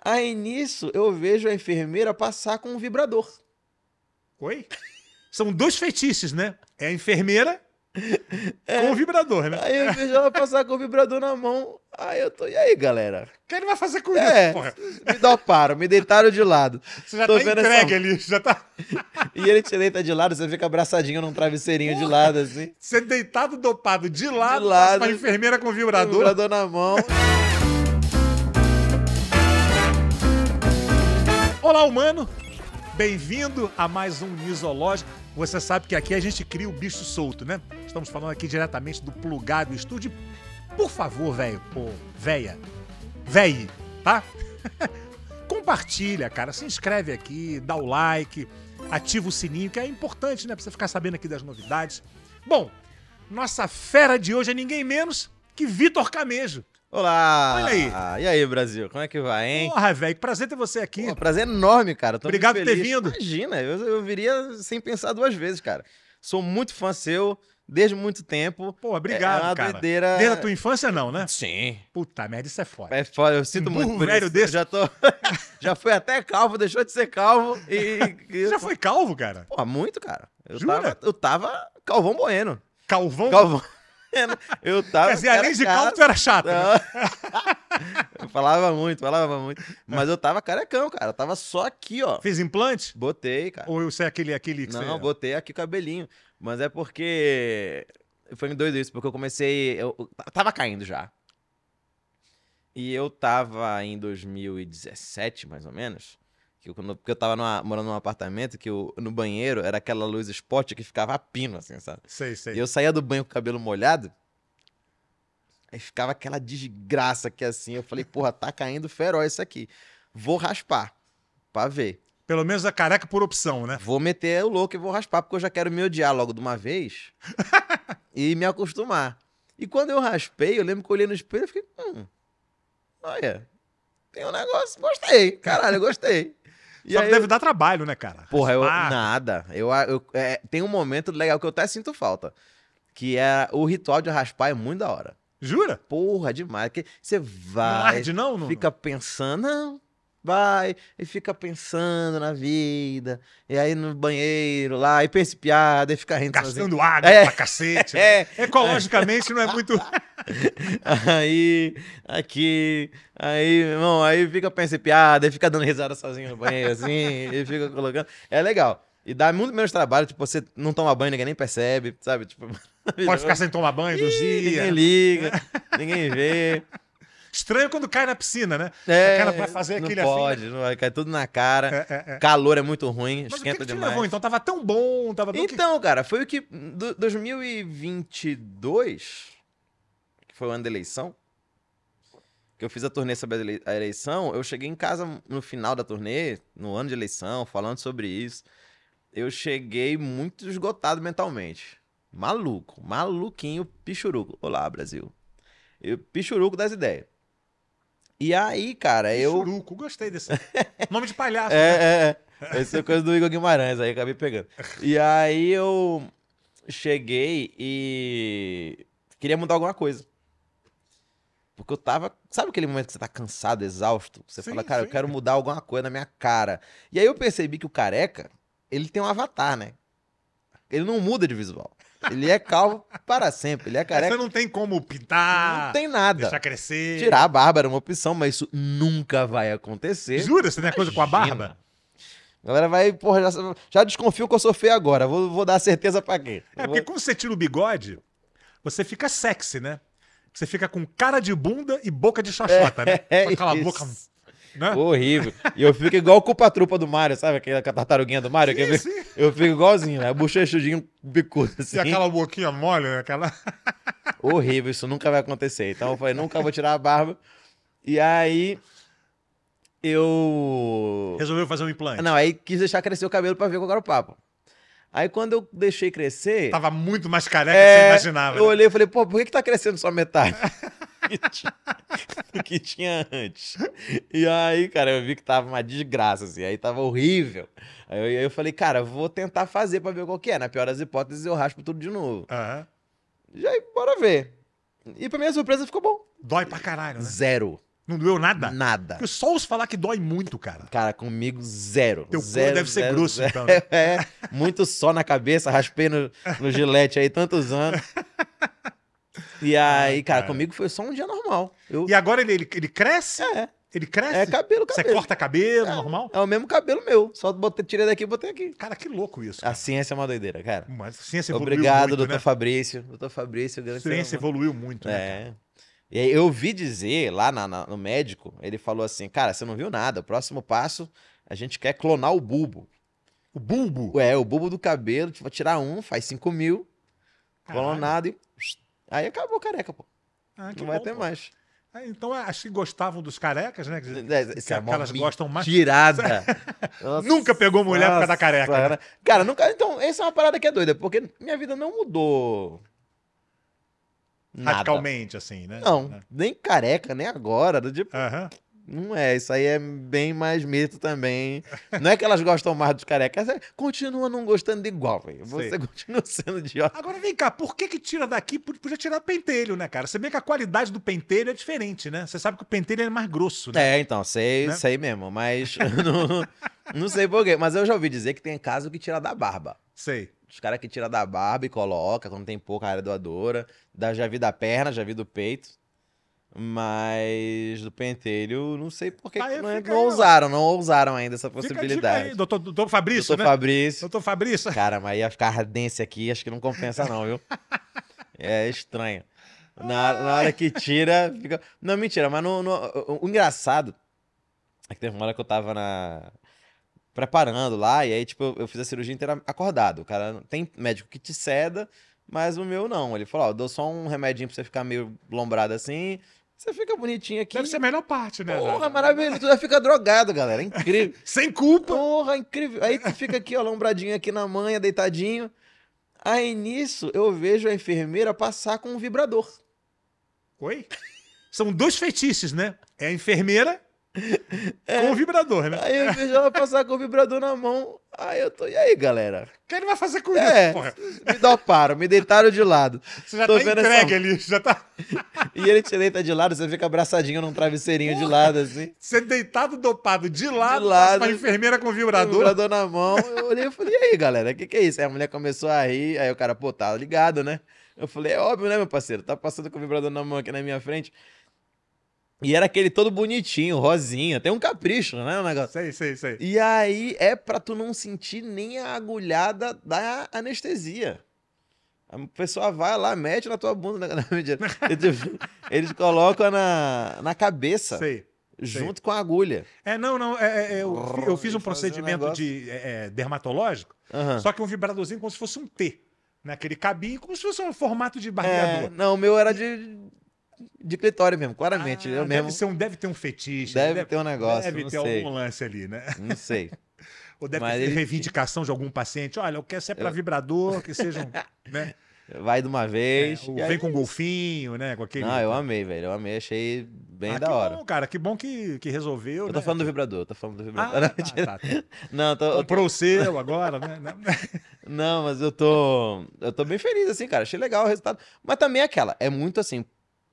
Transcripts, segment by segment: Aí nisso eu vejo a enfermeira passar com um vibrador. Oi? São dois feitiços, né? É a enfermeira com o vibrador, né? É. Aí eu vejo ela passar com o vibrador na mão. Aí eu tô, e aí, galera? O que ele vai fazer com É, isso, porra? me doparam, me deitaram de lado. Você já tô tá vendo entregue essa- ali, já tá... E ele te deita de lado, você fica abraçadinho num travesseirinho de lado, assim. Você deitado, dopado, de lado, lado. passa uma enfermeira com com o vibrador. Vibrador na mão. Olá, humano! Bem-vindo a mais um Misológico. Você sabe que aqui a gente cria o bicho solto, né? Estamos falando aqui diretamente do Plugado Estúdio. Por favor, velho, pô, véia, véi, tá? Compartilha, cara, se inscreve aqui, dá o like, ativa o sininho, que é importante, né? Pra você ficar sabendo aqui das novidades. Bom, nossa fera de hoje é ninguém menos que Vitor Camejo. Olá! Olha aí. E aí, Brasil, como é que vai, hein? Porra, velho, que prazer ter você aqui. Pô, prazer enorme, cara. Tô muito Obrigado por ter feliz. vindo. Imagina, eu, eu viria sem pensar duas vezes, cara. Sou muito fã seu, desde muito tempo. Pô, obrigado, é uma cara. doideira- Desde a tua infância, não, né? Sim. Puta merda, isso é foda. É foda, eu sinto Um muito burro por velho isso. desse. Eu Já tô... já fui até calvo, deixou de ser calvo e... e- Você já foi calvo, cara? Pô, muito, cara. Eu Jura? tava... Eu tava calvão bueno. Calvão? Calvão bueno. Eu tava... Quer dizer, cara, além de cara- é. calvo, tu era chato. né? Não. eu falava muito, falava muito. Mas eu tava carecão, cara. Eu tava só aqui, ó. Fez implante? Botei, cara. Ou você é aquele, aquele que Não, você... botei aqui o cabelinho. Mas é porque. Foi me doido isso, porque eu comecei. Eu eu tava caindo já. E eu tava em 2017, mais ou menos. Que eu, quando- porque eu tava numa- morando num apartamento que o- no banheiro era aquela luz esporte que ficava a pino, assim, sabe? Sei, sei. E eu saía do banho com o cabelo molhado. Aí ficava aquela desgraça aqui assim. Eu falei, porra, tá caindo feroz isso aqui. Vou raspar. Pra ver. Pelo menos a careca por opção, né? Vou meter o louco e vou raspar, porque eu já quero me odiar logo de uma vez e me acostumar. E quando eu raspei, eu lembro que eu olhei no espelho e fiquei, hum, olha, tem um negócio, gostei, caralho, eu gostei. E Só aí, que deve dar trabalho, né, cara? porra, eu, Ah, nada, eu, eu- é, tem um momento legal que eu até sinto falta, que é o ritual de raspar é muito da hora. Jura? Porra, demais, que você não vai, arde, não? não? fica pensando, não, vai, e fica pensando na vida, e aí no banheiro lá, e pensa em piada, e fica rindo sozinho. Gastando água É. pra cacete. né? É, Ecologicamente não é muito... aí, aqui, aí, meu irmão, aí fica pensando em piada, e fica dando risada sozinho no banheiro, assim, e fica colocando. É legal. E dá muito menos trabalho, tipo, você não toma banho, ninguém nem percebe, sabe? Tipo, Pode ficar sem tomar banho dos ninguém dias. liga, ninguém vê. Estranho quando cai na piscina, né? É, cara vai fazer não aquele assim, pode, não vai, cai tudo na cara. É, é, é. Calor é muito ruim, Mas o que, esquenta que te demais. levou, então? Tava tão bom, tava... tão- Então, cara, foi o que. do- 2022, que foi o ano da eleição, que eu fiz a turnê sobre a ele- a eleição, eu cheguei em casa no final da turnê, no ano de eleição, falando sobre isso. Eu cheguei muito esgotado mentalmente. Maluco, maluquinho, pichuruco. Olá, Brasil. Eu, pichuruco das ideias. E aí, cara, eu. Churuco, gostei desse. Nome de palhaço. né? É, é, é. Essa é coisa do Igor Guimarães, aí acabei pegando. E aí eu cheguei e queria mudar alguma coisa. Porque eu tava. Sabe aquele momento que você tá cansado, exausto? Você Sim, fala, cara, eu sim. quero mudar alguma coisa na minha cara. E aí eu percebi que o careca, ele tem um avatar, né? Ele não muda de visual. Ele é calvo para sempre. Ele é Você careca. não tem como pintar, não tem nada. deixar crescer. Tirar a barba era uma opção, mas isso nunca vai acontecer. Jura? Você tem a coisa com a barba? A galera vai, porra, já, já desconfio que eu sou feio agora. Vou, vou dar certeza pra quê? É, Vou- porque quando você tira o bigode, você fica sexy, né? Você fica com cara de bunda e boca de xoxota, né? é Com aquela isso. boca... Né? Horrível. E eu fico igual o culpa-trupa do Mario, sabe? Aquela tartaruguinha do Mario. que eu, fico, Sim, sim. eu fico igualzinho, né? Bochechudinho, bicudo, assim. E aquela boquinha mole, né? Aquela... Horrível, isso nunca vai acontecer. Então eu falei, nunca vou tirar a barba. E aí, eu... Resolveu fazer um implante. Não, aí quis deixar crescer o cabelo pra ver qual era o papo. Aí quando eu deixei crescer... Tava muito mais careca do que É, você imaginava. Eu né? olhei e falei, pô, por que, que tá crescendo só metade? que, tinha, que tinha antes. E aí, cara, eu vi que tava uma desgraça, assim, aí tava horrível. Aí eu, aí eu falei, cara, vou tentar fazer pra ver qual que é. Na pior das hipóteses, eu raspo tudo de novo. Aham. E aí, bora ver. E pra minha surpresa, ficou bom. Dói pra caralho, né? Zero. Não doeu nada? Nada. Porque só os falar que dói muito, cara. Cara, comigo zero. Teu zero, couro deve ser zero, grosso, zero. então. né? É, muito só na cabeça, raspei no, no gilete aí tantos anos. E aí, Ai, cara, cara. comigo foi só um dia normal. Eu, E agora ele, ele, ele cresce? É, Ele cresce? é cabelo, Você cabelo. corta cabelo, normal? É o mesmo cabelo meu, só botei, tirei daqui e botei aqui. Cara, que louco isso. A ciência é uma doideira, cara. Mas a ciência evoluiu Obrigado, muito, doutor né? Fabrício. Doutor Fabrício, A grande ciência ser humano. evoluiu muito, né? cara? É. E aí eu ouvi dizer lá na- na- no médico, ele falou assim, cara, você não viu nada, o próximo passo, a gente quer clonar o bulbo. O bulbo. Ué, o bulbo do cabelo, tipo, tirar um, faz 5 mil, Caralho. clonado e... Aí acabou careca, pô. Ah, que não vai bom, ter pô. mais. Ah, então, acho que gostavam dos carecas, né? Que, É, isso que é uma elas gostam mais. é- Tirada. Nunca pegou mulher por causa da careca. né? Cara, cara, nunca. Então, essa é uma parada que é doida, porque minha vida não mudou. nada. Radicalmente, assim, né? Não, nem careca, nem agora. Do tipo, Aham. não é. Isso aí é bem mais mito também. Não é que elas gostam mais dos carecas. é- Continua não gostando de igual, velho. Você Sei. continua sendo idiota. Agora vem cá, por que que tira daqui? Pod- Podia tirar pentelho, né, cara? Você vê que a qualidade do pentelho é diferente, né? Você sabe que o pentelho é mais grosso, né? É, então, sei, Né? sei mesmo, mas não, não sei porquê. Mas eu já ouvi dizer que tem caso que tira da barba. Sei. Os caras que tira da barba e coloca, quando tem pouca área doadora. Da, já vi da perna, já vi do peito. Mas do pentelho, não sei por que Tá aí, que não, fica não aí, ó. ousaram, não ousaram ainda essa Fica a dica possibilidade. aí, doutor, doutor Fabrício, Doutor né? Fabrício. Doutor Fabrício. Cara, mas ia ficar ardência aqui, acho que não compensa não, viu? É estranho. Na, na hora que tira, fica... Não, mentira, mas no, no- o, o engraçado é que teve uma hora que eu tava na... preparando lá, e aí, tipo, eu, eu fiz a cirurgia inteira acordado. O cara tem médico que te ceda, mas o meu não. Ele falou, ó, eu dou só um remedinho pra você ficar meio lombrado assim, você fica bonitinho aqui. Deve ser a melhor parte, né? Porra, maravilhoso. Tu vai ficar drogado, galera. É incrível. Sem culpa. Porra, incrível. Aí tu fica aqui, ó, lombradinho aqui na manha, deitadinho. Aí nisso eu vejo a enfermeira passar com um vibrador. Oi? São dois feitiços, né? É a enfermeira com o vibrador, né? É. Aí eu vejo ela passar com o vibrador na mão. Aí eu tô, e aí, galera? O que ele vai fazer com É. isso, porra? Me doparam, me deitaram de lado. Você já Tô tá vendo entregue essa- ali, já tá... E ele te deita de lado, você fica abraçadinho num travesseirinho de lado, assim. Você deitado, dopado, de lado, lado. passa uma enfermeira com com o vibrador. Vibrador na mão. Eu olhei e falei, e aí, galera, o que, que é isso? Aí a mulher começou a rir, aí o cara, pô, tá ligado, né? Eu falei, é óbvio, né, meu parceiro? Tá passando com o vibrador na mão aqui na minha frente. E era aquele todo bonitinho, rosinha, tem um capricho, né, o negócio. Sei, sei, sei. E aí é pra tu não sentir nem a agulhada da anestesia. A pessoa vai lá, mete na tua bunda. né, Na, na, mentira. eles, eles colocam na, na cabeça, Sei. junto com a agulha. É, não, não. é, é, eu, fi- eu fiz Fazer um um procedimento negócio. Ah. de é, é, dermatológico, Aham. só que um vibradorzinho como se fosse um T. Né? Aquele cabinho, como se fosse um formato de É, barbeador. não, o meu era de, de clitório mesmo, claramente. Ah, eu deve, mesmo. ser um- deve ter um fetiche. Deve, ter um negócio, deve não, ter sei, algum lance ali, né? não sei. Ou deve Mas ter ele- reivindicação de algum paciente. Olha, eu quero ser para vibrador, que sejam. né? Vai de uma É, vez. o e aí- vem com golfinho, né? Com aquele. Não, eu amei, velho. Eu amei, achei bem Ah, da que hora. bom, cara. Que bom que, que resolveu. eu tô né? falando do vibrador, eu tô falando do Ah, vibrador. não, tá, mentira. tá, tá. Não, tô- eu tô- Comprou o seu agora, né? não, mas eu tô. Eu tô bem feliz, assim, cara. Achei legal o resultado. Mas também é aquela, é muito assim,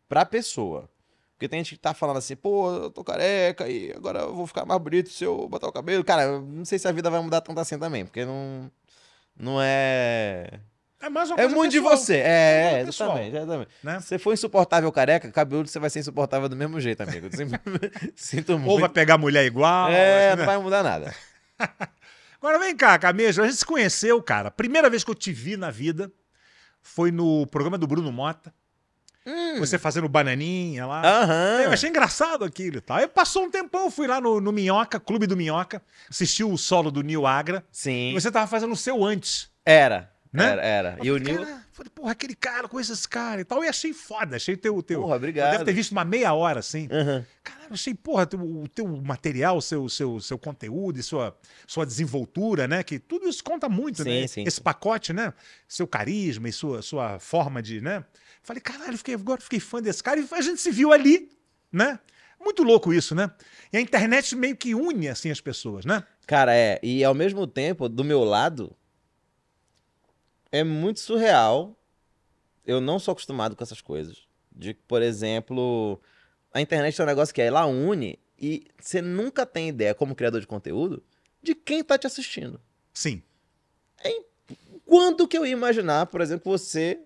pra pessoa. Porque tem gente que tá falando assim, pô, eu tô careca e agora eu vou ficar mais bonito se eu botar o cabelo. Cara, eu não sei se a vida vai mudar tanto assim também, porque não. Não é. É mais uma É coisa muito de pessoal, você. uma É, é, coisa pessoal. exatamente, exatamente. né? Se você for insuportável careca, cabeludo você vai ser insuportável do mesmo jeito, amigo. Sinto muito. Ou vai pegar mulher igual. é, assim, não né? vai mudar nada. Agora vem cá, Camejo. A gente se conheceu, cara. Primeira vez que eu te vi na vida foi no programa do Bruno Mota. Hum. Você fazendo bananinha lá. Aham. Eu achei engraçado aquilo e tal. Aí passou um tempão, eu fui lá no, no Minhoca, Clube do Minhoca, assisti o solo do Nil Agra. E Sim. você tava fazendo o seu antes. Era. Né? Era, era. E Eu o falei, Nil. cara, Falei, porra, aquele cara, eu conheço esse cara e tal. E achei foda, achei teu. teu... Porra, eu obrigado. devo ter visto uma meia hora assim. Aham. Caralho, achei, porra, teu- o teu material, seu, seu, seu conteúdo e sua, sua desenvoltura, né? Que tudo isso conta muito, Sim, né? sim. Esse pacote, né? Seu carisma e sua, sua forma de, né? Falei, caralho, fiquei, agora fiquei fã desse cara e a gente se viu ali, né? Muito louco isso, né? E a internet meio que une, assim, as pessoas, né? Cara, é. E ao mesmo tempo, do meu lado, é muito surreal. Eu não sou acostumado com essas coisas. De, por exemplo, a internet tem um negócio que é, ela une e você nunca tem ideia, como criador de conteúdo, de quem tá te assistindo. Sim. Quando que eu ia imaginar, por exemplo, que você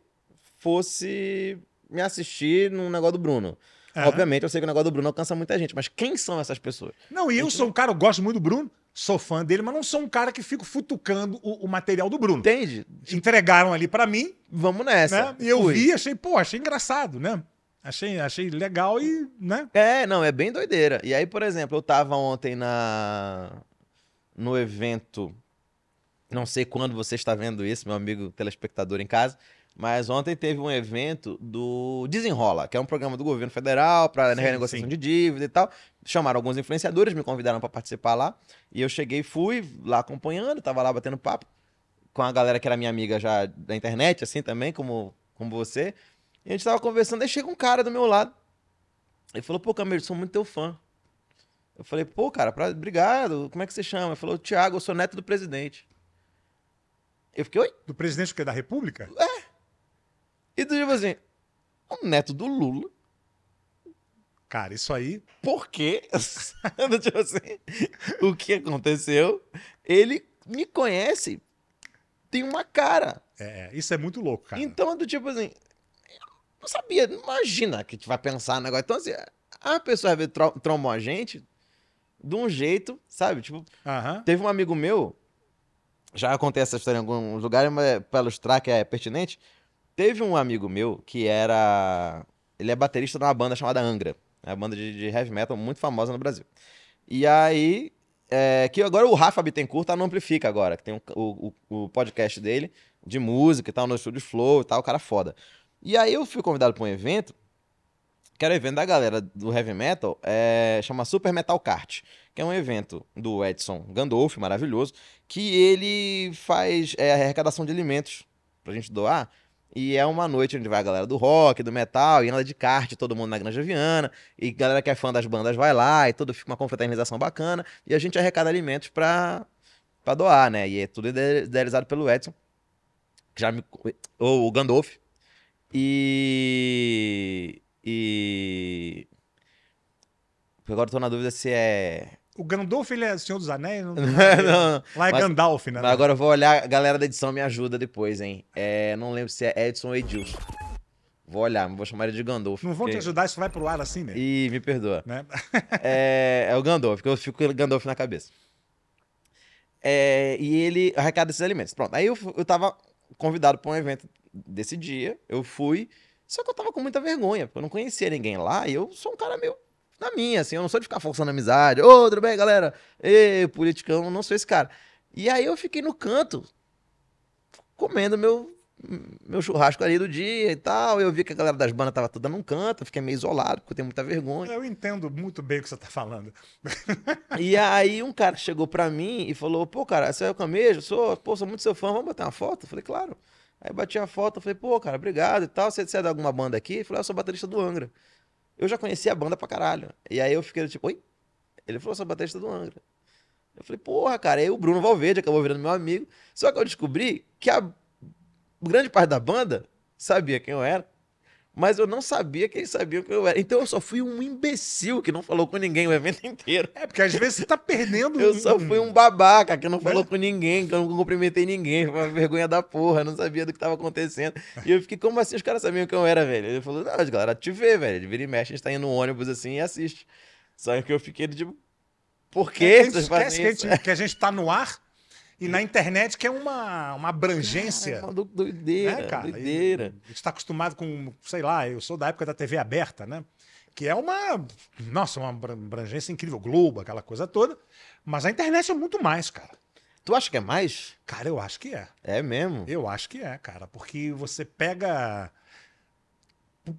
fosse me assistir num negócio do Bruno? Aham. Obviamente, eu sei que o negócio do Bruno alcança muita gente, mas quem são essas pessoas? Não, e eu sou um cara, eu gosto muito do Bruno, sou fã dele, mas não sou um cara que fico futucando o, o material do Bruno. Entende? Entregaram ali pra mim, Vamos nessa. né? E eu Fui. vi, achei, pô, achei engraçado, né? Achei, achei legal e, né? É, não, é bem doideira. E aí, por exemplo, eu tava ontem na no evento. Não sei quando você está vendo isso, meu amigo telespectador em casa, mas ontem teve um evento do Desenrola, que é um programa do governo federal para Sim, renegociação sim. de dívida e tal. Chamaram alguns influenciadores, me convidaram para participar lá, e eu cheguei, fui lá acompanhando, tava lá batendo papo com a galera que era minha amiga já da internet, assim também, como, como você. E a gente tava conversando, aí chega um cara do meu lado. Ele falou, pô, Camilo, sou muito teu fã. Eu falei, pô, cara, pra- obrigado, como é que você chama? Ele falou, Thiago, eu sou neto do presidente. Eu fiquei, oi? Do presidente o quê? Da República? E tu tipo assim, o neto do Lula, Cara, isso aí. por quê? tipo assim, o que aconteceu? Ele me conhece, tem uma cara. É, é, isso é muito louco, cara. Então, é do tipo assim, eu não sabia, não imagina que a gente vai pensar no negócio. Então, assim, a pessoa às vezes tro- tromba a gente de um jeito, sabe? Tipo, Aham. teve um amigo meu, já contei essa história em alguns lugares, mas é pra ilustrar que é pertinente. Teve um amigo meu que era. Ele é baterista de uma banda chamada Angra. É uma banda de, de heavy metal muito famosa no Brasil. E aí. é, que agora o Rafa Bittencourt tá no Amplifica agora, que tem um- o, o- o podcast dele de música e tal, no estúdio Flow e tal, o cara é foda. E aí eu fui convidado pra um evento, que era o evento da galera do heavy metal, é, chama Super Metal Kart, que é um evento do Edson Gandolfo, maravilhoso, que ele faz é, arrecadação de alimentos pra gente doar. E é uma noite onde vai a galera do rock, do metal, e anda de kart, todo mundo na Granja Viana, e galera que é fã das bandas vai lá, e tudo fica uma confraternização bacana, e a gente arrecada alimentos pra, pra doar, né? E é tudo ide- idealizado pelo Edson, que já me. Ou o Gandolf. E. E. Agora eu tô na dúvida se é. O Gandalf, ele é Senhor dos Anéis? Não... Não, Lá é Mas- Gandalf, né? mas agora eu vou olhar, a galera da edição me ajuda depois, hein? É, não lembro se é Edson ou Edilson. Vou olhar, mas vou chamar ele de Gandolf. Não vão te ajudar, isso vai pro ar assim, né? Ih, me perdoa. Né? É, é o Gandolf, que eu fico com o Gandolf na cabeça. É, e ele arrecada esses alimentos. Pronto, aí eu, fu- eu tava convidado pra um evento desse dia, eu fui, só que eu tava com muita vergonha, porque eu não conhecia ninguém lá, e eu sou um cara meio na minha, assim, eu não sou de ficar forçando amizade. Ô, tudo bem, galera? Ê, politicão, eu não sou esse cara. E aí eu fiquei no canto, comendo meu meu churrasco ali do dia e tal, eu vi que a galera das bandas tava toda num canto, eu fiquei meio isolado, porque eu tenho muita vergonha. Eu entendo muito bem o que você tá falando. E aí um cara chegou pra mim e falou, pô, cara, você é o Camejo? Sou, pô, sou muito seu fã, vamos bater uma foto? Eu falei, claro. Aí bati a foto, eu falei, pô, cara, obrigado e tal, você, você é de alguma banda aqui? Ele falou, "Ah, eu sou baterista do Angra. Eu já conhecia a banda pra caralho. E aí eu fiquei tipo, oi? Ele falou, eu sou baterista do Angra. Eu falei, porra, cara, e aí o Bruno Valverde acabou virando meu amigo. Só que eu descobri que a grande parte da banda sabia quem eu era. Mas eu não sabia quem sabia quem eu era. Então eu só fui um imbecil que não falou com ninguém o evento inteiro. É, porque às vezes você tá perdendo. é, Eu só fui um babaca que não falou Né? com ninguém, que eu não cumprimentei ninguém. Foi uma vergonha da porra, não sabia do que tava acontecendo. E eu fiquei, como assim os caras sabiam quem eu era, velho? Ele falou, não, galera, te vê, velho. De vira e mexe, a gente tá indo no ônibus assim e assiste. Só que eu fiquei tipo, por Que que a gente vocês É, um esquece fazem que a, isso? gente, que a gente tá no ar e na internet, que é uma, uma abrangência. Cara, é uma do- doideira, né, cara? E doideira. A gente está acostumado com, sei lá, eu sou da época da TV aberta, né? Que é uma, nossa, uma abra- abrangência incrível, Globo, aquela coisa toda. Mas a internet é muito mais, cara. Tu acha que é mais? Cara, eu acho que é. É mesmo. Eu acho que é, cara. Porque você pega.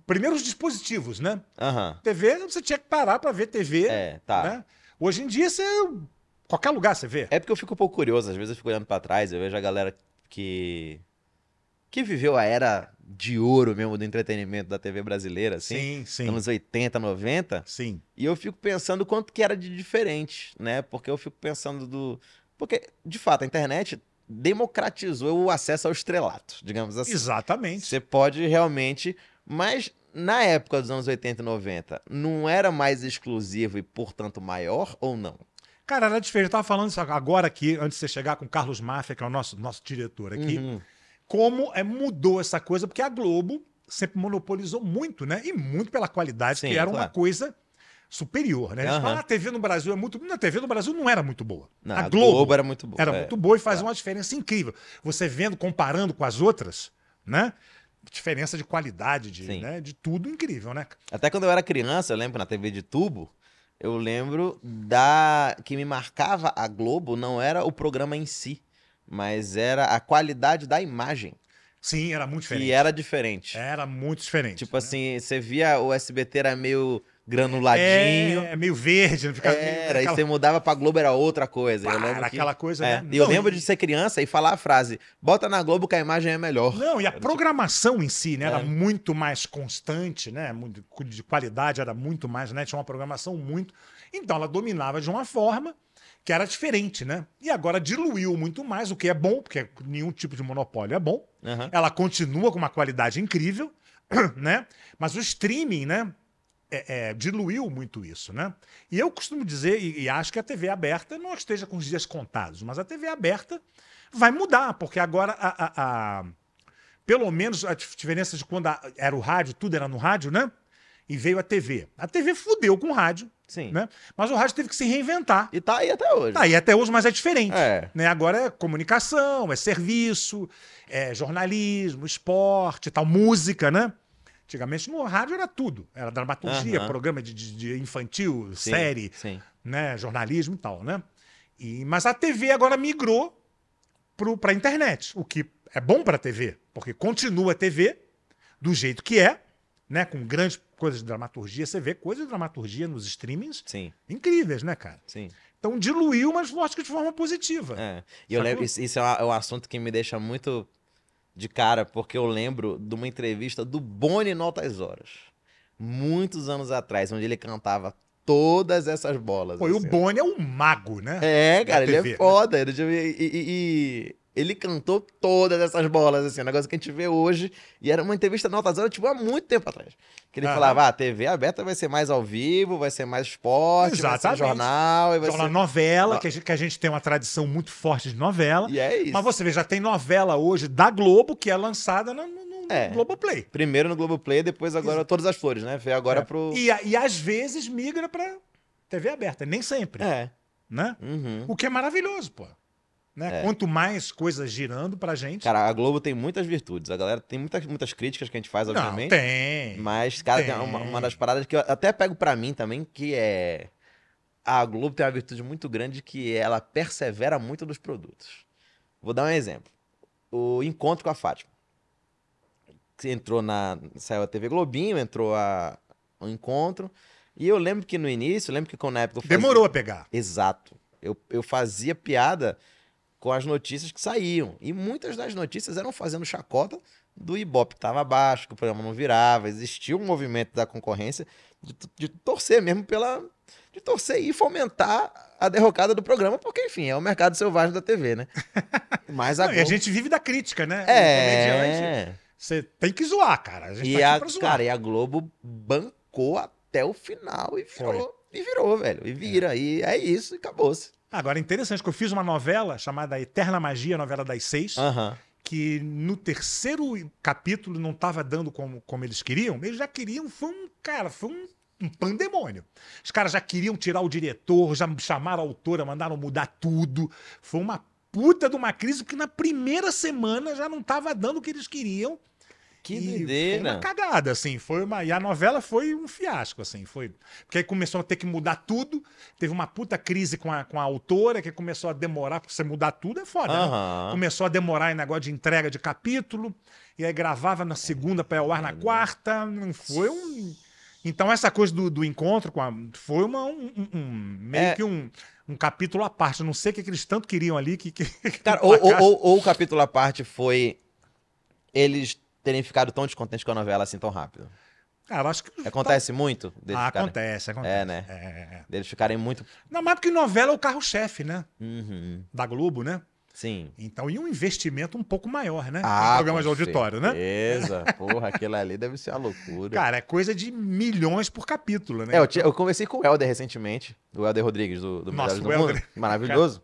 Primeiro os dispositivos, né? Aham. TV, você tinha que parar pra ver TV. É, tá. né? Hoje em dia, você. Qualquer lugar você vê. É porque eu fico um pouco curioso, às vezes eu fico olhando pra trás, eu vejo a galera que que viveu a era de ouro mesmo do entretenimento da TV brasileira, assim, sim, sim. anos 80, 90, Sim. e eu fico pensando quanto que era de diferente, né? Porque eu fico pensando do porque de fato a internet democratizou o acesso ao estrelato, digamos assim. Exatamente. Você pode realmente, mas na época dos anos 80 e 90, não era mais exclusivo e, portanto, maior ou não? Cara, era diferente. Eu tava falando isso agora aqui, antes de você chegar com o Carlos Máfia, que é o nosso, nosso diretor aqui, Uhum. como é, mudou essa coisa, porque a Globo sempre monopolizou muito, né? E muito pela qualidade, Sim, que era uma claro. coisa superior, né? A gente Aham. fala, "Ah, a TV no Brasil é muito... Na TV no Brasil não era muito boa. Não, a Globo era muito boa. Era é. muito boa e faz Tá. uma diferença incrível. Você vendo, comparando com as outras, né? Diferença de qualidade, de, Sim. né? de tudo incrível, né? Até quando eu era criança, eu lembro na TV de tubo, eu lembro da que me marcava a Globo não era o programa em si, mas era a qualidade da imagem, Sim, era muito diferente. que era diferente. Era muito diferente. é tipo né? assim, você via o SBT era meio granuladinho, É, é meio verde, não ficava meio era, e aquela, você mudava pra Globo era outra coisa. eu pá, lembro era que- aquela coisa, é, né? E eu Não, lembro de ser criança e falar a frase: bota na Globo que a imagem é melhor. Não, e a Era programação em si, né, era É. muito mais constante, né, muito- de qualidade, era muito mais, né, tinha uma programação muito. Então ela dominava de uma forma que era diferente, né? E agora diluiu muito mais, o que é bom, porque nenhum tipo de monopólio é bom. tipo- Aham. Ela continua com uma qualidade incrível, né? Mas o streaming, né? é- é, diluiu muito isso, né? E eu costumo dizer, e, e acho que a TV aberta não esteja com os dias contados, mas a TV aberta vai mudar, porque agora a, a- a- pelo menos a dif- diferença de quando a- era o rádio, tudo era no rádio, né? E veio a TV. A TV fudeu com o rádio, Sim. né? Mas o rádio teve que se reinventar. E tá aí até hoje. Tá aí até hoje, mas é diferente. É. Né? Agora é comunicação, é serviço, é jornalismo, esporte e tal, música, né? Antigamente no rádio era tudo. Era dramaturgia, Aham. programa de, de- de infantil, Sim, série, Sim. né? jornalismo e tal, né? E, mas a TV agora migrou para a internet, o que é bom para a TV, porque continua a TV do jeito que é, né? com grandes coisas de dramaturgia. Você vê coisas de dramaturgia nos streamings Sim. incríveis, né, cara? Sim. Então diluiu, mas lógico que de forma positiva. É. E eu Sacou? lembro, isso, isso é, uma- é um assunto que me deixa muito de cara, porque eu lembro de uma entrevista do Boni Notas Horas, muitos anos atrás, onde ele cantava todas essas bolas. Pô, e o assim. Boni é um mago, né? É, cara, ele da TV, é foda. ele- E, e- e- ele cantou todas essas bolas, assim, um negócio que a gente vê hoje. E era uma entrevista Notas Horas, tipo, há muito tempo atrás. Que ele Aham. falava, ah, TV aberta vai ser mais ao vivo, vai ser mais esporte, vai Exatamente. ser jornal, e vai Jornal ser... novela, que a, gente, que a gente tem uma tradição muito forte de novela. E é isso. Mas você vê, já tem novela hoje da Globo que é lançada no, no, no É. Globoplay. Primeiro no Globoplay, depois agora Todas as Flores, né? Veio agora É. pro. E, a- e às vezes migra pra TV aberta, nem sempre, É. né? Uhum. O que é maravilhoso, pô. É. Né? Quanto mais coisas girando pra gente... Cara, a Globo tem muitas virtudes. A galera tem muitas, muitas críticas que a gente faz, não, obviamente. tem. Mas, cara, tem, Tem. uma, uma das paradas que eu até pego pra mim também, que é. A Globo tem uma virtude muito grande que ela persevera muito nos produtos. Vou dar um exemplo. O encontro com a Fátima. Que entrou na. Saiu a TV Globinho, entrou a, o encontro. E eu lembro que no início, eu lembro que quando na época eu fazia- Demorou a pegar. Exato. Eu, eu fazia piada com as notícias que saíam. E muitas das notícias eram fazendo chacota do Ibope. Tava baixo, que o programa não virava. Existia um movimento da concorrência de, t- de torcer mesmo pela. de torcer e fomentar a derrocada do programa, porque, enfim, é o mercado selvagem da TV, né? Mas Não, e agora. a gente vive da crítica, né? O comediante, É. Você tem que zoar, cara. A gente E tá a, aqui pra zoar. cara, e a Globo bancou até o final e Foi. virou. E virou, velho. E vira. E é isso, e acabou-se. Agora, interessante que eu fiz uma novela chamada Eterna Magia, novela das seis, Aham. que no terceiro capítulo não estava dando como, como eles queriam. Eles já queriam, foi um, cara, foi um, um pandemônio. Os caras já queriam tirar o diretor, já chamaram a autora, mandaram mudar tudo. Foi uma puta de uma crise, porque na primeira semana já não estava dando o que eles queriam. Que E Foi uma doideira. cagada, assim. Foi uma... E a novela foi um fiasco, assim. Foi... Porque aí começou a ter que mudar tudo. Teve uma puta crise com a, com a autora, que começou a demorar, porque você mudar tudo é foda, né? Aham. Começou a demorar em negócio de entrega de capítulo, e aí gravava na segunda para o ar na quarta. Não foi um. Então, essa coisa do, do encontro com a. Foi uma, um, um- um- meio É. que um, um capítulo à parte. Eu não sei o que, que eles tanto queriam ali. Que, que- é que um Cara, ou, ou, placar- ou- ou o capítulo à parte foi eles terem ficado tão descontentes com a novela assim tão rápido. Cara, acho que. Acontece muito deles Ah, ficarem, acontece, acontece. É, né? É, é, é. deles ficarem muito. Não, mas porque novela é o carro-chefe, né? Uhum. Da Globo, né? Sim. Então, e um investimento um pouco maior, né? em Ah, programas de com auditório, né? certeza. Porra, aquilo ali deve ser a loucura. Cara, é coisa de milhões por capítulo, né? É, eu, tinha- eu conversei com o Helder recentemente, o Helder Rodrigues, do, do Nossa, Melhores o do Helder. Mundo. Maravilhoso.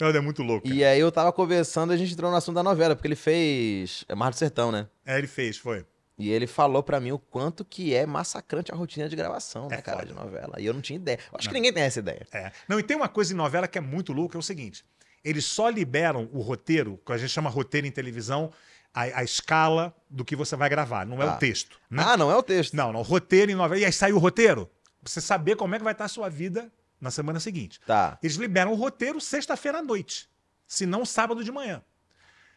Não, é muito louco. E aí eu tava conversando e a gente entrou no assunto da novela, porque ele fez é Mar do Sertão, né? É, ele fez, foi. E ele falou pra mim o quanto que é massacrante a rotina de gravação, né, É cara, foda. de novela. E eu não tinha ideia. Eu Acho Não. que ninguém tem essa ideia. É. Não, e tem uma coisa em novela que é muito louca, é o seguinte: eles só liberam o roteiro, que a gente chama roteiro em televisão, a, a escala do que você vai gravar, não é Ah. o texto. Né? Ah, não é o texto. Não, não, roteiro em novela. E aí sai o roteiro, pra você saber como é que vai estar a sua vida na semana seguinte. Tá. Eles liberam o roteiro sexta-feira à noite, se não sábado de manhã.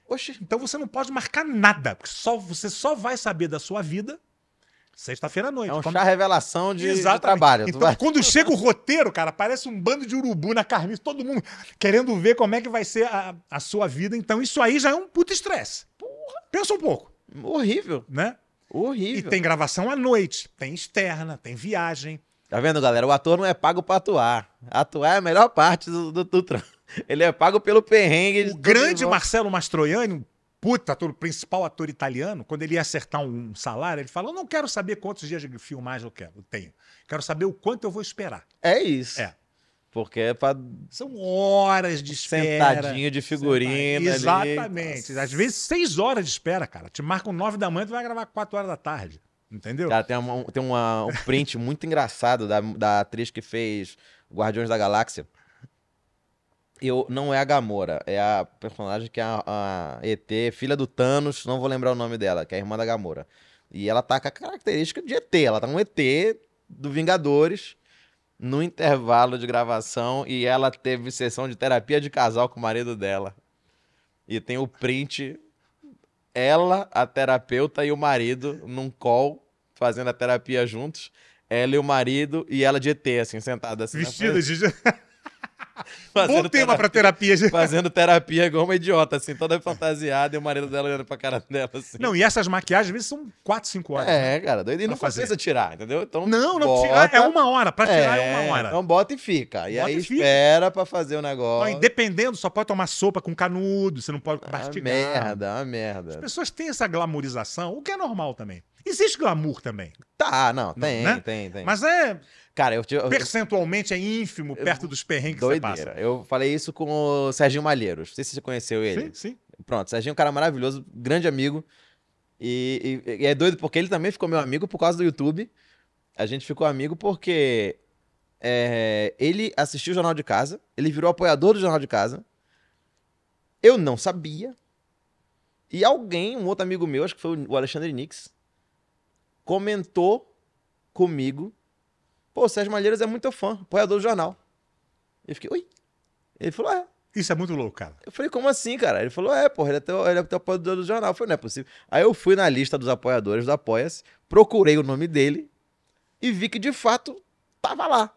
Oxi. Então você não pode marcar nada, porque só, você só vai saber da sua vida sexta-feira à noite. É um Quando- chá revelação de, de Exatamente. trabalho. Tu Então, vai- quando chega o roteiro, cara, parece um bando de urubu na carniça, todo mundo querendo ver como é que vai ser a, a sua vida. Então, isso aí já é um puto estresse. Pensa um pouco, Horrível. né? E Horrível. tem gravação à noite, tem externa, tem viagem. Tá vendo, galera? O ator não é pago pra atuar. Atuar é a melhor parte do, do, do trampo. Ele é pago pelo perrengue. de O tudo grande de volta. Marcelo Mastroianni, um puta ator, o principal ator italiano, quando ele ia acertar um salário, ele falou: não quero saber quantos dias de filmagem eu quero, eu tenho. Quero saber o quanto eu vou esperar. É isso. É. Porque é pra São horas de espera. sentadinho de figurina. ali. Exatamente. Às vezes, seis horas de espera, cara. Te marcam nove da manhã, tu vai gravar quatro horas da tarde. Entendeu? Cara, tem, uma- tem uma- um print muito engraçado da, da atriz que fez Guardiões da Galáxia. Eu, não é a Gamora, é a personagem que é a, a ET, filha do Thanos, não vou lembrar o nome dela, que é a irmã da Gamora. E ela tá com a característica de ET, ela tá um ET do Vingadores no intervalo de gravação e ela teve sessão de terapia de casal com o marido dela. E tem o print ela, a terapeuta e o marido num call fazendo a terapia juntos. Ela e o marido e ela de ET, assim, sentada assim. né? Vestidas de. Fazendo Bom tema terapia- pra terapia. gente. Fazendo terapia igual uma idiota, assim, toda fantasiada e o marido dela olhando pra cara dela, assim. Não, e essas maquiagens, às vezes, são quatro, cinco horas. né? é, cara, doido. E não Pra fazer. precisa tirar, entendeu? Então, Não, não. bota, tira- é uma hora. Pra tirar é, uma hora. Então bota e fica. E Bota aí e fica. espera pra fazer o Ó, negócio. e dependendo, só pode tomar sopa com canudo, você não pode É uma mastigar. merda, uma As merda. pessoas têm essa glamorização, o que é normal também. Existe glamour também. Tá, não, tem, né? tem, tem. Mas é cara, eu, tive- eu, percentualmente é ínfimo perto dos perrengues que você passa. Doideira. Eu falei isso com o Serginho Malheiros. Não sei se você conheceu ele. Sim, sim. Pronto, Serginho é um cara maravilhoso, grande amigo. E, e- e é doido porque ele também ficou meu amigo por causa do YouTube. A gente ficou amigo porque é, ele assistiu o Jornal de Casa, ele virou apoiador do Jornal de Casa. Eu não sabia. E alguém, um outro amigo meu, acho que foi o Alexandre Nix, comentou comigo: Pô, o Sérgio Malheiros é muito fã, apoiador do jornal. Eu fiquei, ui. Ele falou: É, Isso é muito louco, cara. eu falei, como assim, cara? Ele falou, é, porra, ele é teu, ele é teu apoiador do jornal. Eu falei, não é possível. Aí eu fui na lista dos apoiadores do Apoia-se, procurei o nome dele e vi que de fato tava lá.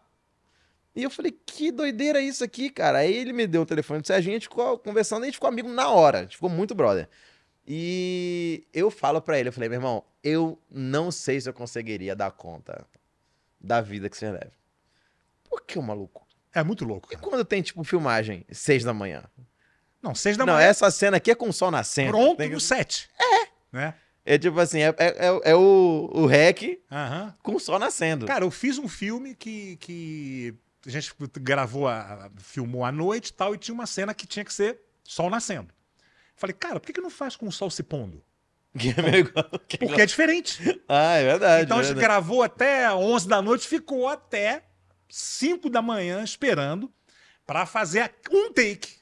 E eu falei, que doideira isso aqui, cara? Aí ele me deu o telefone do Serginho, a gente ficou conversando e a gente ficou amigo na hora. A gente ficou muito brother. E eu falo pra ele, eu falei, meu irmão, eu não sei se eu conseguiria dar conta da vida que você leva. Por que o maluco? É muito louco, E cara. quando tem, tipo, filmagem, seis da manhã? Não, seis da Não, manhã, essa cena aqui é com o sol nascendo. pronto Tem que- no set. É. Né? É tipo assim, é, é- é- é o, o hack Aham. com o sol nascendo. Cara, eu fiz um filme que, que a gente gravou, a, a- filmou à noite e tal, e tinha uma cena que tinha que ser sol nascendo. Falei, cara, por que, que não faz com o sol se pondo? Que é meio igual- que é Porque é diferente. igual- Ah, é verdade. Então a gente verdade. gravou até 11 da noite, ficou até 5 da manhã esperando pra fazer a- um take.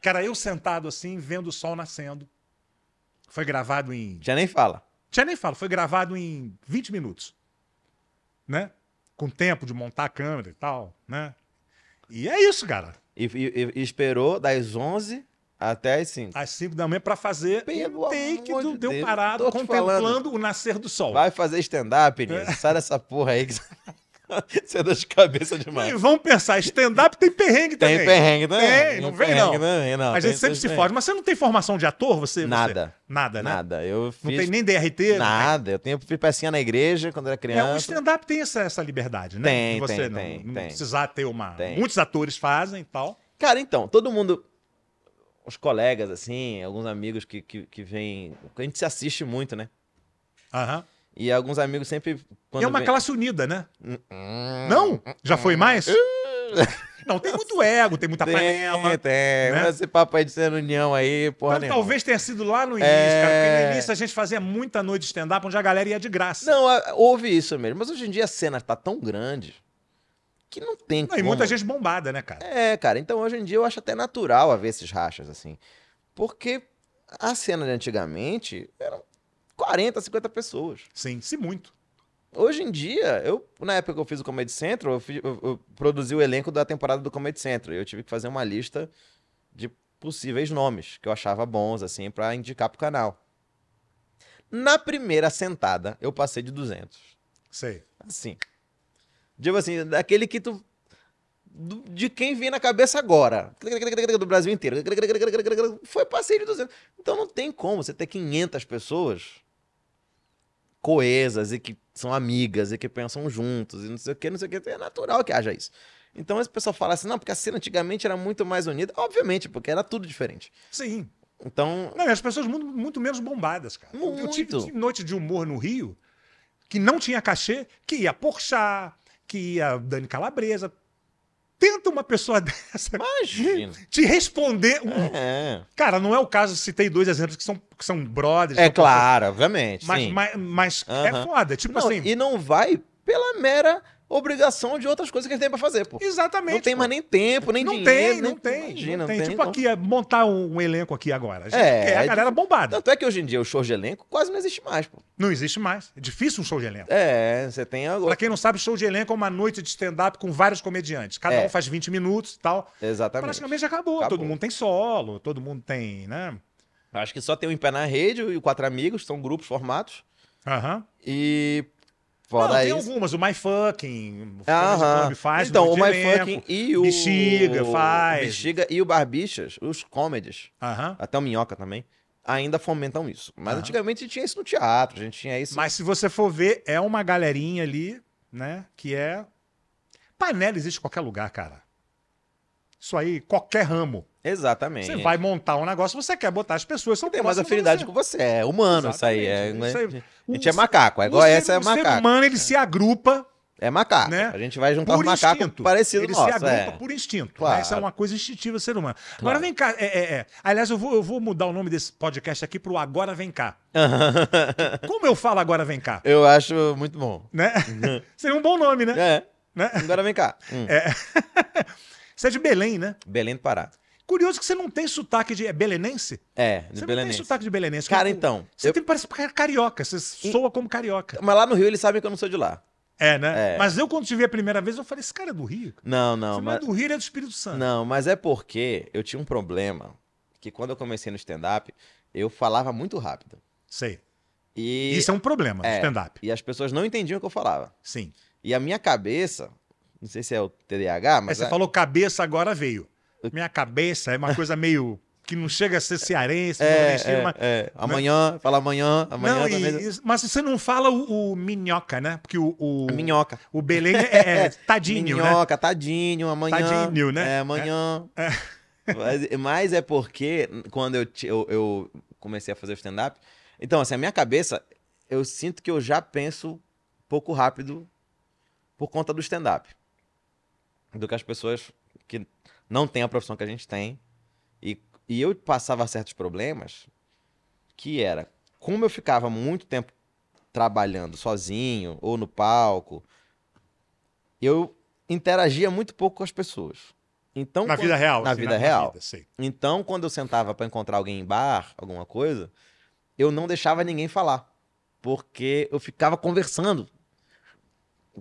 Cara, eu sentado assim, vendo o sol nascendo. Foi gravado em. Já nem fala. Já nem falo, foi gravado em 20 minutos. Né? Com tempo de montar a câmera e tal, né? E é isso, cara. E, e- e esperou das 11 até as 5. Às 5 da manhã pra fazer Pelo um take amor do de Deu Deus, Parado tô te contemplando falando. o nascer do sol. Vai fazer É. stand-up, Nilson. Sai dessa porra aí que você- você é dor de cabeça E demais. vamos pensar, stand-up tem perrengue Tem também. perrengue também. Tem, não vem, não. perrengue também, não. a Tem gente sempre seus se perrengues. forma. Mas você não tem formação de ator? Você, Tá É. você- Nada. Nada, né? Nada. Eu Não fiz tem nem DRT? não nada. Eu tenho, fiz pecinha na igreja quando era tem- né? É, o criança. stand-up tem essa, essa liberdade, né? Tem, De você tem, não, tem, não tem. precisar ter uma. Tem. Muitos atores fazem e tal. Cara, então, todo mundo. Os colegas, assim, alguns amigos que, que, que vêm. A gente se assiste muito, né? Aham. E alguns amigos sempre. Quando E é uma vem... classe unida, né? Hum, Não? Já foi mais? Não, tem muito ego, tem muita Tem, Tá panela. tem. né? é, Mas Esse papo aí de ser união aí, porra. Então, nenhuma. talvez tenha sido lá no início, É. cara. Porque no início a gente fazia muita noite de stand-up onde a galera ia de graça. Não, a- houve isso mesmo. Mas hoje em dia a cena tá tão grande que não tem Não, como. e muita gente bombada, né, cara? É, cara. Então hoje em dia eu acho até natural haver esses rachas, assim. Porque a cena de antigamente eram 40, 50 pessoas. Sim, se muito. Hoje em dia, eu, na época que eu fiz o Comedy Central, eu, fi- eu- eu produzi o elenco da temporada do Comedy Central. E eu tive que fazer uma lista de possíveis nomes que eu achava bons, assim, pra indicar pro canal. Na primeira sentada, eu passei de 200 Sei. assim. Digo assim, daquele que tu. do- de quem vem na cabeça agora. Do Brasil inteiro. Foi passeio de 200. Então não tem como você ter 500 pessoas coesas e que são amigas e que pensam juntos e não sei o que, não sei o que. É natural que haja isso. Então esse pessoal fala assim, não, porque a cena antigamente era muito mais unida. Obviamente, porque era tudo diferente. Sim. Então. Não, e as pessoas muito, muito menos bombadas, cara. Eu tive, Muito. tive noite de humor no Rio que não tinha cachê, que ia Porchat, que ia Dani Calabresa. Tenta uma pessoa dessa Imagina. te responder. um- É, Cara, não é o caso, citei dois exemplos que são, que são brothers. é são claro, obviamente. pessoas- Mas, sim. mas, mas é Aham. foda. Tipo Não, assim. E não vai pela mera obrigação de outras coisas que ele tem pra fazer, pô. Exatamente. Não tem pô. mais nem tempo, nem não dinheiro. tem, nem- não tem, Imagina, não tem. Tipo então. aqui, é montar um, um elenco aqui agora. A gente É, quer a é galera bombada. Tanto é que hoje em dia o show de elenco quase não existe mais, pô. Não existe mais. É difícil um show de elenco. É, você tem Pra agora. quem não sabe, show de elenco é uma noite de stand-up com vários comediantes. Cada É. um faz 20 minutos e tal. Exatamente. Praticamente acabou. Acabou. Todo mundo tem solo, todo mundo tem, né? Acho que só tem o Em Pé na Rede e o Quatro Amigos, são grupos formatos. Aham. E. Não, Fora tem isso. algumas. O My Fucking, o Aham. Comedy Club faz. então, o My noite de elenco. Fucking e o. Bexiga faz. o Bexiga e o Barbichas, os comedies, Aham. até o Minhoca também, ainda fomentam isso. Mas Aham. antigamente a gente tinha isso no teatro, a gente tinha isso. Mas se você for ver, é uma galerinha ali, né? Que é. Panela existe em qualquer lugar, cara. Isso aí, qualquer ramo. Exatamente. Você vai montar um negócio, você quer botar as pessoas, são tem mais próximas a afinidade você. com você. É humano Exatamente. isso aí. É, Isso aí. Um A gente O é macaco. É igual o essa é ser, O ser macaco. humano, ele se agrupa É macaco. né? A gente vai juntar por um macaco instinto. parecido ele nosso. se agrupa é. por instinto. né? Claro. Isso é uma coisa instintiva do ser humano. Agora Claro. vem cá. é, é, é. Aliás, eu vou, eu vou mudar o nome desse podcast aqui pro Agora Vem Cá. Como eu falo Agora Vem Cá? Eu acho muito bom. Né? Seria um bom nome, né? É. Né? Agora vem cá. Hum. Você é de Belém, né? Belém do Pará. Curioso que você não tem sotaque de. É belenense? É, de Você Belém. não tem sotaque de belenense. Cara, Como- então. Você eu- tem, parece ca- carioca, você soa como carioca. Mas lá no Rio eles sabem que eu não sou de lá. É, né? É. Mas eu, quando te vi a primeira vez, eu falei: esse cara é do Rio. Não, não. Esse mas... cara é do Rio, ele é do Espírito Santo. Não, mas é porque eu tinha um problema que quando eu comecei no stand-up, eu falava muito rápido. Sei. E, Isso é um problema do É. stand-up. e as pessoas não entendiam o que eu falava. Sim. E a minha cabeça, não sei se é o TDAH, Aí mas você a- falou cabeça, agora veio. Eu- Minha cabeça é uma coisa meio. que não chega a ser cearense, é, nordestino, é, mas. é. amanhã, fala amanhã, amanhã tá Não, também. e- e- mas você não fala o, o minhoca, né? Porque o, o, É Minhoca. o Belém é, é tadinho, né? Minhoca, tadinho, amanhã. Tadinho, né? É, amanhã. Mas, mas é porque quando eu, ti- eu, eu comecei a fazer stand-up, então, assim, a minha cabeça, eu sinto que eu já penso pouco rápido por conta do stand-up. Do que as pessoas que não têm a profissão que a gente tem. E, e eu passava certos problemas, que era como eu ficava muito tempo trabalhando sozinho ou no palco, eu interagia muito pouco com as pessoas. Então, Na quando- vida real. Na assim, vida né? real. sei. então, quando eu sentava pra encontrar alguém em bar, alguma coisa, eu não deixava ninguém falar. Porque eu ficava conversando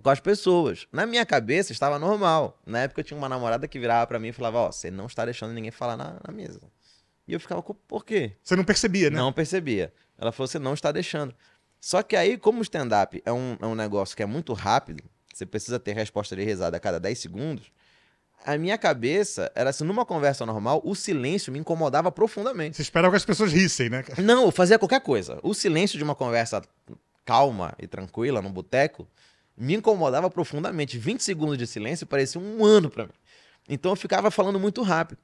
com as pessoas. Na minha cabeça estava normal. Na época eu tinha uma namorada que virava pra mim e falava: Ó, você não está deixando ninguém falar na, na mesa. E eu ficava, "Co- por quê? Você não percebia, né? Não percebia. Ela falou: você não está deixando. Só que aí, como o stand-up é um, é um negócio que é muito rápido, você precisa ter resposta de risada a cada 10 segundos. A minha cabeça era assim: numa conversa normal, o silêncio me incomodava profundamente. Você esperava que as pessoas rissem, né? Não, eu fazia qualquer coisa. O silêncio de uma conversa calma e tranquila num boteco me incomodava profundamente. 20 segundos de silêncio parecia um ano pra mim. Então eu ficava falando muito rápido.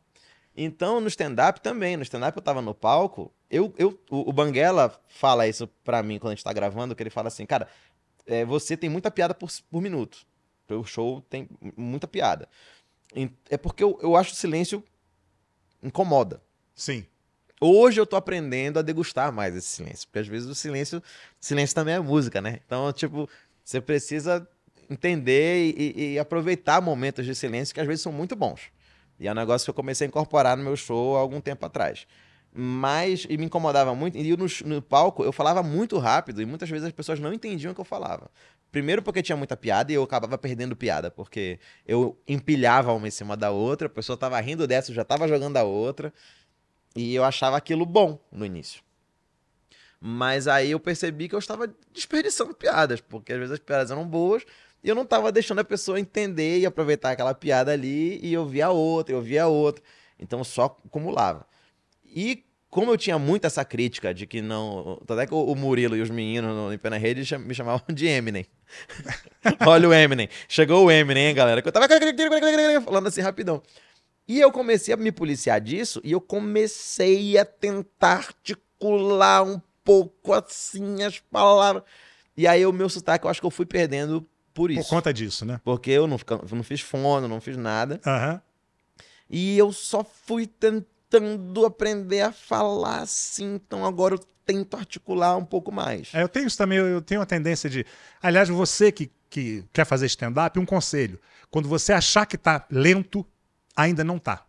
Então no stand-up também. No stand-up eu tava no palco. Eu, eu, o, o Banguela fala isso pra mim quando a gente tá gravando, que ele fala assim, cara, é, você tem muita piada por, por minuto. O show tem muita piada. E- É porque eu, eu acho o silêncio incomoda. Sim. Hoje eu tô aprendendo a degustar mais esse silêncio, porque às vezes o silêncio, silêncio também é música, né? Então, tipo, você precisa entender e, e aproveitar momentos de silêncio que às vezes são muito bons. E é um negócio que eu comecei a incorporar no meu show há algum tempo atrás. Mas, e me incomodava muito, e eu no, sh- no palco eu falava muito rápido e muitas vezes as pessoas não entendiam o que eu falava. Primeiro porque tinha muita piada e eu acabava perdendo piada, porque eu empilhava uma em cima da outra, a pessoa tava rindo dessa, eu já tava jogando a outra. E eu achava aquilo bom no início. Mas aí eu percebi que eu estava desperdiçando piadas, porque às vezes as piadas eram boas e eu não estava deixando a pessoa entender e aproveitar aquela piada ali e eu via outra, eu via outra. Então só acumulava. E como eu tinha muito essa crítica de que não. Tanto é que o o Murilo e os meninos no, em Pé na Rede cham- me chamavam de Eminem. Olha o Eminem. Chegou o Eminem, hein, galera. Que eu tava falando assim rapidão. E eu comecei a me policiar disso e eu comecei a tentar articular um pouco assim as palavras. E aí o meu sotaque eu acho que eu fui perdendo por isso. Por conta disso, né? Porque eu não, fica- não fiz fono, não fiz nada. Aham. E eu só fui tentando aprender a falar assim. Então agora eu tento articular um pouco mais. É, eu tenho isso também, eu- eu tenho a tendência de. Aliás, você que, que quer fazer stand-up, um conselho. Quando você achar que tá lento, ainda não tá.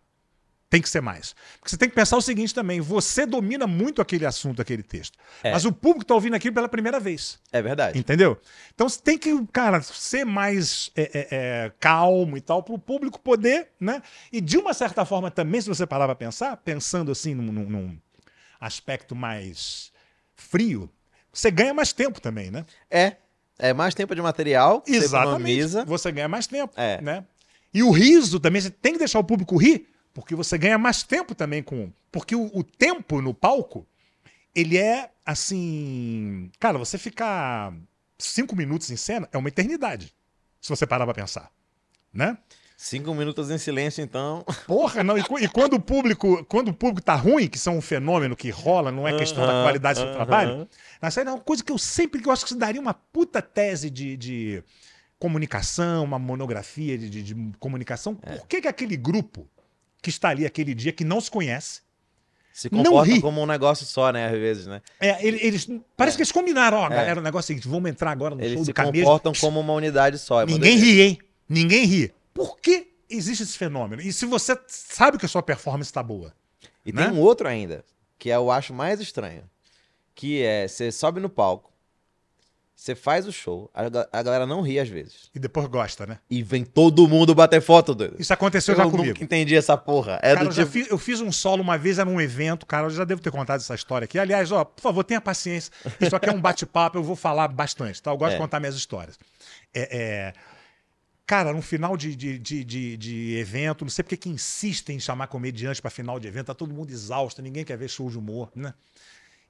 Tem que ser mais. Porque você tem que pensar o seguinte também: você domina muito aquele assunto, aquele texto. É. Mas o público tá ouvindo aquilo pela primeira vez. É verdade. Entendeu? Então você tem que, cara, ser mais é, é, é, calmo e tal, para o público poder, né? E de uma certa forma também, se você parar para pensar, pensando assim num, num- num aspecto mais frio, você ganha mais tempo também, né? É. É mais tempo de material, você economiza. Você ganha mais tempo, É. né? E o riso também, você tem que deixar o público rir, porque você ganha mais tempo também com. um. Porque o, o tempo no palco, ele é assim. Cara, você ficar cinco minutos em cena é uma eternidade. Se você parar pra pensar. Né? Cinco minutos em silêncio, então. Porra, não. E, cu- e quando o público, quando o público tá ruim, que são um fenômeno que rola, não é questão da Aham, qualidade do seu aham. trabalho, mas isso aí é uma coisa que eu sempre que eu acho que isso daria uma puta tese de, de comunicação, uma monografia de, de- de comunicação. É. Por que, que aquele grupo que está ali aquele dia, que não se conhece, Se Não comporta ri. como um negócio só, né? Às vezes, né? é, ele- eles, parece que eles combinaram, ó, É. galera, o negócio é o seguinte, vamos entrar agora no show Eles do se cabeça. comportam como uma unidade só. é uma Ninguém doideira. ri, hein? Ninguém ri. Por que existe esse fenômeno? E se você sabe que a sua performance está boa, E né? tem um outro ainda, que é, eu acho mais estranho. Que é, você sobe no palco, você faz o show, a, ga- a galera não ri às vezes. e depois gosta, né? E vem todo mundo bater foto, doido. Isso aconteceu Eu já nunca comigo. entendi essa porra. É do Cara, eu, já tipo... fi- eu fiz um solo uma vez, era um evento, cara, eu já devo ter contado essa história aqui. Aliás, ó, por favor, tenha paciência. Isso aqui é um bate-papo, eu vou falar bastante, tá? Eu gosto de É. contar minhas histórias. É, é, Cara, no final de, de, de, de- de evento, não sei porque que insistem em chamar comediante pra final de evento, tá todo mundo exausto, ninguém quer ver show de humor, né?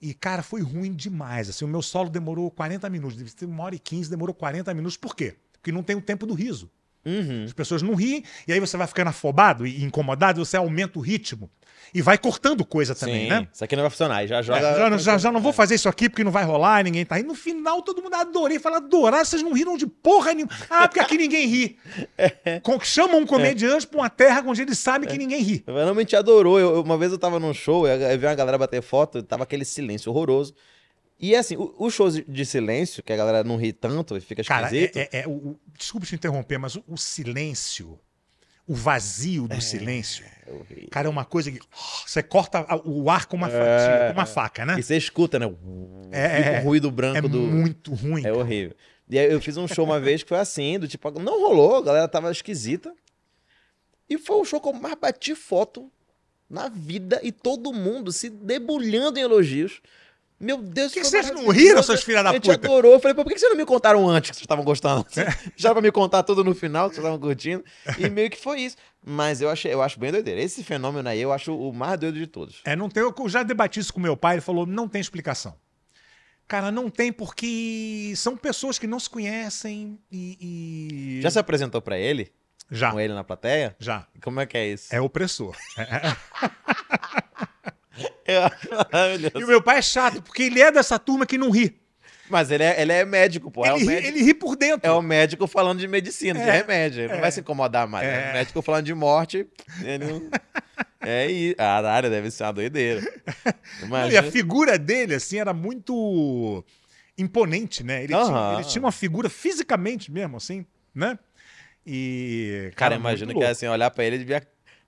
E, cara, foi ruim demais. Assim, o meu solo demorou 40 minutos, deve ter uma hora e 15, demorou 40 minutos. Por quê? Porque não tem o tempo do riso. Uhum. As pessoas não riem, e aí você vai ficando afobado e incomodado, você aumenta o ritmo. E vai cortando coisa também, Sim, né? isso aqui não vai funcionar. aí Já joga... É, já, já- já não vou fazer isso aqui porque não vai rolar, ninguém tá rindo. No final, todo mundo adorei. Fala, adorar, vocês não riram de porra nenhuma. Ah, porque aqui ninguém ri. É. Com, chama um comediante pra uma terra onde ele sabe que ninguém ri. Eu realmente adorou. Eu- eu- uma vez eu tava num show, eu, eu vi uma galera bater foto, tava aquele silêncio horroroso. E assim, o- os shows de- de silêncio, que a galera não ri tanto e fica Cara, é, esquisito. é- é- o, o- desculpa te interromper, mas o, o silêncio, o vazio É. do silêncio, Eu ri. cara, é uma coisa que oh, você corta a- o ar com uma fatia, É. com uma faca, né? E você escuta, né? É, Fica é, o ruído É branco do. muito ruim. É cara. horrível. E aí eu fiz um show uma vez que foi assim, do tipo, não rolou, a galera tava esquisita. E foi o show que eu mais bati foto na vida e todo mundo se debulhando em elogios. Meu Deus, Por que foi vocês não maravilhoso. riram, seus filha da A gente puta? É. adorou. Eu falei, pô, por que vocês não me contaram antes que vocês estavam gostando? Já pra me contar tudo no final, que vocês estavam curtindo. E meio que foi isso. Mas eu, achei, eu acho bem doideira. Esse fenômeno aí eu acho o mais doido de todos. É, não tem. Eu já debati isso com meu pai, ele falou: não tem explicação. Cara, não tem porque são pessoas que não se conhecem e. e- Já se apresentou pra ele? Já, com ele na plateia? já. Como é que é isso? Tá. É opressor. Eu- Ai, meu E Deus. o meu pai é chato, porque ele é dessa turma que não ri. Mas ele é, ele é médico, pô. É o ele, ri médico. ele ri por dentro. É o médico falando de medicina, de É, remédio. Ele não vai se incomodar mais. né? É. O médico falando de morte, ele não. é isso. Caralho, deve ser uma doideira. Não, e a Imagina. figura dele, assim, era muito imponente, né? Ele, tinha, Aham. ele tinha uma figura fisicamente mesmo, assim, né? E. Cara, é muito imagina que louco. assim, olhar pra ele devia a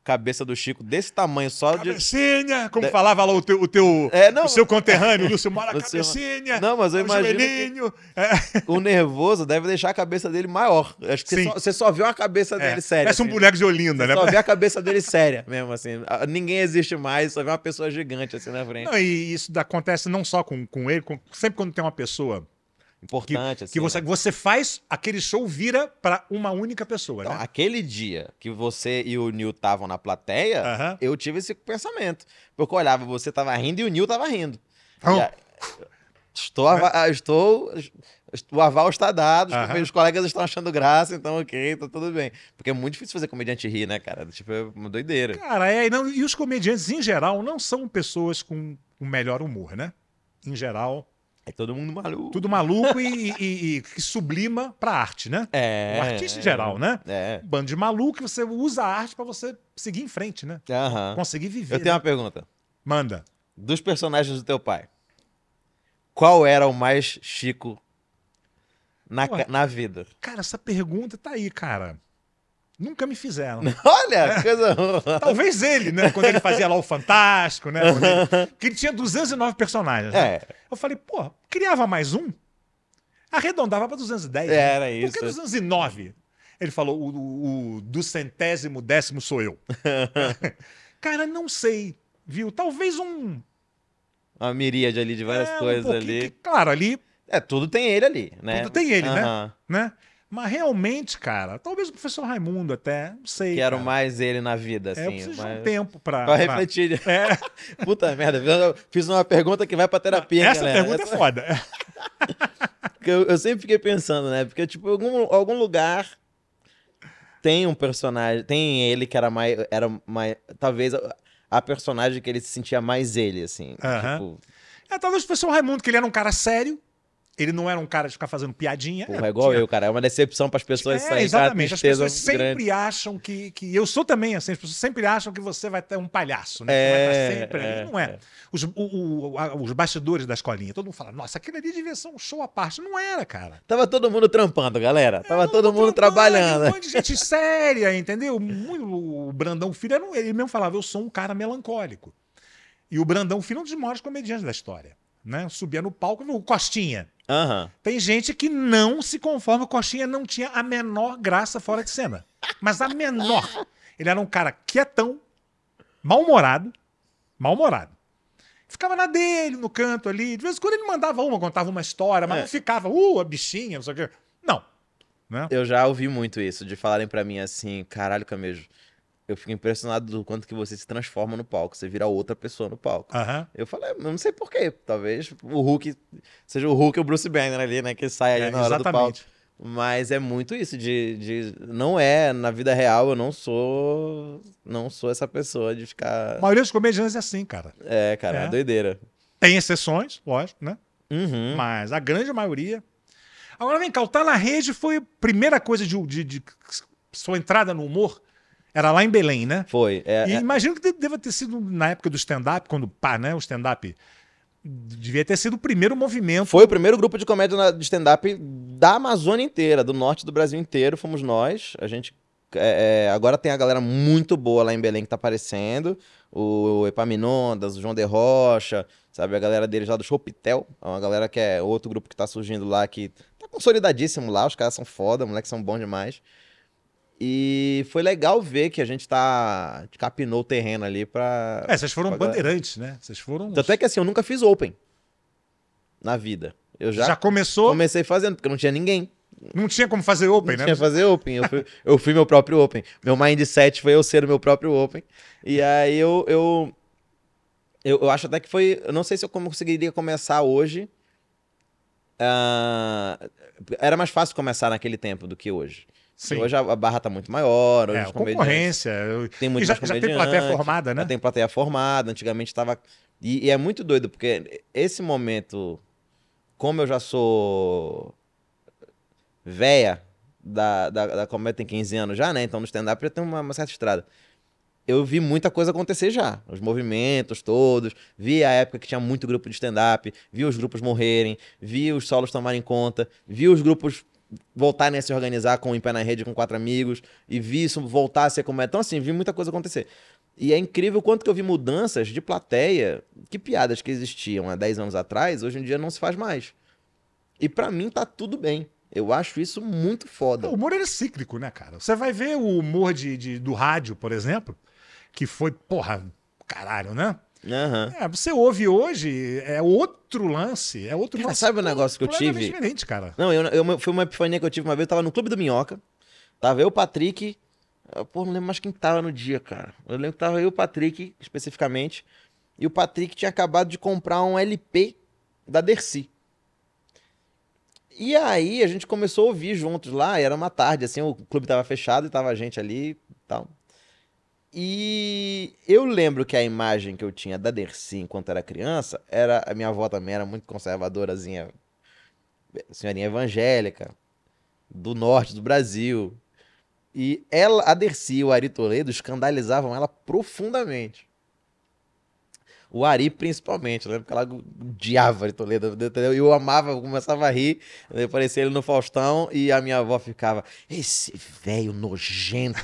cabeça do Chico desse tamanho, só de. Cabecinha! Como De- falava lá o teu, o teu É, não. o seu conterrâneo, Lúcio Mora, Lúcio- cabecinha! Não, mas eu o imagino que- um joelhinho. É, O nervoso deve deixar a cabeça dele maior. Acho que você Sim. só, você só viu a cabeça é, dele séria. Parece um assim. boneco de Olinda, né? Só vê a cabeça dele séria mesmo, assim. Ah, Ninguém existe mais, só vê uma pessoa gigante assim na frente. Não, e isso da- acontece não só com, com ele, com- sempre quando tem uma pessoa que, Importante, assim. que você, né? você faz, aquele show vira pra uma única pessoa, Então, né? aquele dia que você e o Nil estavam na plateia, Aham. eu tive esse pensamento. Porque eu olhava, você tava rindo e o Nil tava rindo. Então, Né? E a- Estou, ava- ah, estou. O aval está dado, os- Aham. meus colegas estão achando graça, então ok, tá tudo bem. Porque é muito difícil fazer comediante rir, né, cara? Tipo, é uma doideira. Cara, é, e não, e os comediantes em geral não são pessoas com o melhor humor, né? Em geral, É todo mundo maluco. tudo maluco e, e- e que sublima pra arte, né? É. O artista em geral, né? É. Um bando de maluco que você usa a arte pra você seguir em frente, né? É. Aham. Conseguir viver. Ah. Eu tenho né? uma pergunta. Manda. Dos personagens do teu pai, qual era o mais Chico na, Ué. ca- na vida? Cara, essa pergunta tá aí, cara. Nunca me fizeram. Olha, É. coisa. Talvez ele, né? Quando ele fazia lá o Fantástico, né? Quando ele- Que ele tinha 209 personagens. né? É, Eu falei, pô, criava mais um? Arredondava pra 210. né? era Por que isso. 209? Ele falou, o, o- o do centésimo décimo sou eu. Cara, não sei, viu? Talvez um... Uma miríade ali de várias é, um coisas pouquinho ali. que- claro, ali, É, tudo tem ele ali, né? Tudo tem ele, né? Aham. né? Mas realmente, cara, talvez o professor Raimundo até, não sei. Que era cara. mais ele na vida, assim. É, eu preciso de um mas- tempo Pra pra... pra- refletir. É, Puta merda, eu fiz uma pergunta que vai pra terapia, essa galera. pergunta né? Essa- é foda. Porque eu, eu sempre fiquei pensando, né? Porque, tipo, algum, algum lugar tem um personagem. Tem ele que era mais. Era mais talvez a, a personagem que ele se sentia mais ele, assim. Aham. Tipo, É, talvez o professor Raimundo, que ele era um cara sério, ele não era um cara de ficar fazendo piadinha. porra, É, é igual tinha- eu, cara. É uma decepção pras pessoas É, saírem com uma exatamente. As tristeza pessoas sempre grande. acham que, que. Eu sou também assim, as pessoas sempre acham que você vai ter um palhaço, né? que vai É, estar sempre ali. é, Não é. Os, o- o- a- os bastidores da escolinha, todo mundo fala, nossa, aquele ali devia ser um show à parte. Não era, cara. Tava todo mundo trampando, galera. Tava todo mundo Um trabalhando. monte de gente séria, entendeu? Muito- O Brandão Filho, era um- ele mesmo falava, eu sou um cara melancólico. E o Brandão Filho é um dos maiores comediantes da história. Né? Subia no palco, o Costinha. Aham. Tem gente que não se conforma. O Coxinha não tinha a menor graça fora de cena. Mas a menor. Ele era um cara quietão, mal-humorado. Mal-humorado. Ficava na dele, no canto ali. De vez em quando ele mandava uma, contava uma história, mas É. não ficava, uh, a bichinha, não sei o quê. Não. Né? Eu já ouvi muito isso, de falarem pra mim assim, caralho, Camejo, eu fico impressionado do quanto que você se transforma no palco, você vira outra pessoa no palco. Aham. Eu falei, eu não sei porquê, talvez o Hulk, seja o Hulk ou o Bruce Banner ali, né, que sai ali É, na hora do palco. exatamente. Mas é muito isso de, de, não é, na vida real eu não sou, não sou essa pessoa de A ficar, maioria dos comediantes é assim, cara. é, cara, é, É. uma doideira. Tem exceções, lógico, né? Uhum. Mas a grande maioria. Agora vem cá, o Tá na Rede foi a primeira coisa de, de- de- sua entrada no humor. Era lá em Belém, né? Foi, é, E é- imagino que de- deva ter sido na época do stand-up, quando pá, né? O stand-up devia ter sido o primeiro movimento. Foi o primeiro grupo de comédia na- de stand-up da Amazônia inteira, do norte do Brasil inteiro, fomos nós. A gente. é, é, agora tem a galera muito boa lá em Belém que tá aparecendo. O Epaminondas, o João de Rocha, sabe? A galera deles lá do Chopitel. É uma galera que é outro grupo que tá surgindo lá, que tá consolidadíssimo lá. Os caras são foda, moleques são bons demais. E foi legal ver que a gente tá. capinou o terreno ali pra. É, vocês foram Agora- bandeirantes, né? Vocês foram. Tanto é que assim, eu nunca fiz open na vida. Eu já, já começou, Comecei fazendo, porque não tinha ninguém. não tinha como fazer open, Não né? tinha fazer open. Eu fui, eu fui meu próprio open. Meu mindset foi eu ser o meu próprio open. E aí eu, eu, eu, eu acho até que foi. Eu não sei se eu como- conseguiria começar hoje. Ah, era mais fácil começar naquele tempo do que hoje. E Sim. Hoje a a barra tá muito maior, hoje é, os comediantes- concorrência. eu- Tem muito E já, mais já tem comediante, plateia formada, né? já tem plateia formada, antigamente tava. E, e é muito doido, porque esse momento, como eu já sou véia da, da, da comédia, tem 15 anos já, né? Então no stand-up já tem uma, uma certa estrada. Eu vi muita coisa acontecer já. Os movimentos todos. Vi a época que tinha muito grupo de stand-up. Vi os grupos morrerem. Vi os solos tomarem conta. Vi os grupos voltarem a se organizar com o Em Pé na Rede com quatro amigos. E vi isso voltar a ser como é. Então, assim, vi muita coisa acontecer. E é incrível o quanto que eu vi mudanças de plateia. Que piadas que existiam há 10 anos atrás, hoje em dia não se faz mais. E pra mim tá tudo bem. Eu acho isso muito foda. O humor ele é cíclico, né, cara? Você vai ver o humor de, de- do rádio, por exemplo, que foi, porra, caralho, né? Aham. É, você ouve hoje, é outro lance, é outro Cara, lance. sabe o negócio que eu completamente tive? diferente, cara. Não, eu, eu- foi uma epifania que eu tive uma vez. Eu tava no Clube do Minhoca. Tava eu, o Patrick. eu, Pô, não lembro mais quem tava no dia, cara. Eu lembro que tava eu, o Patrick, especificamente. E o Patrick tinha acabado de comprar um LP da Dercy. E aí a gente começou a ouvir juntos lá. e era uma tarde, assim. O clube tava fechado e tava a gente ali e tal. E eu lembro que a imagem que eu tinha da Dercy enquanto era criança era. A minha avó também era muito assim, conservadorazinha, senhorinha evangélica do norte do Brasil. E ela, a Dercy e o Ari Toledo escandalizavam ela profundamente. O Ari, principalmente, eu lembro que ela odiava Ari Toledo, entendeu? E eu amava, eu começava a rir, eu parecia ele no Faustão, e a minha avó ficava, esse velho nojento,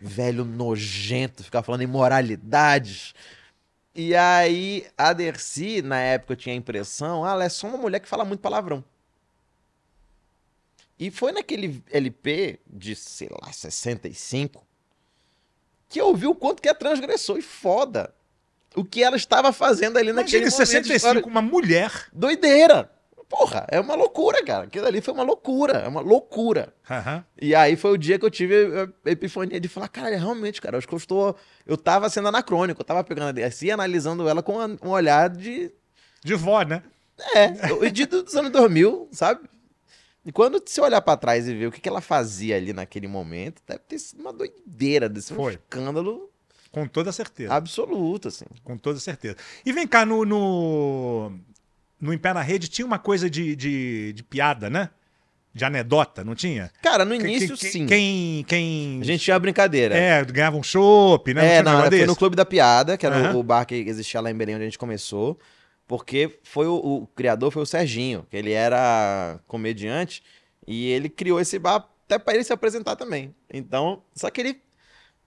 velho nojento, ficava falando imoralidades. E aí, a Dercy, na época eu tinha a impressão, ah, ela é só uma mulher que fala muito palavrão. E foi naquele LP de, sei lá, 65, que eu vi o quanto que é transgressor e foda. O que ela estava fazendo ali naquele Imagina em momento. 65, histórico. uma mulher. Doideira! Porra, é uma loucura, cara. Aquilo ali foi uma loucura, é uma loucura. Aham. E aí foi o dia que eu tive a epifania de falar, cara, realmente, cara, acho que eu estou. Eu tava sendo anacrônico, eu tava pegando a DSI e assim, analisando ela com um olhar de. De vó, né? É, o Edito dos anos 2000, sabe? E quando você olhar pra trás e ver o que que ela fazia ali naquele momento, deve ter sido uma doideira, desse um Foi. escândalo Com toda certeza. absoluto, assim. Com toda certeza. E vem cá, no, no, no Em Pé na Rede tinha uma coisa de, de, de piada, né? De anedota, não tinha? Cara, no Quem- início, quem, sim. Quem, quem A gente tinha a brincadeira. é, ganhava um chopp, É, né? não, tinha um não, negócio foi no desse? Clube da Piada, que era o- Aham. o bar que existia lá em Belém, onde a gente começou. Porque foi o, o criador foi o Serginho, que ele era comediante e ele criou esse bar até pra ele se apresentar também. Então, só que ele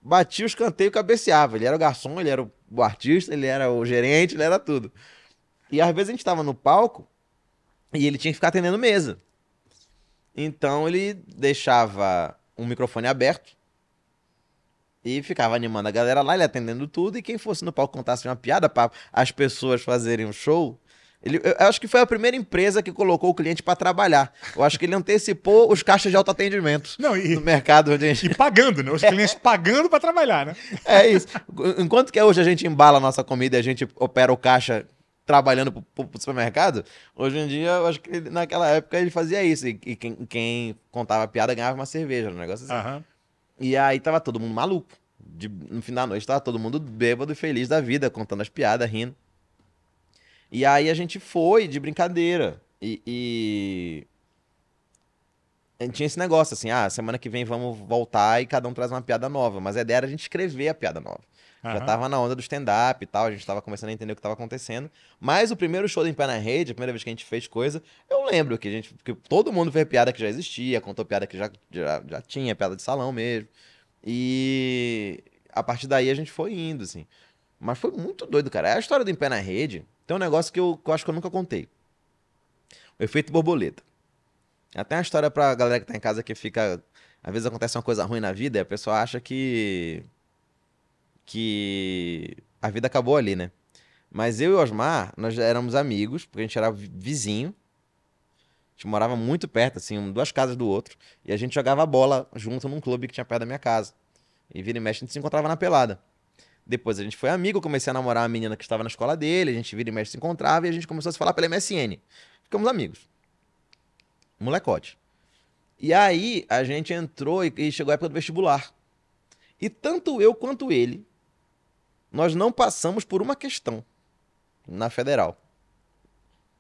batia os canteios e cabeceava. Ele era o garçom, ele era o, o artista, ele era o gerente, ele era tudo. E às vezes a gente tava no palco e ele tinha que ficar atendendo mesa. Então ele deixava um microfone aberto e ficava animando a galera lá, ele atendendo tudo. E quem fosse no palco contasse uma piada pra as pessoas fazerem um show. Ele, eu eu acho que foi a primeira empresa que colocou o cliente pra trabalhar. Eu acho que ele antecipou os caixas de autoatendimento Não, no e, mercado onde a gente e pagando, né? Os clientes pagando pra trabalhar, né? é isso. Enquanto que hoje a gente embala a nossa comida e a gente opera o caixa trabalhando pro, pro- pro supermercado, hoje em dia, eu acho que ele- naquela época ele fazia isso. E, e quem, quem contava piada ganhava uma cerveja, um negócio assim. Aham. E aí tava todo mundo maluco. De- no fim da noite tava todo mundo bêbado e feliz da vida, contando as piadas, rindo. E aí a gente foi de brincadeira. E. e... a gente Tinha esse negócio assim, ah, semana que vem vamos voltar e cada um traz uma piada nova. Mas a ideia era a gente escrever a piada nova. Já tá. aham. tava na onda do stand-up e tal, a gente tava começando a entender o que tava acontecendo. Mas o primeiro show do Em Pé na Rede, a primeira vez que a gente fez coisa, eu lembro que a gente. Que todo mundo fez piada que já existia, contou piada que já, já, já tinha, piada de salão mesmo. E a partir daí a gente foi indo, assim. Mas foi muito doido, cara. É A história do Em Pé na Rede tem um negócio que eu, que eu acho que eu nunca contei. O efeito borboleta. É Até uma história pra galera que tá em casa que fica. Às vezes acontece uma coisa ruim na vida e a pessoa acha que que a vida acabou ali, né? Mas eu e o Osmar, nós já éramos amigos, porque a gente era vi- vizinho. A gente morava muito perto, assim, um- duas casas do outro. E a gente jogava bola junto num clube que tinha perto da minha casa. E vira e mexe, a gente se encontrava na pelada. Depois a gente foi amigo, eu comecei a namorar uma menina que estava na escola dele, a gente vira e mexe se encontrava e a gente começou a se falar pela MSN. Ficamos amigos. Molecote. E aí a gente entrou e, e chegou a época do vestibular. E tanto eu quanto ele, nós não passamos por uma questão na federal.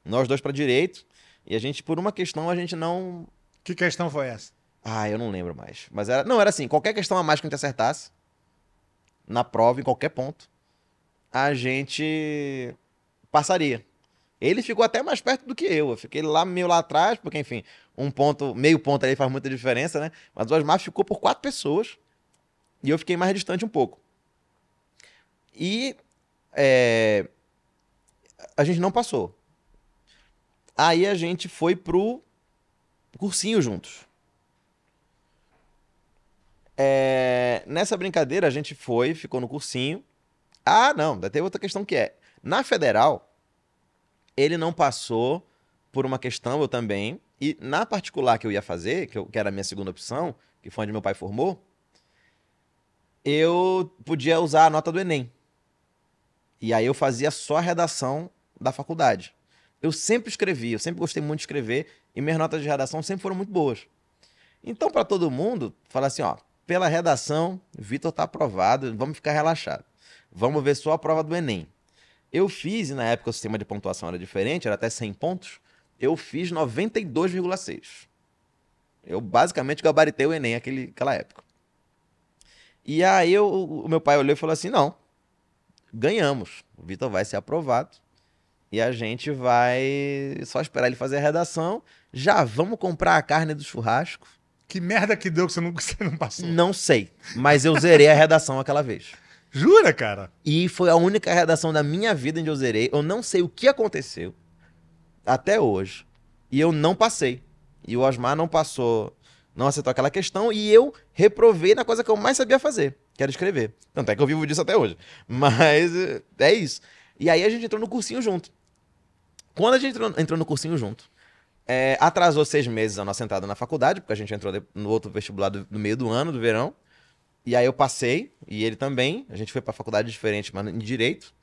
Nós dois para direito e a gente por uma questão a gente não, Que questão foi essa? ah, eu não lembro mais. Mas era, não era assim, qualquer questão a mais que a gente acertasse na prova em qualquer ponto, a gente passaria. Ele ficou até mais perto do que eu. Eu fiquei lá meio lá atrás, porque enfim, um ponto, meio ponto ali faz muita diferença, né? Mas o Osmar ficou por quatro pessoas e eu fiquei mais distante um pouco. E é, a gente não passou. Aí a gente foi pro cursinho juntos. É, nessa brincadeira a gente foi, ficou no cursinho. Ah, não, ainda tem outra questão que é. Na federal, ele não passou por uma questão, eu também. E na particular que eu ia fazer, que, eu- que era a minha segunda opção, que foi onde meu pai formou, eu podia usar a nota do Enem. E aí eu fazia só a redação da faculdade. Eu sempre escrevi, eu sempre gostei muito de escrever, e minhas notas de redação sempre foram muito boas. Então, pra todo mundo, fala assim, ó, pela redação, Vitor tá aprovado, vamos ficar relaxado. Vamos ver só a prova do Enem. Eu fiz, e na época o sistema de pontuação era diferente, era até 100 pontos, eu fiz 92,6. Eu basicamente gabaritei o Enem naquele, naquela época. E aí eu- o meu pai olhou e falou assim, não, ganhamos, o Vitor vai ser aprovado. E a gente vai só esperar ele fazer a redação. Já vamos comprar a carne do churrasco. Que merda que deu que você não, que você não passou? Não sei, mas eu zerei a redação aquela vez. Jura, cara? E foi a única redação da minha vida onde eu zerei. Eu não sei o que aconteceu até hoje. E eu não passei. E o Osmar não passou, não aceitou aquela questão. E eu reprovei na coisa que eu mais sabia fazer, que era escrever. Tanto é que eu vivo disso até hoje. Mas eh, é isso. E aí a gente entrou no cursinho junto. Quando a gente entrou, entrou no cursinho junto, eh, atrasou seis meses a nossa entrada na faculdade, porque a gente entrou de- no outro vestibular do- no meio do ano, do verão. E aí eu passei, e ele também. A gente foi pra faculdade diferente, mas em direito.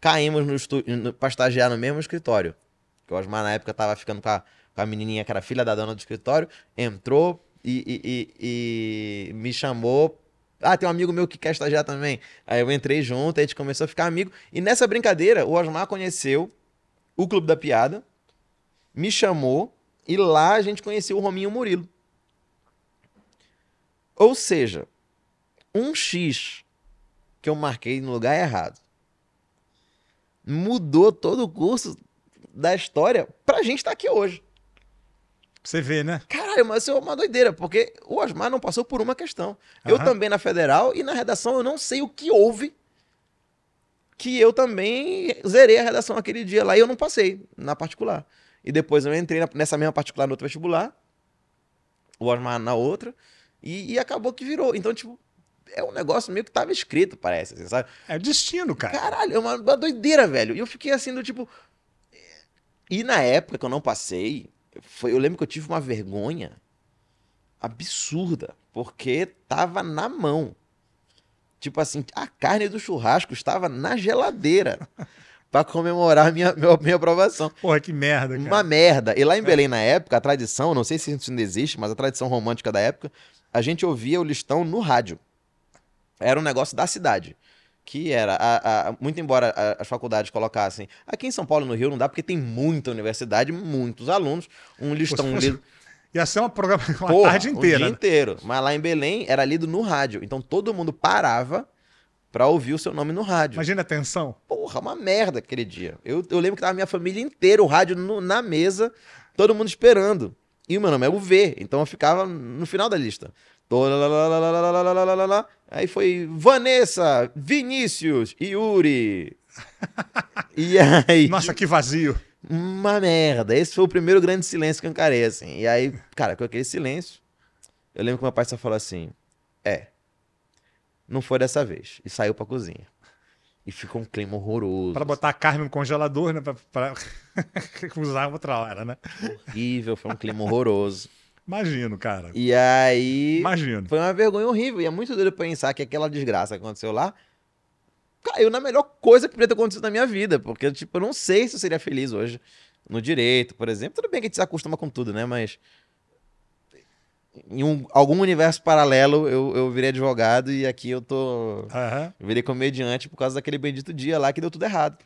Caímos no estu... no- pra estagiar no mesmo escritório. Que o Osmar, na época, tava ficando com a, com a menininha que era filha da dona do escritório. Entrou e, e- e- e me chamou. Ah, tem um amigo meu que quer estagiar também. Aí eu entrei junto, aí a gente começou a ficar amigo. E nessa brincadeira, o Osmar conheceu o Clube da Piada, me chamou, e lá a gente conheceu o Rominho Murilo. Ou seja, um X que eu marquei no lugar errado mudou todo o curso da história pra gente estar aqui hoje. Pra você ver, né? Caralho, mas isso é uma doideira, porque o Osmar não passou por uma questão. Eu Aham. também na federal e na redação eu não sei o que houve que eu também zerei a redação aquele dia lá e eu não passei na particular. E depois eu entrei na- nessa mesma particular no outro vestibular, o Osmar na outra, e, e acabou que virou. Então, tipo, é um negócio meio que tava escrito, parece, assim, sabe? É destino, cara. Caralho, é uma, uma doideira, velho. E eu fiquei assim, do tipo. E na época que eu não passei, foi, eu lembro que eu tive uma vergonha absurda, porque tava na mão. Tipo assim, a carne do churrasco estava na geladeira pra comemorar minha, minha, minha aprovação. Porra, que merda, cara. É. Uma merda. E lá em Belém, na época, a tradição, não sei se isso ainda existe, mas a tradição romântica da época, a gente ouvia o listão no rádio. Era um negócio da cidade. Que era, a- a- muito embora a- as faculdades colocassem. Aqui em São Paulo e no Rio não dá, porque tem muita universidade, muitos alunos, um listão fosse lido Ia ser uma, programa... uma Porra, tarde O inteira. dia né? inteiro. Mas lá em Belém era lido no rádio. Então todo mundo parava pra ouvir o seu nome no rádio. Imagina a tensão. Porra, uma merda aquele dia. Eu, eu lembro que tava minha família inteira, o rádio no- na mesa, todo mundo esperando. E o meu nome é o V, então eu ficava no final da lista. Tô lá, lá, lá, lá, lá, lá, lá, lá, lá, lá, lá. Aí foi Vanessa, Vinícius, Yuri. E aí? Nossa, que vazio. Uma merda. Esse foi o primeiro grande silêncio que eu encarei, assim. E aí, cara, com aquele silêncio, eu lembro que meu pai só falou assim: é, não foi dessa vez. E saiu pra cozinha. E ficou um clima horroroso. Pra botar a carne no congelador, né? Pra, pra usar outra hora, né? horrível, foi um clima horroroso. Imagino, cara. E aí. Imagino. Foi uma vergonha horrível. E é muito doido pensar que aquela desgraça que aconteceu lá caiu na melhor coisa que podia ter acontecido na minha vida. Porque, tipo, eu não sei se eu seria feliz hoje no direito, por exemplo. Tudo bem que a gente se acostuma com tudo, né? Mas. em um- algum universo paralelo, eu, eu virei advogado e aqui eu tô. Aham. Eu virei comediante por causa daquele bendito dia lá que deu tudo errado.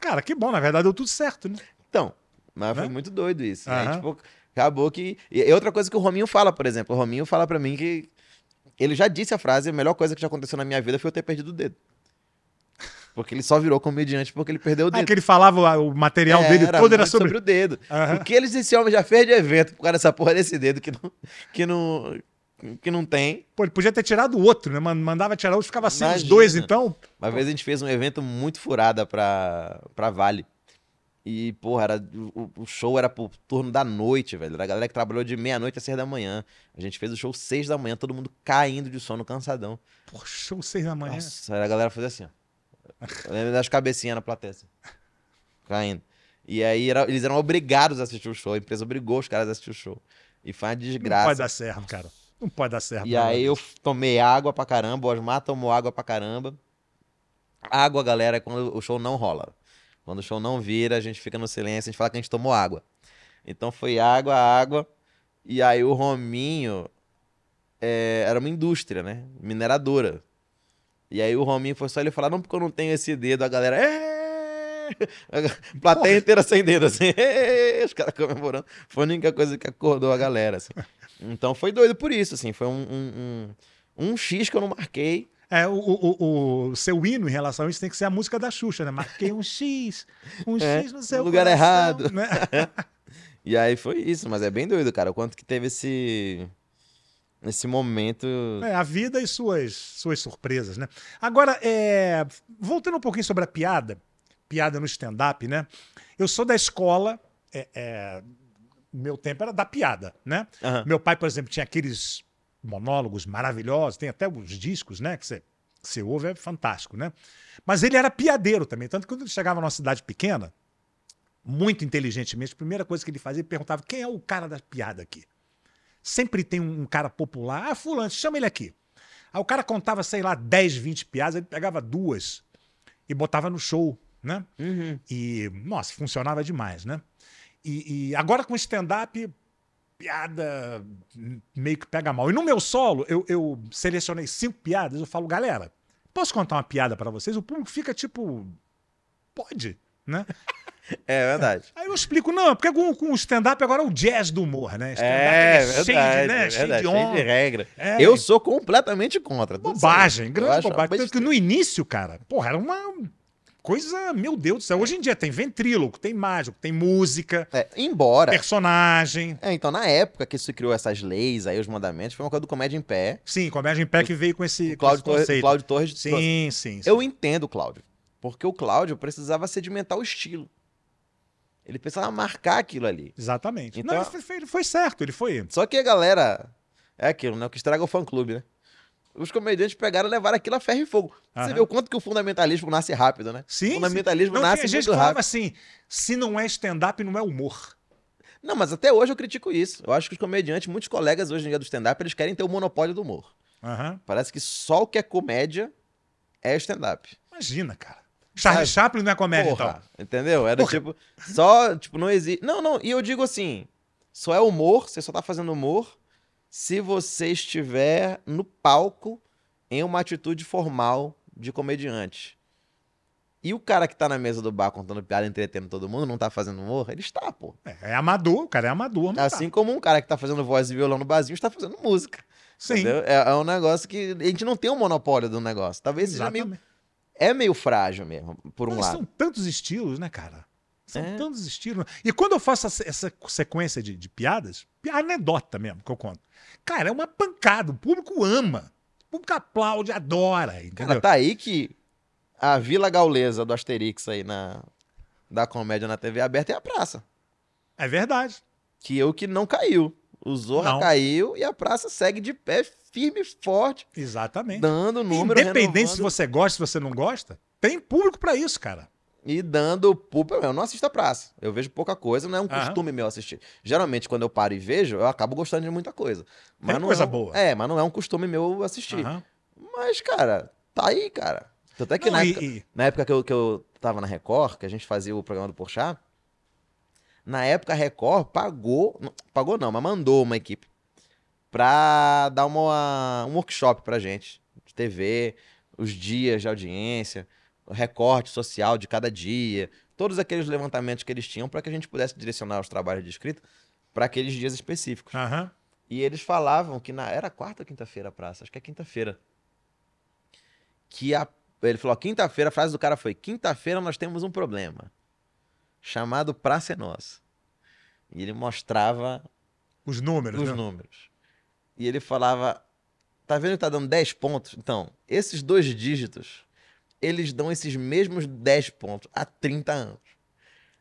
Cara, que bom, na verdade deu tudo certo, né? Então, mas foi Né? muito doido isso. né? Aham. Tipo, acabou que. E e outra coisa que o Rominho fala, por exemplo. O Rominho fala pra mim que. Ele já disse a frase: a melhor coisa que já aconteceu na minha vida foi eu ter perdido o dedo. Porque ele só virou comediante porque ele perdeu o Ah, dedo. que ele falava, ah, o material É, dele todo era muito sobre. o dedo. Aham. O que eles esse homem já fez de evento por causa dessa porra desse dedo que não, que não, que não tem. Pô, ele podia ter tirado o outro, né? Man- Mandava tirar o outro, ficava sem os Imagina. dois, então. Uma vez a gente fez um evento muito furada pra, pra Vale. E, porra, era, o, o show era pro turno da noite, velho. Era a galera que trabalhou de meia-noite às seis da manhã. A gente fez o show seis da manhã, todo mundo caindo de sono, cansadão. Poxa, o seis da manhã. Nossa, era a galera fazer assim, ó. Eu lembro das cabecinhas na plateia, assim. Caindo. E aí era- eles eram obrigados a assistir o show. A empresa obrigou os caras a assistir o show. E foi uma não pode desgraça. dar certo, cara. Não pode dar certo. né, E aí eu f- tomei água pra caramba, o Osmar tomou água pra caramba. Água, galera, é quando o show não rola. Quando o show não vira, a gente fica no silêncio, a gente fala que a gente tomou água. Então foi água, água. E aí o Rominho é, era uma indústria, né? Mineradora. E aí o Rominho foi só ele falar, não, porque eu não tenho esse dedo, a galera. "É!" A plateia Porra. inteira sem dedo, assim, os caras comemorando. Foi a única coisa que acordou a galera, assim. Então foi doido por isso, assim. Foi um, um, um, um X que eu não marquei. É, o, o, o- o seu hino em relação a isso tem que ser a música da Xuxa, né? Marquei um X, um É, X no seu no lugar coração, errado. né? E aí foi isso, mas é bem doido, cara. O quanto que teve esse. Esse momento. É, a vida e suas, suas surpresas, né? Agora, é, voltando um pouquinho sobre a piada, piada no stand-up, né? Eu sou da escola, é, é, meu tempo era da piada, né? Aham. Meu pai, por exemplo, tinha aqueles monólogos maravilhosos, tem até os discos, né? Que você, que você ouve, é fantástico, né? Mas ele era piadeiro também, tanto que quando ele chegava numa cidade pequena, muito inteligentemente, a primeira coisa que ele fazia, ele perguntava quem é o cara da piada aqui. Sempre tem um, um cara popular, ah, fulano, chama ele aqui. Aí o cara contava, sei lá, 10, 20 piadas, ele pegava duas e botava no show, né? Uhum. E, nossa, funcionava demais, né? E, e agora com stand-up, piada hum, meio que pega mal. E no meu solo, eu, eu selecionei cinco piadas, eu falo, galera, posso contar uma piada pra vocês? O público fica tipo, pode, né? É verdade. Aí eu explico, não, é porque com, com o stand-up agora é o jazz do humor, né? Stand-up É, ele verdade. cheio de, né? é verdade, cheio de cheio de onda. regra. É. Eu sou completamente contra. tudo Bobagem, certo. Eu grande acho uma bobagem. Tanto que besteira. no início, cara, porra, era uma coisa, meu Deus do céu. Hoje em dia tem ventríloco, tem mágico, tem música, É, embora. personagem. É, então, na época que se criou essas leis aí, os mandamentos, foi uma coisa do Comédia em Pé. Sim, Comédia em Pé que veio com esse, O com esse Cláudio, Torres, conceito. Cláudio Torres trouxe. Sim, sim, sim. Eu entendo o Cláudio. Porque o Cláudio precisava sedimentar o estilo. Ele precisava marcar aquilo ali. Exatamente. Então- Não, ele foi, ele foi certo, ele foi. Só que a galera. É aquilo, né? O que estraga o fã-clube, né? Os comediantes pegaram e levaram aquilo a ferro e fogo. Você Aham. vê o quanto que o fundamentalismo nasce rápido, né? Sim, o sim. fundamentalismo Não, nasce tinha gente muito que falava rápido. assim, se não é stand-up, não é humor. Não, mas até hoje eu critico isso. Eu acho que os comediantes, muitos colegas hoje em dia do stand-up, eles querem ter o monopólio do humor. Aham. Parece que só o que é comédia é stand-up. Imagina, cara. Charles Sabe? Chaplin não é comédia, Porra, então. entendeu? Era Porra. tipo, só, tipo, não existe. Não, não, e eu digo assim: só é humor, você só tá fazendo humor se você estiver no palco em uma atitude formal de comediante. E o cara que tá na mesa do bar contando piada, entretendo todo mundo, não tá fazendo humor? Ele está, pô. É, é amador, o cara é amador, mas tá. Assim como um cara que tá fazendo voz e violão no barzinho está fazendo música. Sim, Entendeu? É, é um negócio que a gente não tem um monopólio do negócio. Talvez seja meio, exatamente. é meio frágil mesmo, por um Não, lado. São tantos estilos, né, cara? São É. tantos estilos. E quando eu faço essa, essa sequência de, de piadas, pi- anedota mesmo que eu conto. Cara, é uma pancada. O público ama. O público aplaude, adora, Cara, entendeu? tá aí que a Vila Gaulesa do Asterix aí na da comédia na TV aberta é a praça. É verdade. Que eu que não caiu. O Zorra Não. caiu e a praça segue de pé firme e forte, Exatamente. dando um número, Independente se renovando você gosta, se você não gosta, tem público pra isso, cara. e dando pulpa. Eu não assisto a praça. Eu vejo pouca coisa, não é um Aham. costume meu assistir. Geralmente quando eu paro e vejo, eu acabo gostando de muita coisa. Mas não coisa é um- boa. É, mas não é um costume meu assistir. Aham. Mas cara, tá aí, cara. Tanto é que Não, na e- época... e- Na época que eu, que eu tava na Record, que a gente fazia o programa do Porchat, na época a Record pagou, não, pagou não, mas mandou uma equipe pra dar uma, um workshop pra gente. De TV, os dias de audiência, o recorte social de cada dia, todos aqueles levantamentos que eles tinham para que a gente pudesse direcionar os trabalhos de escrita para aqueles dias específicos. Aham. E eles falavam que na era quarta ou quinta-feira a praça, acho que é quinta-feira. Que a ele falou, ó, quinta-feira, a frase do cara foi: "Quinta-feira nós temos um problema chamado Praça é Nossa". E ele mostrava Os números, os né? números. E ele falava: tá vendo que tá dando 10 pontos? Então, esses dois dígitos, eles dão esses mesmos 10 pontos há 30 anos.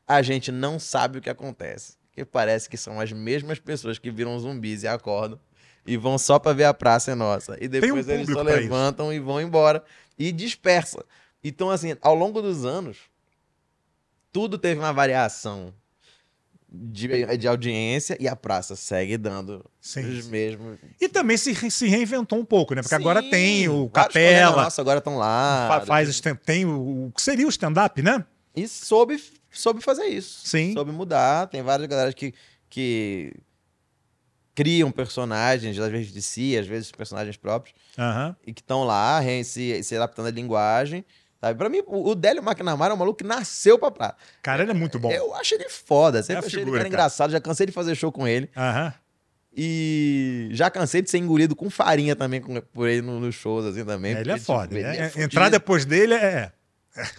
A gente não sabe o que acontece. Porque parece que são as mesmas pessoas que viram zumbis e acordam e vão só pra ver a praça é nossa. E um depois eles público só pra isso. levantam e vão embora. E dispersa. Então, assim, ao longo dos anos, tudo teve uma variação de, de audiência e a praça segue dando Sim. os mesmos. E também se, re- se reinventou um pouco, né? Porque agora Sim, tem o vários colegas Capela, nossos agora estão lá. fa- faz stand- tem o, o que seria o stand-up, né? E soube, soube fazer isso. Sim. Soube mudar. Tem várias galera que, que criam personagens, às vezes de si, às vezes personagens próprios, Aham. e que estão lá re- se, se adaptando à linguagem. Sabe? Pra mim, o o Délio McNamara é um maluco que nasceu pra praça. Cara, ele é muito bom. Eu acho ele foda. Sempre É a achei ele cara figura, cara. engraçado. Já cansei de fazer show com ele. Aham. E já cansei de ser engolido com farinha também com- por ele no- nos shows, assim, também. É, Ele é porque, foda. tipo, né? ele é É- Entrar fudido. Um depois dele é.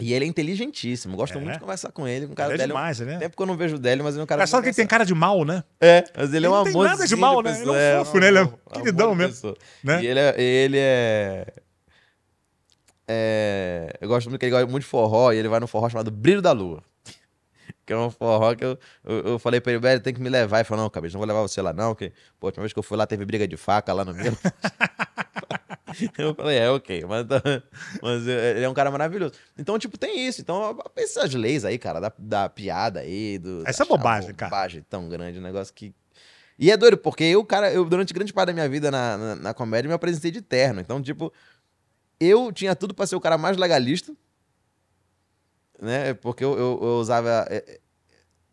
E ele é inteligentíssimo. Gosto É. muito de conversar com ele. Um cara É dele. é um- demais, né? Tempo que eu não vejo o Délio, mas ele é um cara. Engraçado que muito ele tem cara de mal, né? engraçado. É, mas ele, é um Ele não tem amorzinho nada de mal, né? Ele é um pessoa, fofo, né? Ele é um amor- amor queridão de mesmo, pessoa. né? E ele é. Ele é... é- Eu gosto muito que ele gosta muito de forró e ele vai num forró chamado Brilho da Lua. Que é um forró que eu, eu, eu falei pra ele, velho, tem que me levar. Ele falou, não, cabeça, não vou levar você lá, não, porque, pô, a última vez que eu fui lá teve briga de faca lá no meio. eu falei, é, ok, mas, tá- mas é- ele é um cara maravilhoso. Então, tipo, tem isso. Então, essas leis aí, cara, da, da piada aí, do. Essa achar é bobagem, cara. Bobagem tão grande, um negócio que. E é doido, porque eu, cara, eu durante grande parte da minha vida na, na, na comédia me apresentei de terno. Então, tipo, eu tinha tudo pra ser o cara mais legalista, né? Porque eu, eu, eu usava é, é,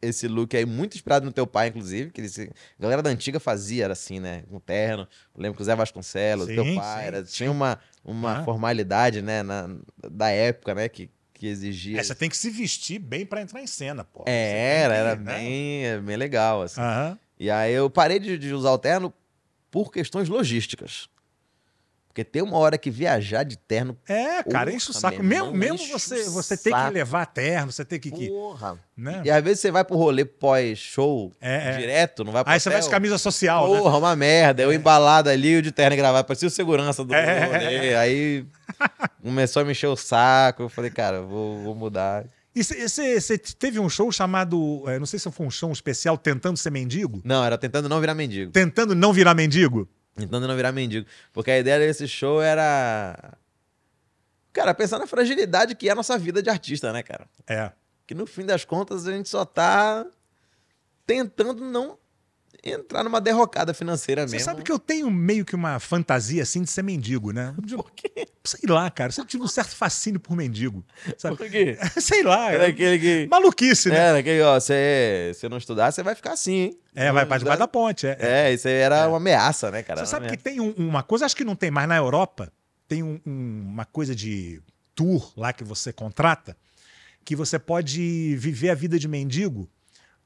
esse look aí muito inspirado no teu pai, inclusive, que ele se- a galera da antiga fazia, era assim, né? Com terno. Eu lembro que o Zé Vasconcelos, Sim, teu pai, sim, era- tinha uma, uma Ah. formalidade, né? na- da época, né? Que, que exigia. É, você tem que se vestir bem pra entrar em cena, pô. Você É, tem era, que, era né? Ah. bem, bem legal, assim. Aham. E aí eu parei de, de usar o terno por questões logísticas. Porque tem uma hora que viajar de terno. É, cara, Porra, enche o saco. meu irmão, Mesmo, mesmo enche o você, você tem que saco. levar terno, você tem que. que- Porra! né? E às vezes você vai pro rolê pós-show É, é. direto, não vai pro Aí você vai de hotel. camisa social, né? Porra, uma merda. Eu embalado ali, o de terno e gravado. Parecia o segurança do É. rolê. Aí começou a me encher o saco. Eu falei, cara, vou, vou mudar. E você teve um show chamado, é, não sei se foi um show especial, Tentando Ser Mendigo? Não, era tentando não virar mendigo. Tentando não virar mendigo? Tentando não virar mendigo. Porque a ideia desse show era. Cara, pensar na fragilidade que é a nossa vida de artista, né, cara? É. Que no fim das contas a gente só tá tentando não entrar numa derrocada financeira Você mesmo. sabe que eu tenho meio que uma fantasia assim de ser mendigo, né? De- Por quê? Sei lá, cara. Eu sempre tive um certo fascínio por mendigo. Sabe? Por quê? Sei lá. Era é aquele É, que. Maluquice, né? Era aquele, ó, você se não estudar, você vai ficar assim, hein? É, vai pra debaixo da ponte. É. É, isso aí era uma ameaça, né, cara? Você sabe que Era tem um- uma coisa, acho que não tem mais na Europa, tem um- um- uma coisa de tour lá que você contrata, que você pode viver a vida de mendigo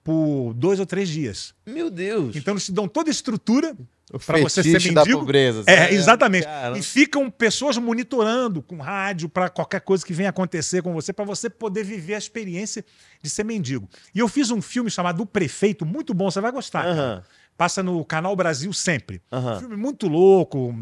por dois ou três dias. uma ameaça. Meu Deus. Então eles te dão toda a estrutura O pra você ser fetiche da mendigo- pobreza. É, sabe? exatamente. né? Cara, E ficam pessoas monitorando com rádio pra qualquer coisa que venha acontecer com você, pra você poder viver a experiência de ser mendigo. E eu fiz um filme chamado O Prefeito, muito bom, você vai gostar. cara. Aham, Ah. Passa no Canal Brasil sempre. aham. Filme muito louco.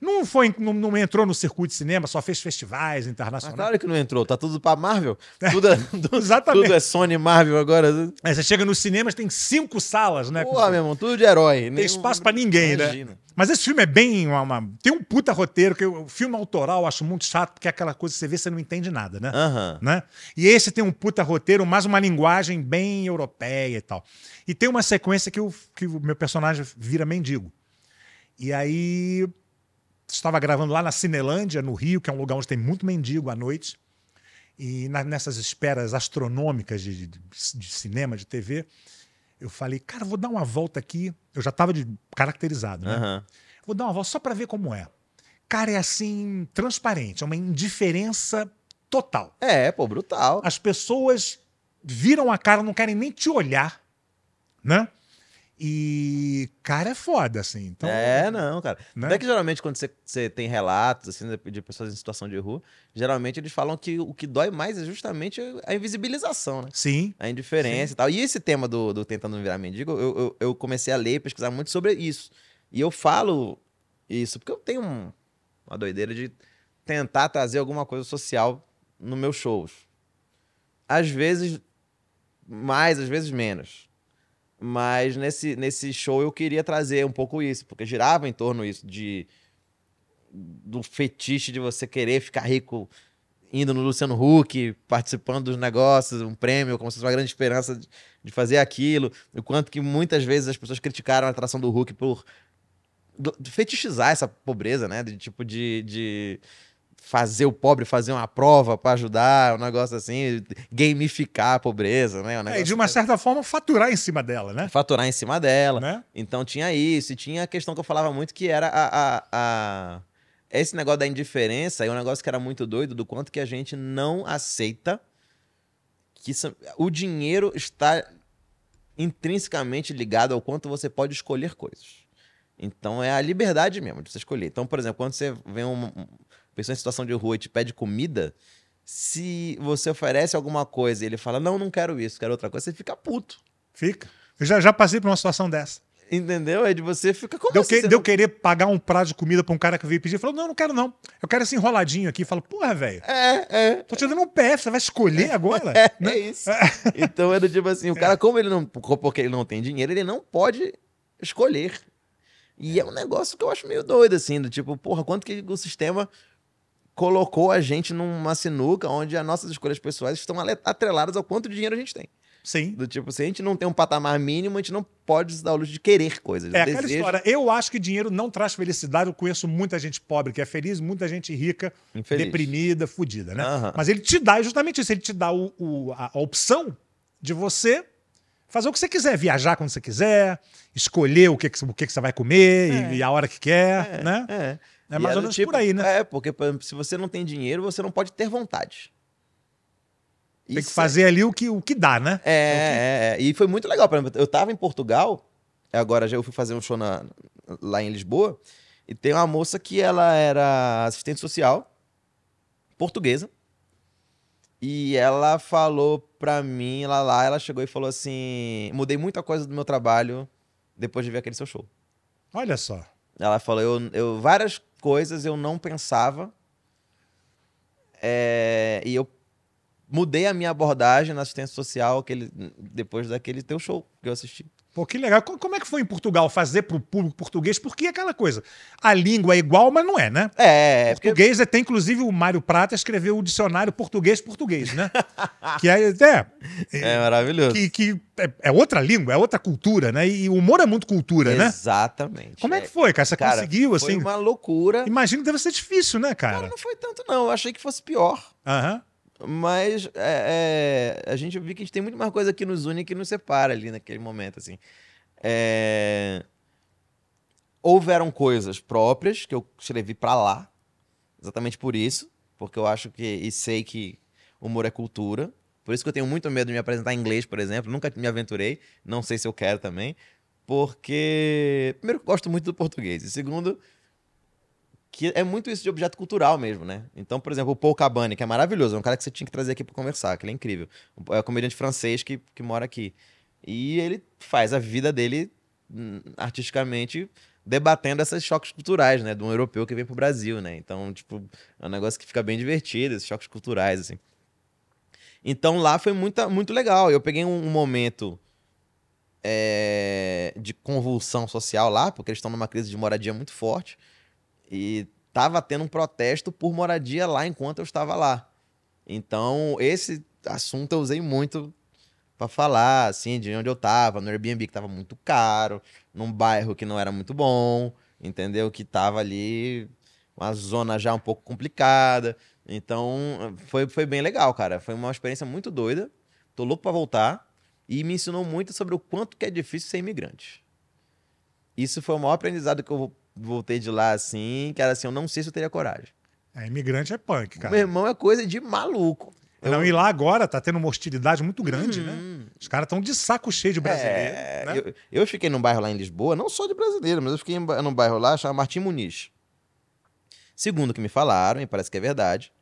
Não foi, não, não entrou no circuito de cinema, só fez festivais Mas internacionais. claro que não entrou, tá tudo pra Marvel. Tudo é, tudo- Exatamente. tudo é Sony Marvel agora. Aí você chega nos cinemas, tem cinco salas, né? com- tá. Porra, meu irmão, tudo de herói. tem espaço pra ninguém, né? Imagina. Mas esse filme é bem uma, uma- tem um puta roteiro que eu, o filme autoral eu acho muito chato porque é aquela coisa que você vê você não entende nada, né? Aham. né? E esse tem um puta roteiro, mais uma linguagem bem europeia e tal. E tem uma sequência que o, que o meu personagem vira mendigo. E aí estava gravando lá na Cinelândia, no Rio, que é um lugar onde tem muito mendigo à noite. E na- nessas esperas astronômicas de, de- de cinema, de TV, Eu falei, cara, vou dar uma volta aqui. Eu já tava de caracterizado, né? Aham. Vou dar uma volta só pra ver como é. Cara, é assim, transparente, é uma indiferença total. É, pô, brutal. As pessoas viram a cara, não querem nem te olhar, né? E, cara, é foda, assim. Então, é, não, cara. né? Não é que geralmente quando você, você tem relatos assim, de- de pessoas em situação de rua, geralmente eles falam que o que dói mais é justamente a invisibilização, né? Sim, A indiferença e tal. E esse tema do, do Tentando Virar Mendigo, eu, eu, eu comecei a ler e pesquisar muito sobre isso. E eu falo isso porque eu tenho um- uma doideira de tentar trazer alguma coisa social no meus shows. Às vezes mais, às vezes menos. Mas nesse, nesse show eu queria trazer um pouco isso, porque girava em torno isso de do fetiche de você querer ficar rico indo no Luciano Huck, participando dos negócios, um prêmio, como se fosse uma grande esperança de, de fazer aquilo. O quanto que muitas vezes as pessoas criticaram a atração do Huck por do- de fetichizar essa pobreza, né? De tipo de. de fazer o pobre fazer uma prova pra ajudar, um negócio assim, gamificar a pobreza, né? Um É, e negócio de uma certa forma faturar em cima dela, né? faturar em cima dela. né? Então tinha isso, e tinha a questão que eu falava muito que era a, a- a- esse negócio da indiferença, é um negócio que era muito doido, do quanto que a gente não aceita que isso- o dinheiro está intrinsecamente ligado ao quanto você pode escolher coisas. Então é a liberdade mesmo de você escolher. Então, por exemplo, quando você vê uma uma pessoa em situação de rua e te pede comida, se você oferece alguma coisa e ele fala, não, não quero isso, quero outra coisa, você fica puto. Fica. Eu já, já passei por uma situação dessa. Entendeu? É de você fica como Deu, assim que, você deu querer pagar um prato de comida pra um cara que veio pedir. Falou, não, não quero não. Eu quero esse enroladinho aqui. Falo, porra, velho, É, é. tô te dando um PF, você vai escolher agora? né? É isso. Então era tipo assim, o cara, como ele não. Porque ele não tem dinheiro, ele não pode escolher. E é um negócio que eu acho meio doido, assim, do tipo, porra, quanto que o sistema colocou a gente numa sinuca onde as nossas escolhas pessoais estão ale- atreladas ao quanto de dinheiro a gente tem. Sim. Do tipo, se a gente não tem um patamar mínimo, a gente não pode se dar o luxo de querer coisas. É o aquela desejo, história. Eu acho que dinheiro não traz felicidade. Eu conheço muita gente pobre que é feliz, muita gente rica, infeliz. deprimida, fudida, né? Aham. Mas ele te dá justamente isso. Ele te dá o- o- a, a opção de você fazer o que você quiser. Viajar quando você quiser, escolher o que, que- o que, que você vai comer e- É. e, a hora que quer, É, né? é. É E era mais do ou menos tipo, por aí, né? É, porque por exemplo, se você não tem dinheiro, você não pode ter vontade. Tem que fazer ali o que, o que dá, né? É, é, é. E foi muito legal. Por exemplo, eu tava em Portugal, agora já eu fui fazer um show na- lá em Lisboa, e tem uma moça que ela era assistente social, portuguesa, e ela falou pra mim, ela lá, ela chegou e falou assim: mudei muita coisa do meu trabalho depois de ver aquele seu show. Olha só. Ela falou, eu, eu várias coisas eu não pensava. É, e eu mudei a minha abordagem na assistência social aquele, depois daquele teu show que eu assisti. Pô, que legal. Co- Como é que foi em Portugal fazer para o público português? Porque é aquela coisa, a língua é igual, mas não é, né? É, é porque Português é, tem inclusive o Mário Prata escreveu o dicionário português-português, né? que é, é, é maravilhoso. que, que é, é outra língua, é outra cultura, né? E o humor é muito cultura, né? Exatamente. Como é que foi, cara? Você Cara, conseguiu, foi assim? uma loucura. Imagino que deve ser difícil, né, cara? Cara, não foi tanto não, eu achei que fosse pior. Aham. Mas é, é, a gente viu que a gente tem muito mais coisa que nos une que nos separa ali naquele momento, assim. É, Houveram coisas próprias que eu escrevi pra lá, exatamente por isso, porque eu acho que e sei que humor é cultura. Por isso que eu tenho muito medo de me apresentar em inglês, por exemplo. Nunca me aventurei, não sei se eu quero também, porque primeiro que eu gosto muito do português e segundo que é muito isso de objeto cultural mesmo, né? Então, por exemplo, o Paul Cabane, que é maravilhoso, é um cara que você tinha que trazer aqui pra conversar, que ele é incrível. É um comediante francês que, que mora aqui. E ele faz a vida dele hum, artisticamente debatendo esses choques culturais, né? De um europeu que vem pro Brasil, né? Então, tipo, é um negócio que fica bem divertido, esses choques culturais, assim. Então lá foi muita, muito legal. Eu peguei um, um momento é, de convulsão social lá, porque eles estão numa crise de moradia muito forte. E tava tendo um protesto por moradia lá enquanto eu estava lá. Então, esse assunto eu usei muito para falar, assim, de onde eu tava, no Airbnb que tava muito caro, num bairro que não era muito bom, entendeu? Que tava ali uma zona já um pouco complicada. Então, foi, foi bem legal, cara. Foi uma experiência muito doida. Tô louco pra voltar. E me ensinou muito sobre o quanto que é difícil ser imigrante. Isso foi o maior aprendizado que eu vo- voltei de lá, assim, que era assim, eu não sei se eu teria coragem. É, imigrante é punk, cara. Meu irmão é coisa de maluco. Não, e lá agora tá tendo uma hostilidade muito grande, né? Hum. Os caras estão de saco cheio de brasileiro. É, né? eu, eu fiquei num bairro lá em Lisboa, não só de brasileiro, mas eu fiquei em ba- num bairro lá chamado Martim Muniz. Segundo o que me falaram, e parece que é verdade,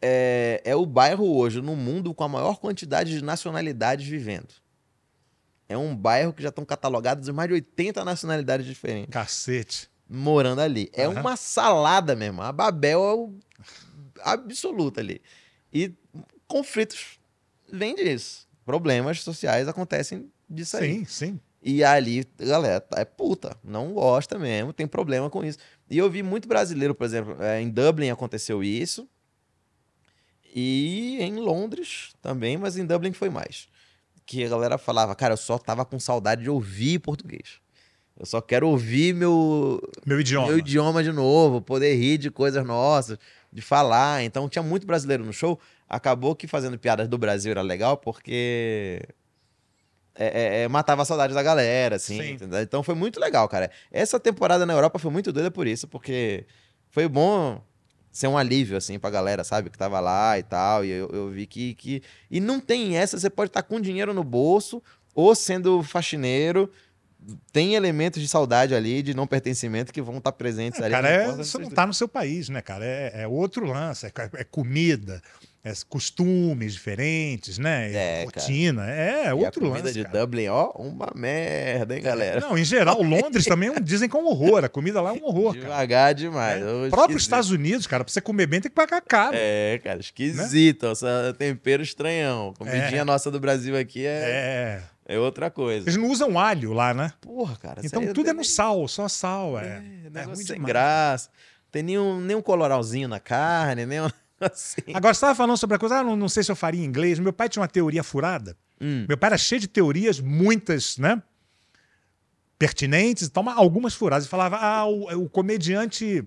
é, é o bairro hoje no mundo com a maior quantidade de nacionalidades vivendo. É um bairro que já estão catalogados de mais de 80 nacionalidades diferentes Cacete. morando ali. É Aham. uma salada mesmo. A Babel é o absoluta ali. E conflitos vêm disso. Problemas sociais acontecem disso aí. Sim, sim. E ali, galera, tá- é puta, não gosta mesmo, tem problema com isso. E eu vi muito brasileiro, por exemplo, é, em Dublin aconteceu isso. E em Londres também, mas em Dublin foi mais. Que a galera falava, cara, eu só tava com saudade de ouvir português. Eu só quero ouvir meu, Meu idioma. meu idioma de novo, poder rir de coisas nossas, de falar. Então tinha muito brasileiro no show. Acabou que fazendo piadas do Brasil era legal porque é- é- é, matava a saudade da galera, assim. Sim. entendeu? Então foi muito legal, cara. Essa temporada na Europa foi muito doida por isso, porque foi bom ser um alívio, assim, pra galera, sabe? Que tava lá e tal. E eu, eu vi que, que. E não tem essa, você pode estar com dinheiro no bolso ou sendo faxineiro tem elementos de saudade ali, de não pertencimento que vão estar presentes ali. Cara, na é- porta você não desses- tá no seu país, né, cara? É, é outro lance, é, é comida, é costumes diferentes, né? É, rotina, é, E outro a comida lance. de cara. É, Dublin, ó, uma merda, hein, galera? Não, em geral, Londres também é um- dizem que é um horror. A comida lá é um horror, cara. Devagar demais. É. eu O próprio esquisito. Estados Unidos, Né? cara, pra você comer bem tem que pagar caro. É, cara, esquisito. Essa tempero estranhão. Comidinha É. nossa do Brasil aqui é, É. é outra coisa. Eles não usam alho lá, né? Porra, cara. isso Então aí tudo é no dele- sal, só sal. É, É. negócio ruim sem demais. graça. Não tem nenhum, nenhum coloralzinho na carne, nem um- assim. Agora, você estava falando sobre a coisa, ah, não, não sei se eu faria em inglês. Meu pai tinha uma teoria furada. Hum, Meu pai era cheio de teorias, muitas, né? Pertinentes e tal, mas algumas furadas. Ele falava, ah, o, o comediante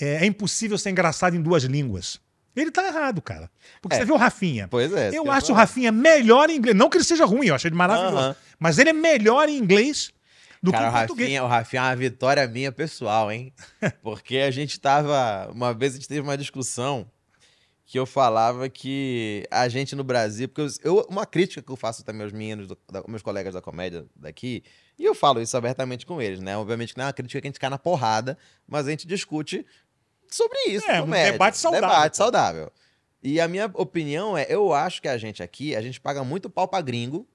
é, é impossível ser engraçado em duas línguas. Ele tá errado, cara. Porque É. você vê o Rafinha. pois é. isso que eu ia acho o falar. Rafinha melhor em inglês. Não que ele seja ruim, eu acho ele maravilhoso. Aham. Mas ele é melhor em inglês do Cara, o que em português. Rafinha, o Rafinha é uma vitória minha pessoal, hein? Porque a gente tava. Uma vez a gente teve uma discussão que eu falava que a gente no Brasil. Porque eu, eu- uma crítica que eu faço também aos meninos, do- da- meus colegas da comédia daqui, e eu falo isso abertamente com eles, né? Obviamente que não é uma crítica que a gente cai na porrada, mas a gente discute sobre isso. É, um comédia, debate saudável, Debate pô. saudável. E a minha opinião é: eu acho que a gente aqui, a gente paga muito pau pra gringo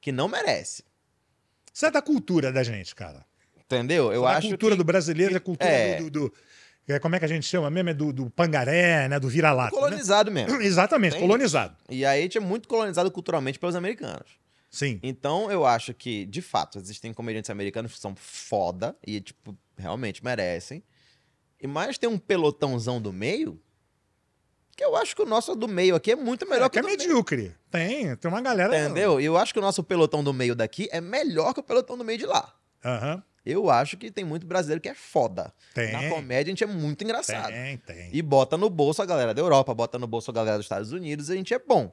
que não merece. Isso é da cultura da gente, cara. Entendeu? Eu a acho cultura que... do brasileiro, a cultura É. do, do- do- é, Como é que a gente chama mesmo? É do, do pangaré, né? Do vira-lata. né? colonizado mesmo. Exatamente, Tem colonizado. E aí a gente é muito colonizado culturalmente pelos americanos. Sim. Então eu acho que, de fato, existem comediantes americanos que são foda e, tipo, realmente merecem. E mais tem um pelotãozão do meio que eu acho que o nosso do meio aqui é muito melhor É, que que o é do meio. medíocre. né? Tem, tem uma galera. Entendeu? E eu acho que o nosso pelotão do meio daqui é melhor que o pelotão do meio de lá. Aham. Eu acho que tem muito brasileiro que é foda. Tem. Na comédia a gente é muito engraçado. tem, tem. E bota no bolso a galera da Europa, bota no bolso a galera dos Estados Unidos, a gente é bom.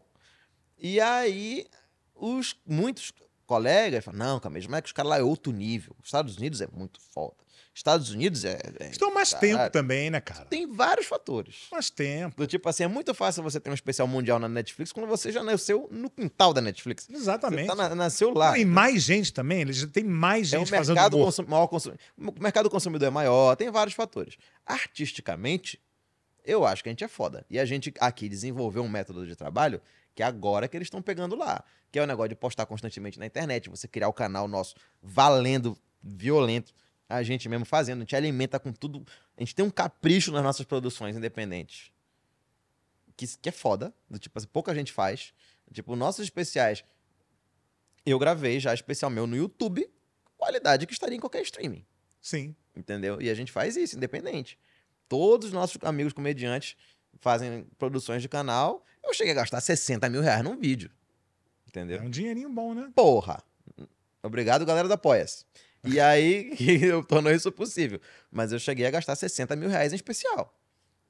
E aí, os, muitos colegas falam, não, Camês, mas é que os caras lá é outro nível. Os Estados Unidos é muito foda. Estados Unidos é... é- Estão mais Caralho. tempo também, né, cara? tem vários fatores. Mais tempo. Do tipo assim, é muito fácil você ter um especial mundial na Netflix quando você já nasceu no quintal da Netflix. Você Exatamente. tá na, nasceu lá. Tem mais gente também, eles já tem mais É um gente fazendo mercado humor. consum- maior consum- o mercado consumidor é maior, tem vários fatores. Artisticamente, eu acho que a gente é foda. E a gente aqui desenvolveu um método de trabalho que é agora que eles estão pegando lá, que é o negócio de postar constantemente na internet, você criar o canal nosso valendo, violento, a gente mesmo fazendo, a gente alimenta com tudo, a gente tem um capricho nas nossas produções independentes. Que, que é foda, do tipo assim, pouca gente faz. Tipo, nossos especiais, eu gravei já especial meu no YouTube, qualidade que estaria em qualquer streaming, Sim. entendeu? E a gente faz isso, independente. Todos os nossos amigos comediantes fazem produções de canal. Eu cheguei a gastar 60 mil reais num vídeo, É entendeu? um dinheirinho bom, né? Porra! Obrigado, galera da Apoia-se. E aí que eu tornou isso possível. Mas eu cheguei a gastar 60 mil reais em especial.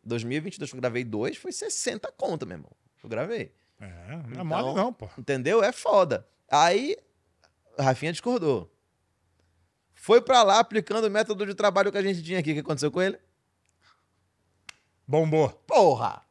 2022, que eu gravei dois, foi 60 conto, meu irmão. Eu gravei. É, não é Então- mole não, pô. Entendeu? É foda. Aí, a Rafinha discordou. Foi pra lá aplicando o método de trabalho que a gente tinha aqui. O que aconteceu com ele? Bombou. Porra!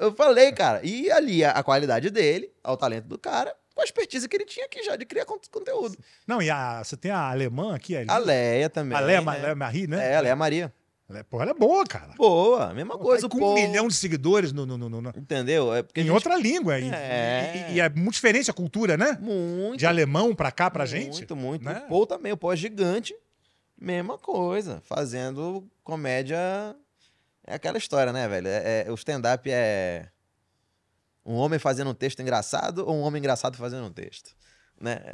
Eu falei, cara. E ali, a, a qualidade dele, ao talento do cara, com a expertise que ele tinha aqui já de criar con- conteúdo. Não, e a, você tem a alemã aqui, a A Leia também. a Leia, né? Ma- Leia Marie, né? É, a Leia Maria. Ela- Pô, ela é boa, cara. Boa, mesma coisa. Tá o com um Paul, milhão de seguidores no, no, no, no- Entendeu? É porque a em gente- outra língua. E, É. e- e é muito diferente a cultura, né? Muito. De alemão pra cá, pra gente. Muito, muito. né? O Paul também, o Paul é gigante. Mesma coisa, fazendo comédia. É aquela história, né, velho? É- é- o stand-up é um homem fazendo um texto engraçado ou um homem engraçado fazendo um texto, né?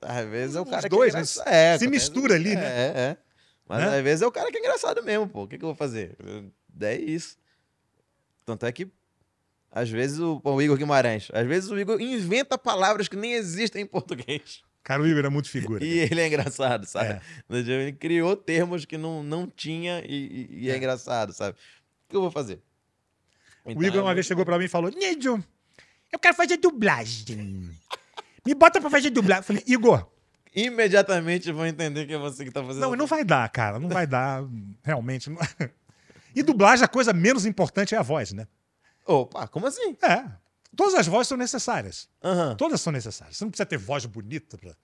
Às vezes é o Os cara dois, que é né? engraçado. É, Se às vezes- mistura ali, né? É, é. Mas Né? às vezes é o cara que é engraçado mesmo, pô. O que, que eu vou fazer? É isso. Tanto é que às vezes o, o Igor Guimarães, às vezes o Igor inventa palavras que nem existem em português. Cara, o Igor é muito figura. E ele é engraçado, É. sabe? No dia Ele criou termos que não, não tinha e, e- e é, É. engraçado, sabe? O que eu vou fazer? Então, o Igor uma vez chegou pra mim e falou: Nidio, eu quero fazer dublagem. Me bota pra fazer dublagem. Eu falei, Igor, Imediatamente vão entender que é você que tá fazendo. não, não vai dar, cara. Não vai dar, realmente. não- E dublagem, a coisa menos importante é a voz, né? Opa, como assim? É. Todas as vozes são necessárias. Aham. Todas são necessárias. Você não precisa ter voz bonita. Pra...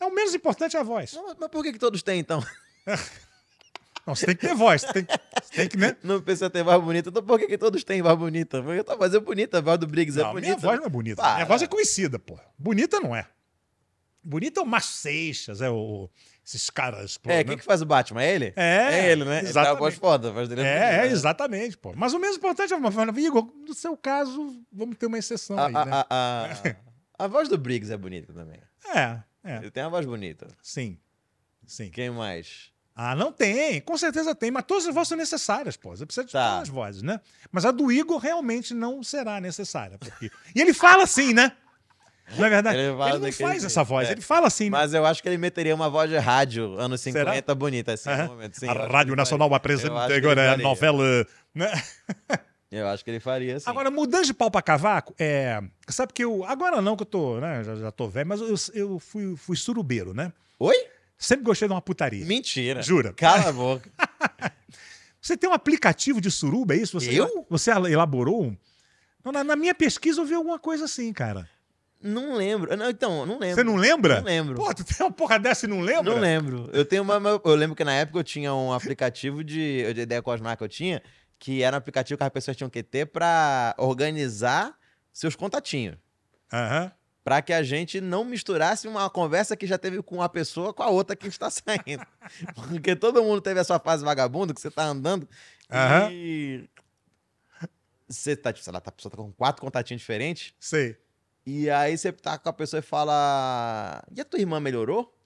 É o menos importante é a voz. Não, Mas por que, que todos têm, então? Não, você tem que ter voz. Você tem, você tem que, né? Não precisa ter voz bonita. Então por que, que todos têm voz bonita? Porque tá fazendo bonita, a voz do Briggs é Não, bonita. minha voz não é bonita. Para. Minha voz é conhecida, pô. Bonita não é. Bonita é o Márcio Seixas, é o, esses caras. Pô, É, né? quem que faz o Batman? É ele? É, É ele, né? Ele tá com a voz Exatamente. foda, a voz dele é bonita, É, é, né? exatamente, pô. Mas o menos importante é uma fala, Igor, no seu caso, vamos ter uma exceção A, aí, né? a, a, a, a voz do Briggs é bonita também. É, é, Ele tem uma voz bonita. sim. Sim. Quem mais? Ah, não tem, com certeza tem, mas todas as vozes são necessárias, pô. Você precisa de Tá. todas as vozes, né? Mas a do Igor realmente não será necessária. Porque... E ele fala assim, né? Não é verdade? Ele Ele, fala não daquele faz jeito, essa voz, é. ele fala assim, né? Mas eu acho que ele meteria uma voz de rádio, anos 50, Será? bonita, assim, Aham. no momento. Sim, eu a acho que Rádio ele Nacional Eu acho apresenta que ele agora a faria. novela. né? faria. Eu acho que ele faria, assim. Agora, mudando de pau pra cavaco, é. Sabe que eu. Agora não, que eu tô, né? Já, já tô velho, mas eu, eu fui, fui surubeiro, né? Oi? Sempre gostei de uma putaria. Mentira. Jura? Cala a boca. Você tem um aplicativo de suruba, é isso? Você, Eu? Você elaborou um? Não, na, na minha pesquisa eu vi alguma coisa assim, cara. Não lembro. Não, então, não lembro. Você não lembra? Não lembro. Pô, tu tem uma porra dessa e não lembra? Não lembro. Eu tenho uma. uma- Eu lembro que na época eu tinha um aplicativo de. de ideia cosmática que eu tinha, que era um aplicativo que as pessoas tinham que ter pra organizar seus contatinhos. Aham. Pra que a gente não misturasse uma conversa que já teve com uma pessoa com a outra que está saindo. Porque todo mundo teve a sua fase vagabunda, que você tá andando Aham. e. Você tá, tipo, sei lá, tá- a pessoa tá com quatro contatinhos diferentes. Sei. E aí você tá com a pessoa e fala. E a tua irmã melhorou?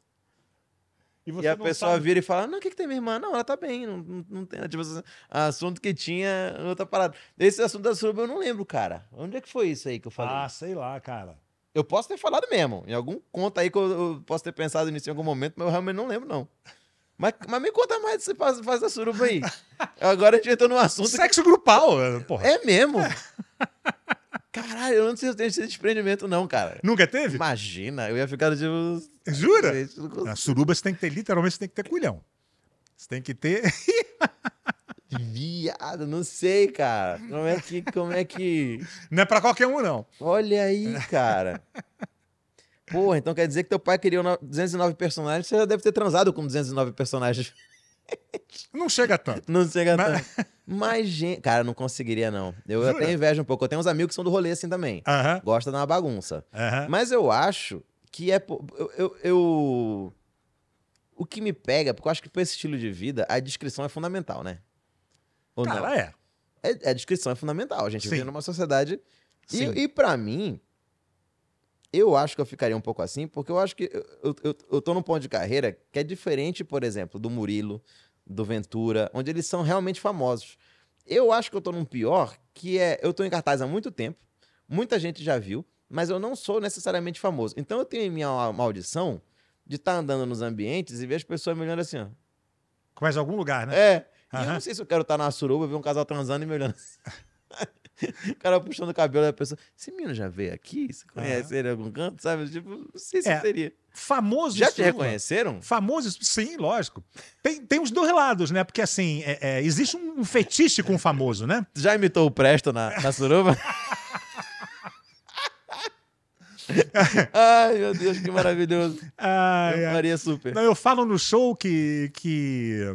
você E a não pessoa sabe- vira e fala: Não, o que, que tem minha irmã? Não, ela tá bem, não, não, não tem. Tipo, assim, assunto que tinha em outra parada. Esse assunto da suruba eu não lembro, cara. Onde é que foi isso aí que eu falei? Ah, sei lá, cara. Eu posso ter falado mesmo. Em algum conta aí que eu, eu posso ter pensado nisso em algum momento, mas eu realmente não lembro, não. Mas, mas me conta mais desse faz, faz da suruba aí. Agora a gente entrou num assunto. que- Sexo grupal, eh, porra. É mesmo? Caralho, eu não sei se eu tenho esse desprendimento, não, cara. Nunca teve? Imagina, eu ia ficar tipo. Jura? gente, não consigo. Na suruba você tem que ter, literalmente, você tem que ter culhão. Você tem que ter. Viado, não sei, cara. Como é que. Como é que. Não é pra qualquer um, não. Olha aí, cara. Porra, então quer dizer que teu pai criou no- 209 personagens, você já deve ter transado com 209 personagens. Não chega tanto. Não chega Mas- tanto. Mas, gente. Cara, não conseguiria, não. Eu Jura? até invejo um pouco. Eu tenho uns amigos que são do rolê assim também. Aham. Gosta de uma bagunça. Aham. Mas eu acho que é. po- Eu, eu, eu- O que me pega, porque eu acho que pra esse estilo de vida, a descrição é fundamental, né? Ou não? Cara, é. É, a descrição é fundamental. A gente Sim. vive numa sociedade. E, Sim. e para mim, eu acho que eu ficaria um pouco assim, porque eu acho que eu, eu, eu- eu tô num ponto de carreira que é diferente, por exemplo, do Murilo, do Ventura, onde eles são realmente famosos. Eu acho que eu tô num pior, que é. Eu tô em cartaz há muito tempo, muita gente já viu, mas eu não sou necessariamente famoso. Então eu tenho em minha ma- maldição de estar andando nos ambientes e ver as pessoas me olhando assim, ó. Mas algum lugar, né? É. E eu Aham. não sei se eu quero estar na suruba, ver um casal transando e me olhando assim. O cara puxando o cabelo da pessoa. Esse menino já veio aqui? Você conhece ele em algum canto? Sabe? Tipo, não sei se É. seria. Famoso Já isso, te né? reconheceram? Famoso isso, sim, lógico. Tem, tem os dois lados, né? Porque assim, é- é, existe um fetiche com o famoso, né? Já imitou o Presto na, na suruba? Ai, meu Deus, que maravilhoso. Ai, Eu ai. faria super. É, Não, eu falo no show que, que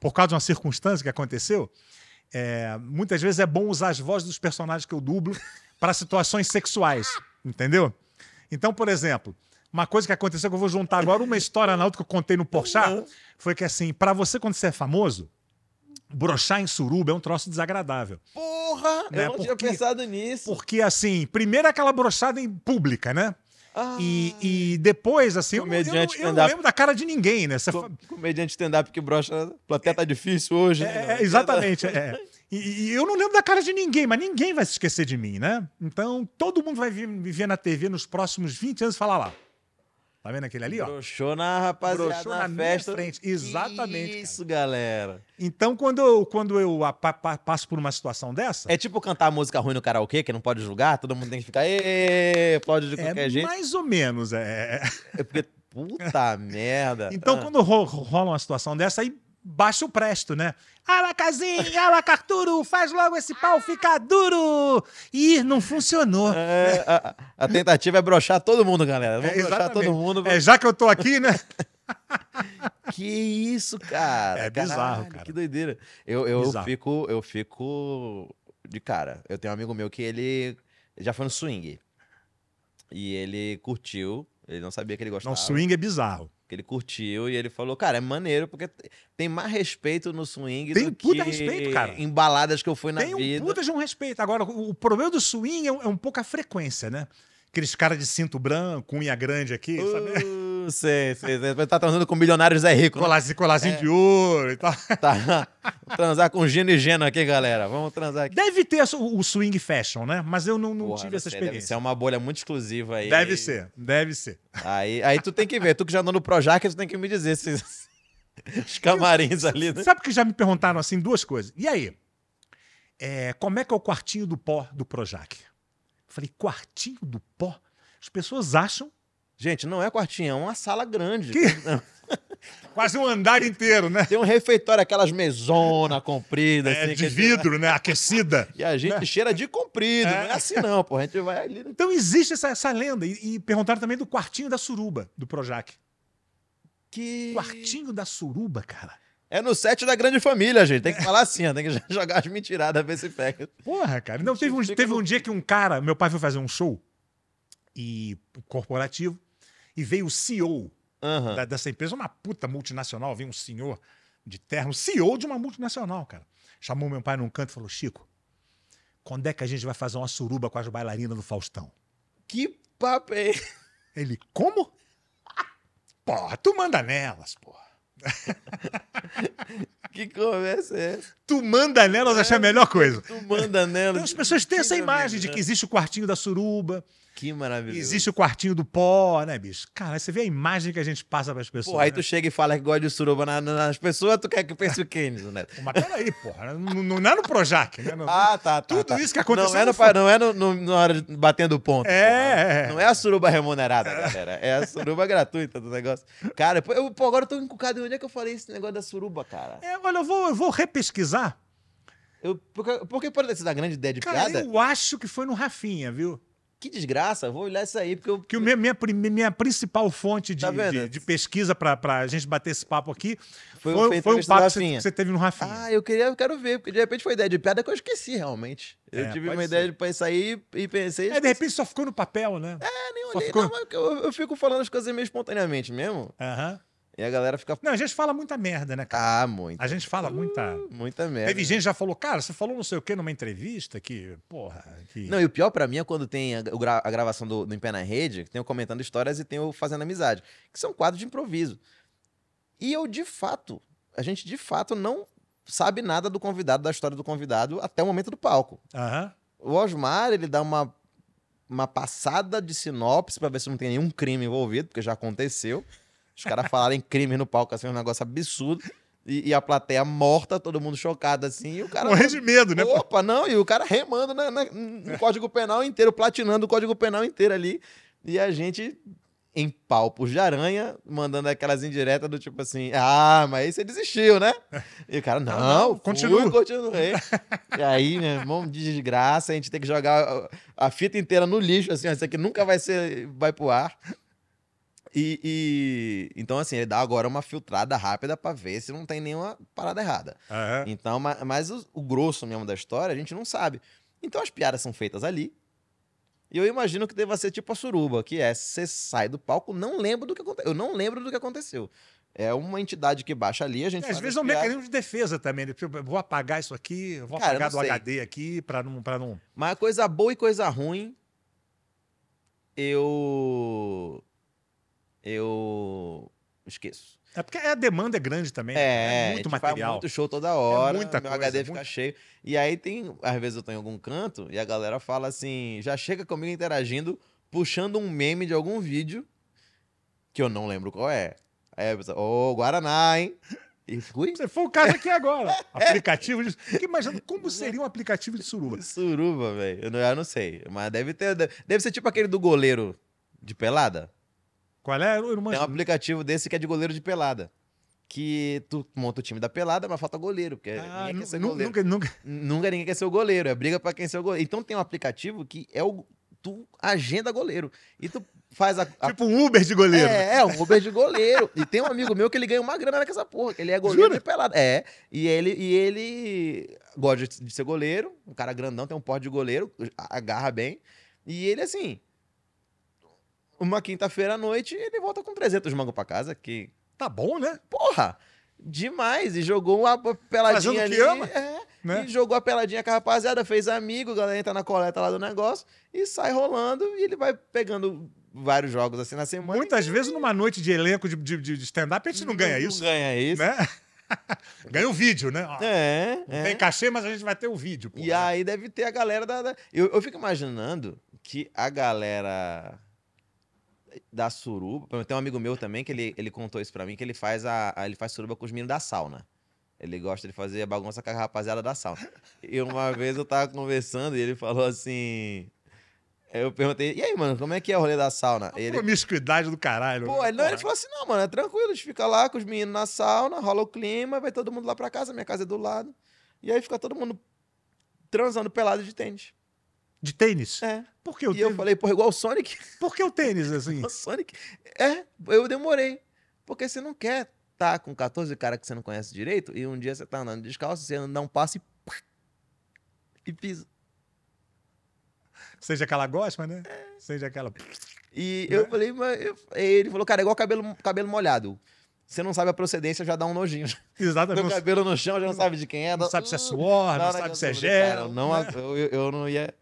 por causa de uma circunstância que aconteceu, é, muitas vezes é bom usar as vozes dos personagens que eu dublo para situações sexuais, entendeu? Então, por exemplo, uma coisa que aconteceu que eu vou juntar agora, uma história na outra que eu contei no Porchat, foi que assim, para você quando você é famoso, brochar em suruba é um troço desagradável. Porra! Né, Eu não tinha porque- pensado nisso. Porque assim, primeiro é aquela brochada em pública, né? Ah, E, e depois, assim, eu, não- eu, não- Comediante eu não stand-up. lembro da cara de ninguém, né? Você fa- com- comediante stand-up que brocha. a Plateia tá difícil hoje. né? É, é, exatamente. é. E, e eu não lembro da cara de ninguém, mas ninguém vai se esquecer de mim, né? Então todo mundo vai vir- me ver na TV nos próximos 20 anos e falar lá. Tá vendo aquele ali, ó? Broxou na rapaziada Broxou na, na minha festa. frente. Exatamente, Que cara. Isso, galera. Então quando eu, quando eu a- pa- pa- passo por uma situação dessa, É tipo cantar música ruim no karaokê, que não pode julgar, todo mundo tem que ficar, "Ê, aplaude de qualquer é jeito. mais ou menos. é- é. É porque, puta merda. Então Ah. quando ro- rola uma situação dessa, aí baixa o presto, né? Alacazinho, Alacarturo, faz logo esse pau ficar duro! Ih, não funcionou. É, a, a tentativa é broxar todo mundo, galera. Vamos É, broxar todo exatamente. mundo. É, já que eu tô aqui, né? Que isso, cara? É bizarro, Caralho, cara. Que doideira. Eu, eu Bizarro. fico, eu fico de cara. Eu tenho um amigo meu que ele já foi no swing. E ele curtiu. Ele não sabia que ele gostava. Não, swing é bizarro. Que ele curtiu e ele falou, cara, é maneiro, porque t- tem mais respeito no swing Tem um do puta que respeito, cara. em baladas que eu fui na Tem um vida. puta de um respeito. Agora, o o problema do swing é um, é um pouco a frequência, né? Aqueles caras de cinto branco, unha grande aqui, sabe? Uh, sei, sei, sei. Tá transando com milionários Zé Rico, né? Colazinho, colazinho de ouro e tal. Tá. Vou transar com Gino e Geno aqui, galera. Vamos transar aqui. Deve ter a su- o swing fashion, né? Mas eu não, não Porra, tive não essa sei, Deve ser experiência. uma bolha muito exclusiva aí. Deve ser, deve ser. Aí, aí tu tem que ver. Tu que já andou no Projac, tu tem que me dizer se... Os camarins ali, né? Sabe que já me perguntaram assim duas coisas. E aí? É, como é que é o quartinho do pó do Projac? Falei, quartinho do pó? As pessoas acham Gente, não é quartinho, é uma sala grande. Que- quase um andar inteiro, né? Tem um refeitório, aquelas mesona comprida. É, assim, de que- vidro, né? Aquecida. E a Né? gente cheira de comprido. Não é assim, não, pô. A gente vai ali... Então existe essa, essa lenda. E, e perguntaram também do quartinho da suruba, do Projac. Que... Quartinho da suruba, cara. É no set da grande família, gente. Tem que falar assim, ó. Tem que jogar as mentiradas, ver se pega. Porra, cara. Não, teve um, Fica teve no- um dia que um cara, meu pai foi fazer um show e corporativo, e veio o CEO Aham. da- dessa empresa, uma puta multinacional, veio um senhor de terra, um CEO de uma multinacional, cara. Chamou meu pai num canto e falou: Chico, quando é que a gente vai fazer uma suruba com as bailarinas do Faustão? Que papo é esse? Ele, como? Porra, tu manda nelas, porra. Que conversa é essa? Tu manda nelas, achei a melhor coisa. Tu manda nela. Então as pessoas têm essa Que imagem de maravilha. que existe o quartinho da suruba, Que maravilhoso. existe o quartinho do pó, né, bicho? Cara, você vê a imagem que a gente passa pras pessoas. Pô, aí né? tu chega e fala que gosta de suruba na- na- nas pessoas, tu quer que pense o quê, Niso Neto? Mas peraí, porra, não, não é no Projac, né? Não- Ah, tá, tá. Tudo tá. isso que aconteceu Não é, no, não foi- não é no, no- na hora de batendo ponto. É. pô. Não é a suruba remunerada, galera. É a suruba gratuita do negócio. Cara, pô, eu, pô, agora eu tô encucado. Onde é que eu falei esse negócio da suruba, cara? É, olha, eu vou, eu vou repesquisar. Eu, porque, porque pode ter sido a grande ideia de Cara, piada. eu acho que foi no Rafinha, viu? Que desgraça. eu Vou olhar isso aí, porque eu... Que o meu- minha, prim- minha principal fonte de, Tá vendo? de- de pesquisa pra, pra gente bater esse papo aqui Foi foi, o- foi a foi um entrevista do papo que você, Rafinha. que você teve no Rafinha. Ah, eu queria, eu quero ver, porque de repente foi ideia de piada que eu esqueci realmente. Eu É, tive pode uma ideia de pensar aí e pensei. é, de repente só ficou no papel, né? Ah, nem só olhei, ficou- não, mas eu, eu fico falando as coisas meio espontaneamente mesmo. Aham. E a galera fica. Não, a gente fala muita merda, né, cara? Ah, muito. A gente fala muita. Muita merda. Teve gente que já falou, cara, você falou não sei o que numa entrevista que, porra, que... Não, e o pior pra mim é quando tem a, o gra- a gravação do, do Em Pé na Rede, que tem o Comentando Histórias e tem o Fazendo Amizade, que são quadros de improviso. E eu, de fato, a gente de fato não sabe nada do convidado, da história do convidado, até o momento do palco. Aham. O Osmar, ele dá uma, uma passada de sinopse pra ver se não tem nenhum crime envolvido, porque já aconteceu. Os caras falarem crime no palco, assim, é um negócio absurdo. E, e a plateia morta, todo mundo chocado assim, e o cara. Morrer de medo, né? pô? Opa, não, e o cara remando na- na- no Código Penal inteiro, platinando o Código Penal inteiro ali. E a gente em palpos de aranha, mandando aquelas indiretas do tipo assim, ah, mas aí você desistiu, né? E o cara, não, não, fui, continua." continuei. e aí, meu irmão, de desgraça, a gente tem que jogar a, a fita inteira no lixo, assim, ó, isso aqui nunca vai ser, vai pro ar. E, e- então, assim, ele dá agora uma filtrada rápida pra ver se não tem nenhuma parada errada. Aham. Então, ma- mas, o, o grosso mesmo da história a gente não sabe. Então as piadas são feitas ali. E eu imagino que deva ser tipo a suruba, que é você sai do palco, não lembro do que aconteceu. Eu não lembro do que aconteceu. É uma entidade que baixa ali, a gente. Às faz vezes é as um piadas. mecanismo de defesa também. né? Tipo, eu vou apagar isso aqui, eu vou Cara, eu apagar do não sei. HD aqui pra não, pra não. Mas coisa boa e coisa ruim. Eu. Eu. Esqueço. É porque a demanda é grande também. né? É, muito a gente faz material. É muito show toda hora, muita meu coisa, é HD muita- fica cheio. E aí tem, às vezes eu tô em algum canto e a galera fala assim, já chega comigo interagindo, puxando um meme de algum vídeo que eu não lembro qual é. Aí a pessoa, ô, Guaraná, hein? E fui Você foi o caso aqui agora. É. aplicativo de. Fiquei imaginando como seria um aplicativo de suruba. suruba, velho. Eu, não- eu não sei, mas deve ter, deve, deve ser tipo aquele do goleiro de pelada. Qual é? Eu não Tem um manjo. aplicativo desse que é de goleiro de pelada. Que tu monta o time da pelada, mas falta goleiro, porque Ah, ninguém é, quer ser nu- goleiro. nunca, nunca. Nunca ninguém quer ser o goleiro, é briga pra quem ser o goleiro. Então tem um aplicativo que é o. Tu agenda goleiro. E tu faz a. a- Tipo um Uber de goleiro. né? Ah. é, é, um Uber de goleiro. E tem um amigo meu que ele ganha uma grana com essa porra, que ele é goleiro Jura? de pelada. É. E ele, e ele gosta de de ser goleiro, um cara grandão, tem um porte de goleiro, agarra bem. E ele, assim. Uma quinta-feira à noite, ele volta com 300 mangos pra casa, que, Tá bom, né? porra, demais. E jogou uma peladinha Fazendo o ali. que ama. É. Né? E jogou a peladinha com a rapaziada, fez amigo, a galera entra na coleta lá do negócio e sai rolando. E ele vai pegando vários jogos assim na semana. Muitas vezes numa noite de elenco de, de, de stand-up a gente não ganha isso. Não ganha isso. né? ganha o vídeo, né? Ó, É, não é. Tem cachê, mas a gente vai ter o vídeo. pô. E aí deve ter a galera da. da- Eu, eu fico imaginando que a galera da suruba. por exemplo, Tem um amigo meu também que ele, ele contou isso pra mim, que ele faz a. a- ele faz suruba com os meninos da sauna. Ele gosta de fazer bagunça com a rapaziada da sauna. E uma vez eu tava conversando e ele falou assim. Eu perguntei, e aí, mano, como é que é o rolê da sauna? Uma Ele, Promiscuidade do caralho. Pô, né? ele, não, ele Porra. falou assim: não, mano, é tranquilo, a gente fica lá com os meninos na sauna, rola o clima, vai todo mundo lá pra casa, minha casa é do lado. E aí fica todo mundo transando pelado de tênis. De tênis? É. Por que o e eu tênis? falei, pô, igual o Sonic. Por que o tênis, assim? O Sonic. É, eu demorei. Porque você não quer tá com 14 caras que você não conhece direito e um dia você tá andando descalço, você dá um passo e. pá, e pisa. Seja aquela gosma, né? É. Seja aquela. E Né? eu falei, mas. eu- Ele falou, cara, é igual cabelo, cabelo molhado. Você não sabe a procedência, já dá um nojinho. Exatamente. Meu Não, cabelo no chão, já não sabe de quem é. não dá- sabe se é Hum. Na suor, não hora que sabe eu se é descobri, cara, gel. eu não, né? eu, eu- eu não ia.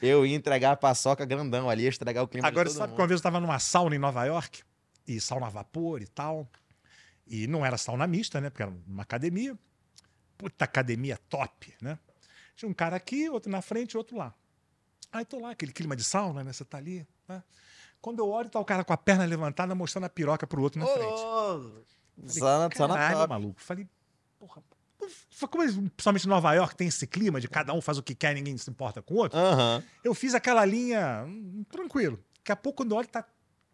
Eu ia entregar a paçoca grandão ali, ia estragar o clima Agora, de você todo sabe que mundo. uma vez eu estava numa sauna em Nova York, e sauna a vapor e tal. E não era sauna mista, né? Porque era uma academia. Puta academia top, né? Tinha um cara aqui, outro na frente, outro lá. Aí tô lá, aquele clima de sauna, né? Você tá ali, né? Quando eu olho, tá o cara com a perna levantada, mostrando a piroca pro outro na frente. Ô, Só na, só na Caralho, top. maluco. Falei, porra, como, é- principalmente em Nova York tem esse clima de cada um faz o que quer, ninguém se importa com o outro. Aham. Eu fiz aquela linha hum, tranquilo. Daqui a pouco, quando eu olho, tá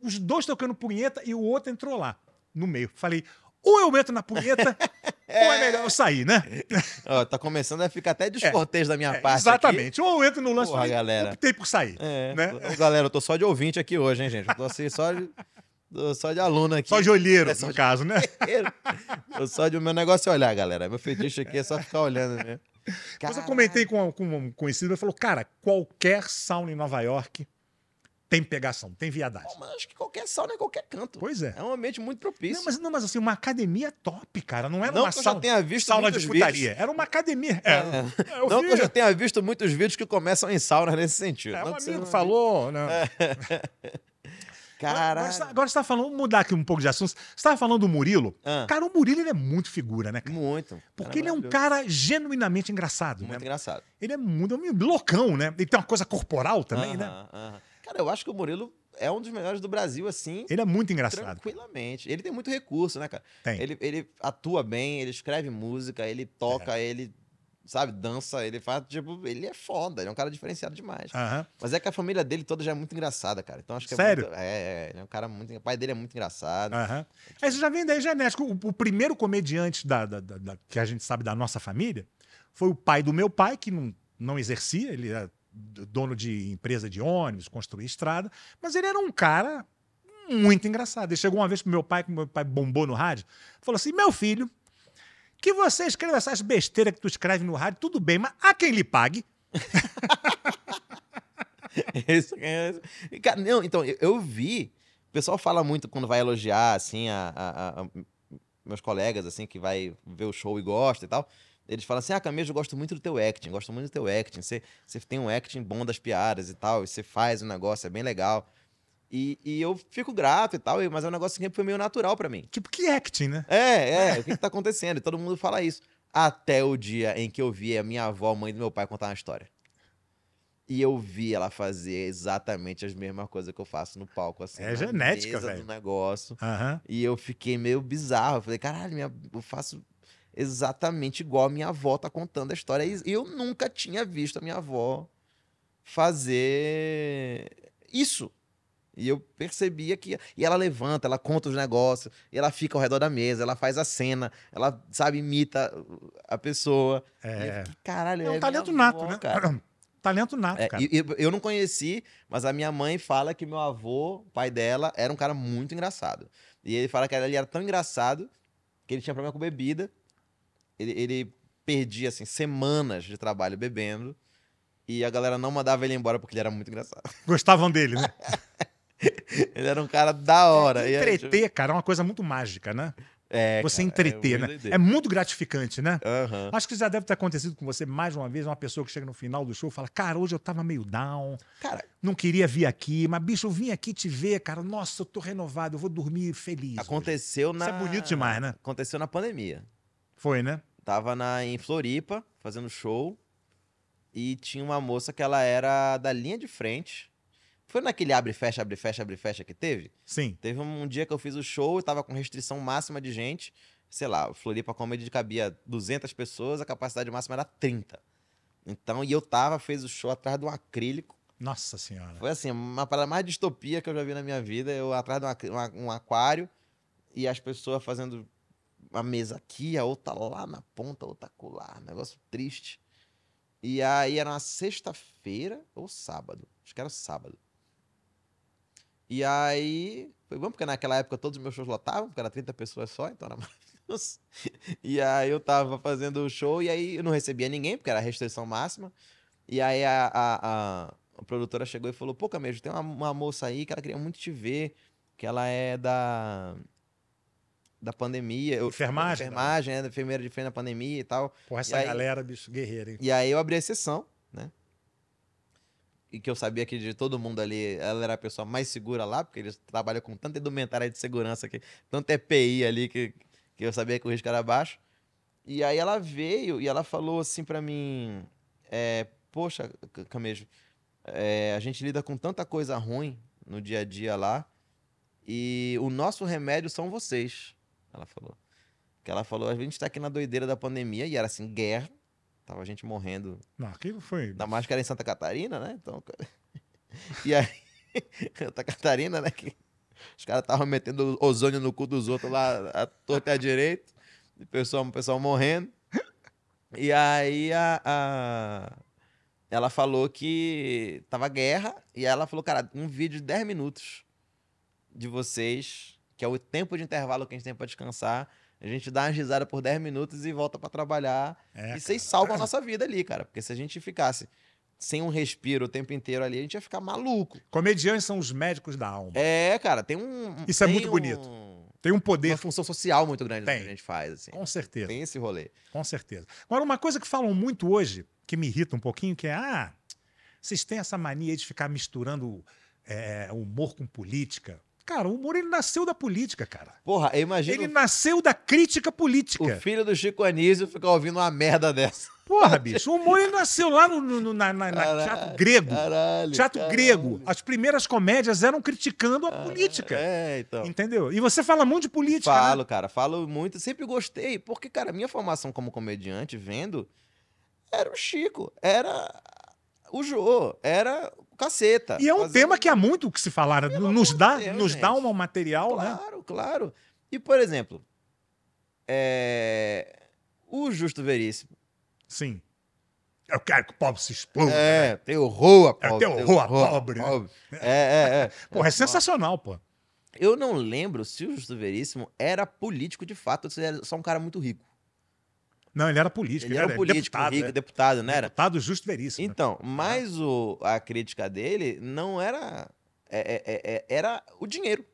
os dois tocando punheta e o outro entrou lá, no meio. Falei, ou eu entro na punheta, ou é melhor eu sair, né? Ó, tá começando a ficar até descortês da minha É, parte. Aqui. exatamente. Ou eu entro no lance, Porra, falei, galera. optei por sair. É. Né? Ô, galera, eu tô só de ouvinte aqui hoje, hein, gente? Eu tô assim, só de, tô só de aluno aqui. Só de olheiro, É, só no de- caso, né? Eu só de. O meu negócio é olhar, galera. Meu fetiche aqui é só ficar olhando mesmo. Mas eu Caralho. comentei com, com um conhecido, ele falou, cara, qualquer sauna em Nova York tem pegação, tem viadagem. Pô, mas acho que qualquer sauna é qualquer canto. Pois é. É um ambiente muito propício. Não mas, não, mas assim, uma academia top, cara. Não era Não uma que eu sauna, já tenha visto sauna de muitos vídeos. putaria. Era uma academia. É, É. eu não vi. que eu já tenha visto muitos vídeos que começam em saunas nesse sentido. É, não um que você amigo não- falou, né? Agora- Agora, você tá- É, Caralho. agora você tá falando, vamos mudar aqui um pouco de assunto. Você tava falando do Murilo. Ah, Cara, o Murilo ele é muito figura, né? cara? muito. Porque ele é um cara genuinamente engraçado, Muito né? engraçado. Ele é muito é um loucão, né? Ele tem uma coisa corporal também, né? Aham, aham. Cara, eu acho que o Murilo é um dos melhores do Brasil, assim, Ele é muito engraçado. tranquilamente. Ele tem muito recurso, né, cara? Tem. Ele, ele atua bem, ele escreve música, ele toca, É. ele, sabe, dança, ele faz, tipo, ele é foda, ele é um cara diferenciado demais. Aham. Mas é que a família dele toda já é muito engraçada, cara. Então acho que é Sério? muito- é, é, ele é um cara muito. O pai dele é muito engraçado. Aham. Aí você já vem daí genético. O, o primeiro comediante da, da- da- da- que a gente sabe da nossa família foi o pai do meu pai, que não, não exercia, ele era d- dono de empresa de ônibus, construía estrada, mas ele era um cara muito engraçado. Ele chegou uma vez pro meu pai, que meu pai bombou no rádio, falou assim: meu filho, que você escreva essas besteiras que tu escreve no rádio, tudo bem, mas há quem lhe pague. Isso, é isso. E, cara, não, então, eu, eu vi. O pessoal fala muito quando vai elogiar, assim, a, a- a- a- meus colegas, assim, que vai ver o show e gosta e tal. Eles falam assim: Ah, Camejo, eu gosto muito do teu acting, gosto muito do teu acting. Você você tem um acting bom das piadas e tal, e você faz o negócio, é bem legal. E, e eu fico grato e tal, e- mas é um negócio que sempre foi meio natural pra mim. Tipo, que acting, né? É, é, o que, que tá acontecendo? E todo mundo fala isso. Até o dia em que eu vi a minha avó, mãe do meu pai, contar uma história. E eu vi ela fazer exatamente as mesmas coisas que eu faço no palco, assim. É na genética, mesa velho. do negócio. Aham. E eu fiquei meio bizarro. Eu falei, caralho, minha- eu faço exatamente igual a minha avó tá contando a história. E eu nunca tinha visto a minha avó fazer isso. E eu percebia que. E ela levanta, ela conta os negócios, e ela fica ao redor da mesa, ela faz a cena, ela, sabe, imita a pessoa. E eu É, fiquei, caralho, é um minha talento nato, avó, né? cara." Talento nato, É, cara. e- e eu, eu não conheci, mas a minha mãe fala que meu avô, pai dela, era um cara muito engraçado. E ele fala que ele era tão engraçado que ele tinha problema com bebida. Ele, ele perdia, assim, semanas de trabalho bebendo. E a galera não mandava ele embora porque ele era muito engraçado. Gostavam dele, né? Ele era um cara da hora. e era, tipo, Entreter, cara, é uma coisa muito mágica, né? é, você cara, é entreter, muito né? doideira. É muito gratificante, né? Aham. Acho que já deve ter acontecido com você mais uma vez, uma pessoa que chega no final do show e fala, cara, hoje eu tava meio down, Cara, não queria vir aqui, mas bicho, eu vim aqui te ver, cara, nossa, eu tô renovado, eu vou dormir feliz. hoje." aconteceu na... Isso é bonito demais, né? Aconteceu na pandemia. Foi, né? Tava na, em Floripa, fazendo show. E tinha uma moça que ela era da linha de frente. Foi naquele abre e fecha, abre e fecha, abre e fecha que teve? Sim. Teve um dia que eu fiz o show e tava com restrição máxima de gente. Sei lá, o Floripa Comedy cabia 200 pessoas, a capacidade máxima era 30. Então, e eu tava, fez o show atrás de um acrílico. Nossa senhora. Foi assim, uma parada mais distopia que eu já vi na minha vida. Eu atrás de um acri- uma- um aquário e as pessoas fazendo uma mesa aqui, a outra lá na ponta, a outra colar. um Negócio triste. E aí era uma sexta-feira ou sábado. Acho que era sábado. E aí. Foi bom, porque naquela época todos os meus shows lotavam, porque era 30 pessoas só, então era maravilhoso. E aí eu tava fazendo o show e aí eu não recebia ninguém, porque era a restrição máxima. E aí a, a- a- a produtora chegou e falou: Pô, Camejo, tem uma, uma moça aí que ela queria muito te ver, que ela é da. Da pandemia. Eu- Enfermagem, né? Enfermagem, né? Enfermeira de frente da pandemia e tal. Porra, E essa aí- galera, bicho, guerreira, hein? E aí eu abri a sessão, né? E que eu sabia que de todo mundo ali, ela era a pessoa mais segura lá, porque eles trabalham com tanta indumentária de segurança, que, tanto EPI ali, que, que eu sabia que o risco era baixo. E aí ela veio e ela falou assim pra mim: é, Poxa, C- Camejo, é, a gente lida com tanta coisa ruim no dia a dia lá, e o nosso remédio são vocês. Ela falou. Que ela falou: a gente tá aqui na doideira da pandemia, e era assim, guerra. Tava gente morrendo Não, aquilo foi... Ainda mais que era em Santa Catarina, né? Então, cara- e aí, Santa Catarina, né? Que os caras estavam metendo ozônio no cu dos outros lá, à torta e à direita. E o pessoal, o pessoal morrendo. E aí a, a- ela falou que tava guerra. E ela falou, cara, um vídeo de 10 minutos de vocês, que é o tempo de intervalo que a gente tem pra descansar. A gente dá uma risada por 10 minutos e volta pra trabalhar. É, E vocês salvam a nossa vida ali, cara. Porque se a gente ficasse sem um respiro o tempo inteiro ali, a gente ia ficar maluco. Comediantes são os médicos da alma. É, cara, tem um. Isso é tem muito bonito. um- Tem um Uma poder, função social muito grande no Tem. que a gente faz, assim. com certeza. Tem esse rolê. Com certeza. Agora, uma coisa que falam muito hoje, que me irrita um pouquinho, que é, ah, eh, vocês têm essa mania de ficar misturando é, humor com política. Cara, o Moro ele nasceu da política, cara. Porra, eu imagino Ele nasceu da crítica o política. filho do Chico Anísio ficar ouvindo uma merda dessa. Porra, bicho, o Moro ele nasceu lá no, no- no- na, na- na Caralho, teatro grego. Caralho. teatro caralho. Ah, grego. As primeiras comédias eram criticando a política. É, então. Entendeu? E você fala muito de política. né? Falo, cara, falo muito. Sempre gostei, porque, cara, minha formação como comediante, vendo, era o Chico, era o Jô, era o Caceta. E é um Fazendo- tema que há muito o que se falar. né? Pelo Nos amor dá, de Deus, nos dá gente. um material, né? Claro, claro. E, por exemplo, é... o Justo Veríssimo. Sim. Eu quero que o pobre se explode. É, tem horror a né? É, pobre. tem tem horror a pobre, né? É, é, é. Porra, é sensacional, pô. Eu não lembro se o Justo Veríssimo era político de fato, ou se ele era só um cara muito rico. Não, ele era político. Ele era um político, deputado, rico, né? deputado, não era? Deputado justo e veríssimo. né? Então, mas o, a crítica dele não era. é- é- é- é- era o dinheiro.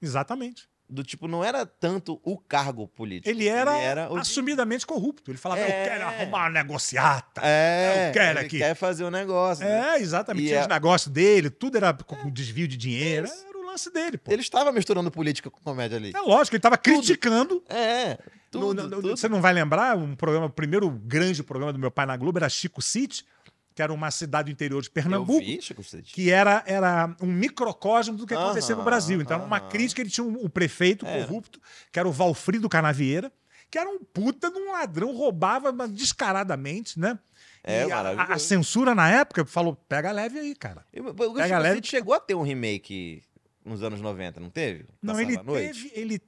Exatamente. Do tipo, não era tanto o cargo político. Ele era, o di- assumidamente corrupto. Ele falava, É. eu quero arrumar uma negociata. É, Eu quero ele aqui. quer fazer um negócio. né? É, exatamente. E Tinha é- os negócios dele, tudo era com com desvio de dinheiro. Isso. Era o lance dele, pô. Ele estava misturando política com comédia ali. É lógico, ele tava criticando. É, tudo, No- no- no- tudo. Você não vai lembrar um programa, o primeiro grande programa do meu pai na Globo era Chico City, que era uma cidade do interior de Pernambuco. Eu vi, Chico Cid. que era, era um microcosmo do que Aham, acontecia no Brasil. Então, era uma aham. É. crítica, ele tinha um, o prefeito Era. corrupto, que era o Valfrido Canavieira, que era um puta de um ladrão, roubava mas descaradamente, né? É, E a- a, maravilhoso. a censura na época falou: pega leve aí, cara. E O o Pega Chico leve. Cid chegou a ter um remake nos anos 90, não teve? Não, Passava ele à noite. teve, ele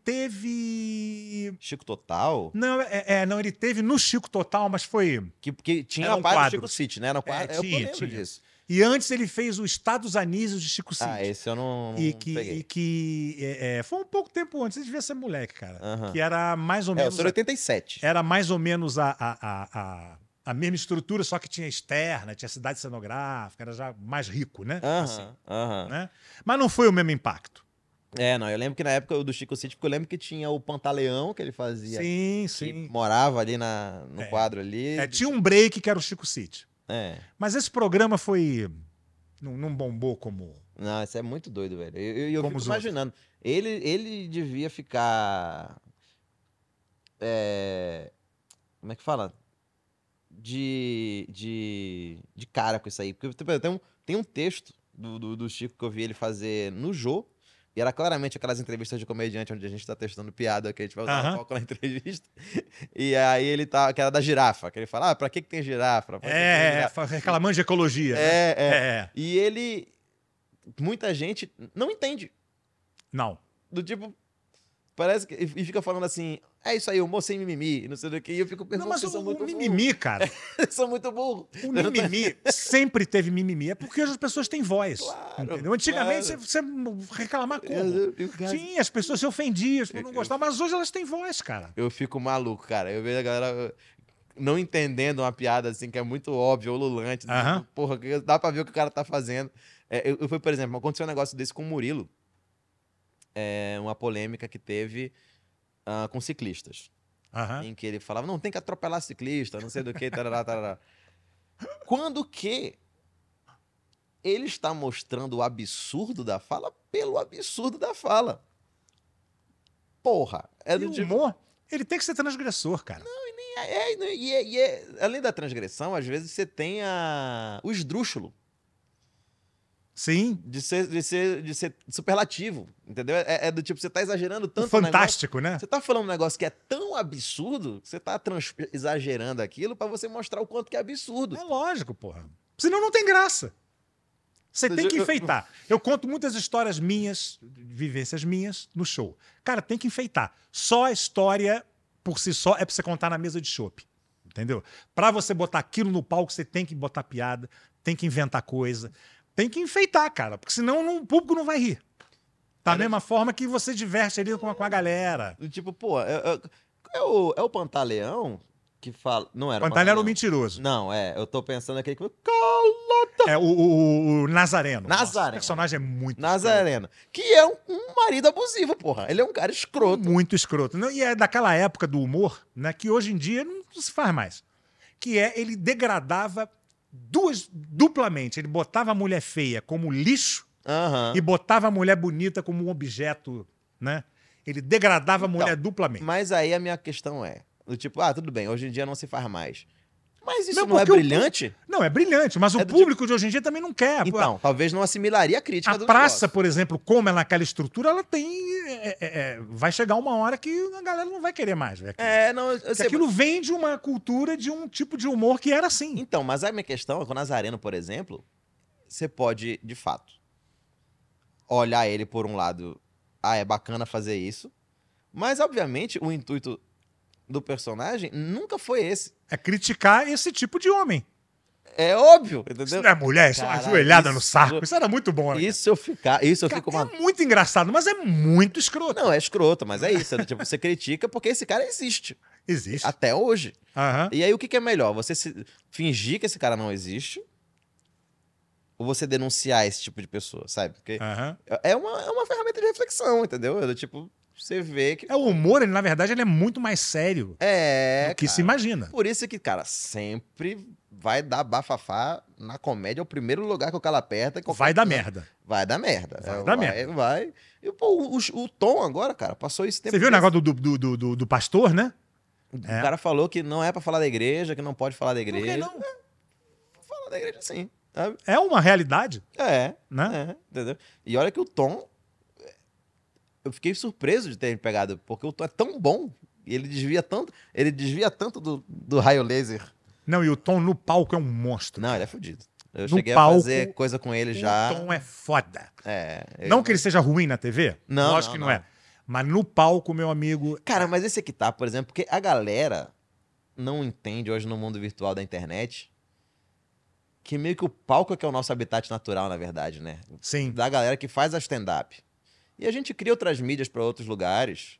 teve. Chico Total, Não, é, é, não, ele teve no Chico Total, mas foi. que, que tinha Era a um parte quadro. do Chico City, né? Era um quadro, É, eu tinha, lembro tinha. disso. E antes ele fez o Estados Anísios de Chico Cid. Ah, esse eu não, não e que, peguei. e que é, é, foi um pouco tempo antes, ele devia ser moleque, cara. Aham. Que era mais ou É, eu menos. sou de 87. era mais ou menos a, a, a, a, a mesma estrutura, só que tinha externa, tinha cidade cenográfica, era já mais rico, né? Aham, Assim, aham. né? Mas não foi o mesmo impacto. É, não, eu lembro que na época o do Chico City, porque eu lembro que tinha o Pantaleão que ele fazia, Sim, que sim. morava ali na, no É. quadro ali. É, tinha um break que era o Chico City. É. Mas esse programa foi. Não, não bombou como. Não, isso é muito doido, velho. Eu, eu, eu Como fico os imaginando. Ele, ele devia ficar. é, como é que fala? De, de, de cara com isso aí. Porque tipo, tem um, tem um texto do, do, do Chico que eu vi ele fazer no Jô. E era claramente aquelas entrevistas de comediante onde a gente tá testando piada, que a gente vai usar Aham. o foco na entrevista. E aí ele tá, que era da girafa, que ele fala, ah, pra que, que tem girafa? Pra que que tem É, é, girafa? fa- reclamando de ecologia. né? é, é. é. E ele. Muita gente não entende. Não. Do tipo. Parece que. E fica falando assim. É isso aí, humor sem mimimi, e não sei do que. E eu fico Não, pensando. mas vocês o, são muito o burros, mimimi, cara. vocês são muito burro. O mimimi sempre teve mimimi. É porque as pessoas têm voz. Claro, entendeu? Antigamente claro. você, você reclamar como? Sim, as pessoas se ofendiam, as pessoas não Eu- gostavam, mas hoje elas têm voz, cara. Eu fico maluco, cara. Eu vejo a galera eh, não entendendo uma piada assim, que é muito óbvia, ululante. do Aham. tipo, Porra, que dá pra ver o que o cara tá fazendo. É, eu, eu fui, por exemplo, aconteceu um negócio desse com o Murilo. É, uma polêmica que teve ah, com ciclistas. Aham. em que ele falava, não, tem que atropelar ciclista, não sei do que, tarará, tarará. Quando que ele está mostrando o absurdo da fala pelo absurdo da fala. Porra. É E do o tipo, humor, ele tem que ser transgressor, cara. é, é, né, e é- e é- além da transgressão, às vezes você tem a, o esdrúxulo Sim. de ser, de ser, de ser superlativo, entendeu? É, é do tipo, você tá exagerando O tanto o negócio fantástico, né? Você tá falando um negócio que é tão absurdo que você tá trans- exagerando aquilo pra você mostrar o quanto que é absurdo. É lógico, porra. Senão não tem graça. Você tem que enfeitar. Eu conto muitas histórias minhas, vivências minhas, no show. Cara, tem que enfeitar. Só a história por si só é pra você contar na mesa de chopp. Entendeu? Pra você botar aquilo no palco, você tem que botar piada, tem que inventar coisa, tem que enfeitar, cara, porque senão não- o público não vai rir. Da Cara, mesma forma que você diverte ali com a, com a galera. Do Tipo, pô, é, é- é o, é o Pantaleão que fala. Não era. o Pantaleão era o mentiroso. Não, é. Eu tô pensando aquele que. Cala! É o, o- o Nazareno. Nossa, Nazareno. o personagem é muito. Nazareno. Que é um, um marido abusivo, porra. Ele é um cara escroto. Muito escroto. Não, e é daquela época do humor, né? Que hoje em dia não se faz mais. Que é ele degradava duas duplamente. Ele botava a mulher feia como lixo Aham. e botava a mulher bonita como um objeto, né? Ele degradava a Então. mulher duplamente. Mas aí a minha questão é: do tipo, ah, tudo bem, hoje em dia não se faz mais. Mas isso Não, não, é porque o- brilhante? Não, é brilhante, mas É o do público de hoje em dia também não quer. Então, talvez não assimilaria a crítica É, a do praça, negócio. por exemplo, como é naquela estrutura, ela tem. é, é, é, vai chegar uma hora que a galera não vai querer mais. Né? É, não, eu eu Porque sei, aquilo vem de uma cultura de um tipo de humor que era assim. Então, mas a minha questão é que o Nazareno, por exemplo, você pode, de fato, olhar ele por um lado, ah, é bacana fazer isso, mas obviamente o intuito do personagem nunca foi esse. É criticar esse tipo de homem. É óbvio, Isso entendeu? não é mulher, isso é uma Caralho, ajoelhada no isso- saco. Isso era muito bom, né? cara? Isso eu ficar, isso eu fico Cara, uma É muito engraçado, mas é muito escroto. Não, é escroto, mas é isso, é do tipo, você critica porque esse cara existe Existe. até hoje. Aham. E aí o que que é melhor? Você se- fingir que esse cara não existe ou você denunciar esse tipo de pessoa, sabe? Porque Aham. É uma, é uma ferramenta de reflexão, entendeu? É do tipo, você vê que. É, o humor, ele, na verdade, ele é muito mais sério É. do que cara. se imagina. Por isso que, cara, sempre vai dar bafafá na comédia. É o primeiro lugar que o cara aperta. e qualquer Vai dar coisa- merda. Vai dar merda. Vai É, dar vai, merda. Vai. E, pô, o, o- o Tom agora, cara, passou esse tempo. Você viu o todo- negócio do, do, do, do- do pastor, né? O cara falou que não é pra falar da igreja, que não pode falar da Por que igreja. não? Fala da igreja sim. sabe? É uma realidade, É, né? é, entendeu? E olha que o Tom. é, Eu fiquei surpreso de ter ele pegado, porque o Tom é tão bom. E ele desvia tanto. Ele desvia tanto do, do raio laser. Não, e o Tom no palco é um monstro. Não, ele é fudido. Eu No cheguei palco, a fazer coisa com ele já. O Tom é foda. É. eu- Não que ele seja ruim na TV. Não, Lógico não, que não, não. é. Mas no palco, meu amigo. Cara, mas esse aqui tá, por exemplo, porque a galera não entende hoje no mundo virtual da internet que meio que o palco é que é o nosso habitat natural, na verdade, né? Sim. Da galera que faz a stand-up. E a gente cria outras mídias pra outros lugares.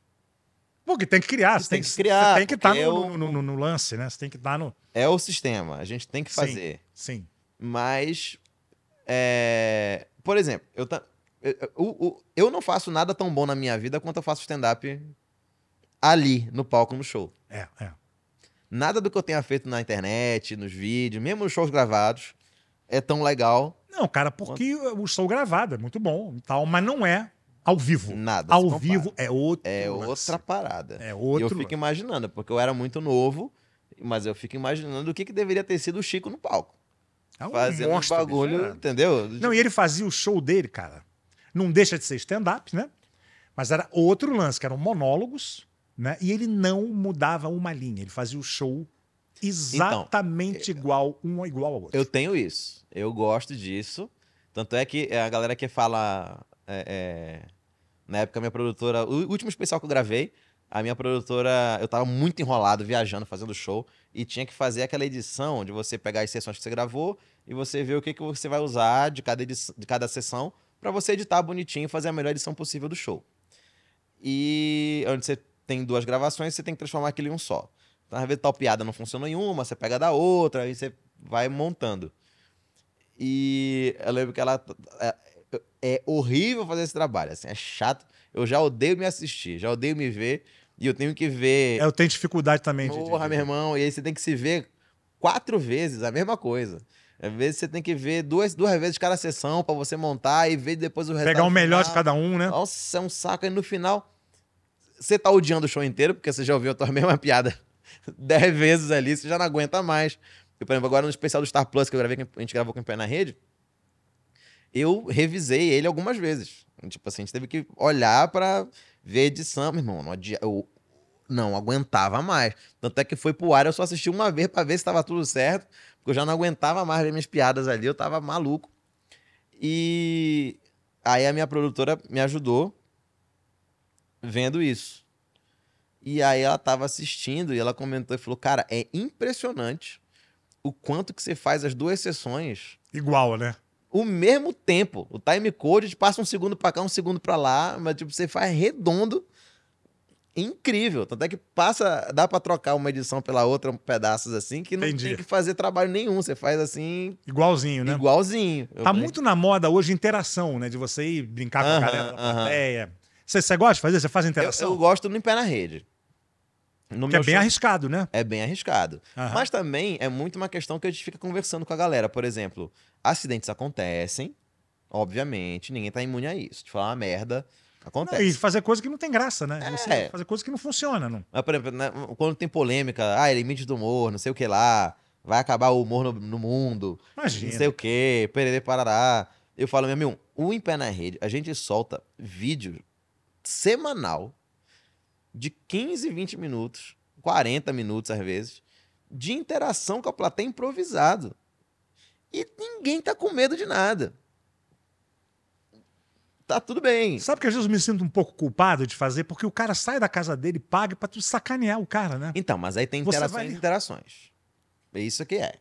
Porque tem que criar. Você tem que criar. tem que estar porque no, eu- no- no- no lance, né? Você tem que estar no. É o sistema, a gente tem que Sim. fazer. Sim. Mas, é, por exemplo, eu, ta- eu- eu- o- eu não faço nada tão bom na minha vida quanto eu faço stand-up ali, no palco, no show. É, é. Nada do que eu tenha feito na internet, nos vídeos, mesmo nos shows gravados, é tão legal. Não, cara, porque o show gravado é muito bom e tal, mas não é ao vivo. Nada. se Ao compara. vivo é outro. É lance. outra parada. É E outro. eu fico imaginando, porque eu era muito novo, mas eu fico imaginando o que, que deveria ter sido o Chico no palco. é um fazendo um monstro, bagulho, bicho, é. entendeu? Não, e ele fazia o show dele, cara. Não deixa de ser stand-up, né? Mas era outro lance, que eram monólogos, né? E ele não mudava uma linha. Ele fazia o show exatamente igual, um igual ao outro. Então, é, Eu tenho isso. Eu gosto disso. Tanto é que é, a galera que fala. é, é, na época, minha produtora. O último especial que eu gravei, a minha produtora. Eu tava muito enrolado, viajando, fazendo show. E tinha que fazer aquela edição de você pegar as sessões que você gravou e você ver o que, que você vai usar de cada, edição, de cada sessão pra você editar bonitinho e fazer a melhor edição possível do show. E onde você tem duas gravações, você tem que transformar aquilo em um só. Então, às vezes, tal piada não funciona em uma, você pega da outra, aí você vai montando. E eu lembro que ela. é- É horrível fazer esse trabalho, assim, é chato. Eu já odeio me assistir, já odeio me ver, e eu tenho que ver. Eu tenho dificuldade também de- de- Porra, de- meu irmão, e aí você tem que se ver quatro vezes a mesma coisa. Às vezes você tem que ver duas, duas vezes cada sessão pra você montar e ver depois o resultado. Pegar o melhor final. de cada um, né? Nossa, é um saco. E no final, você tá odiando o show inteiro, porque você já ouviu a tua mesma piada dez vezes ali, você já não aguenta mais. Eu, por exemplo, agora no especial do Star Plus, que eu gravei, que a gente gravou com o Pé na Rede, eu revisei ele algumas vezes. Tipo assim, a gente teve que olhar pra ver a edição. Meu irmão, não adia- eu não aguentava mais. Tanto é que foi pro ar, eu só assisti uma vez pra ver se tava tudo certo, porque eu já não aguentava mais ver minhas piadas ali, eu tava maluco. E aí a minha produtora me ajudou vendo isso. E aí ela tava assistindo e ela comentou e falou: "Cara, é impressionante o quanto que você faz as duas sessões Igual, né? o mesmo tempo. O time code te passa um segundo pra cá, um segundo pra lá, mas tipo, você faz redondo. Incrível. Tanto é que passa, dá pra trocar uma edição pela outra, um pedaços assim, que não Entendi. tem que fazer trabalho nenhum. Você faz assim, Igualzinho, né? igualzinho. Eu Tá falei, muito na moda hoje interação, né? De você ir brincar com a Aham, galera da aham. plateia. Você, você gosta de fazer? Você faz eu, interação? eu gosto no em pé na rede. No que é meu bem show- arriscado, né? é bem arriscado. Aham. Mas também é muito uma questão que a gente fica conversando com a galera. Por exemplo, acidentes acontecem, Obviamente, ninguém tá imune a isso. De falar uma merda, Não, e acontece. É. fazer coisa que não tem graça, né? Você fazer coisa que não funciona. Não. Mas, por exemplo, né, quando tem polêmica, ah, limite do humor, não sei o que lá, vai acabar o humor no, no mundo, não sei Imagina. o que, pererê parará. Eu falo, meu amigo, um em pé na rede, a gente solta vídeo semanal de 15, 20 minutos, 40 minutos às vezes, de interação com a plateia improvisado. E ninguém tá com medo de nada. Tá tudo bem. Sabe que às vezes eu me sinto um pouco culpado de fazer, porque o cara sai da casa dele e paga pra tu sacanear o cara, né? Então, mas aí tem Você interações vai- e interações. É isso que é.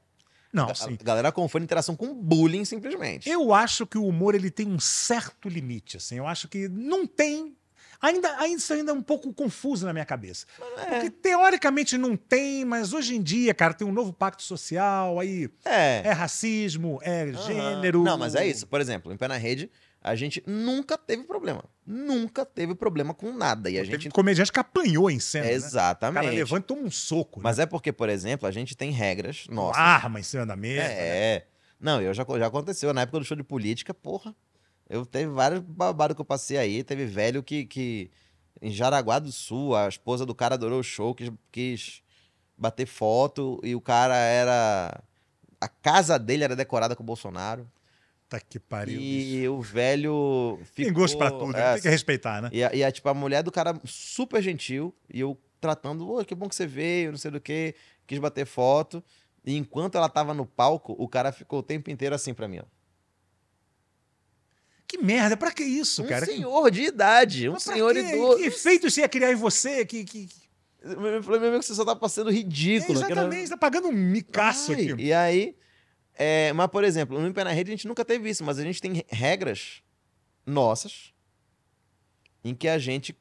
Não, a sim. galera confunde interação com bullying simplesmente. Eu acho que o humor ele tem um certo limite, assim. Eu acho que não tem. Ainda, ainda isso ainda é um pouco confuso na minha cabeça. É. Porque teoricamente não tem, mas hoje em dia, cara, tem um novo pacto social, aí É. é racismo, é Aham. gênero. Não, mas é isso. Por exemplo, em Pé na Rede, a gente nunca teve problema. Nunca teve problema com nada. E a Teve gente. comediante que apanhou em cena. né? O Exatamente. cara levanta e toma um soco. né? Mas é porque, por exemplo, a gente tem regras Com nossas. Arma em cima da mesa. né? É. Não, eu já, já aconteceu. Na época do show de política, porra. Eu teve vários babados que eu passei aí. Teve velho que, que. Em Jaraguá do Sul, a esposa do cara adorou o show, quis, quis bater foto e o cara era. A casa dele era decorada com o Bolsonaro. Tá que pariu. bicho. E o velho. Ficou, Tem gosto pra tudo, é, tem que respeitar, né? e, a, e a, tipo, a mulher do cara super gentil, e eu tratando, ô, que bom que você veio, não sei do que, quis bater foto. E enquanto ela tava no palco, o cara ficou o tempo inteiro assim pra mim, ó. Que merda, pra que isso, um cara? senhor de idade, um Mas pra senhor quê? idoso. Que efeito isso ia criar em você? Que, que, que... Eu falei, meu amigo, você só tá passando ridículo. que eu não- Exatamente, tá pagando um micaço Ai, aqui. E aí, é, mas por exemplo, no Pé na Rede a gente nunca teve isso, mas a gente tem regras nossas em que a gente,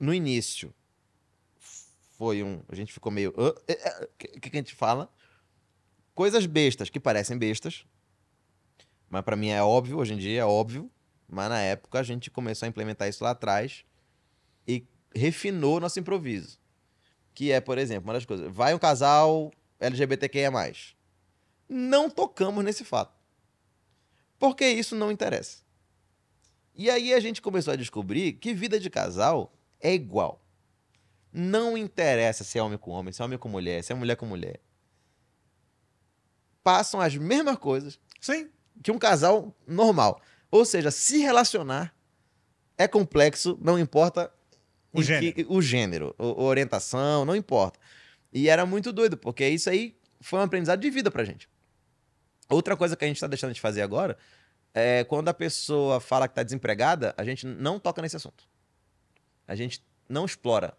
no início, foi um. A gente ficou meio. "Hã? É, é, O que, que a gente fala? Coisas bestas, que parecem bestas, mas pra mim é óbvio, hoje em dia é óbvio, mas na época a gente começou a implementar isso lá atrás e refinou nosso improviso. Que é, por exemplo, uma das coisas. Vai um casal LGBTQIA. Não tocamos nesse fato. Porque isso não interessa. E aí a gente começou a descobrir que vida de casal é igual. Não interessa se é homem com homem, se é homem com mulher, se é mulher com mulher. Passam as mesmas coisas Sim. que um casal normal. Ou seja, se relacionar é complexo, não importa O em que- gênero. o gênero, o- a orientação, não importa. E era muito doido, porque isso aí foi um aprendizado de vida pra gente. Outra coisa que a gente tá deixando de fazer agora é quando a pessoa fala que tá desempregada, a gente não toca nesse assunto. A gente não explora.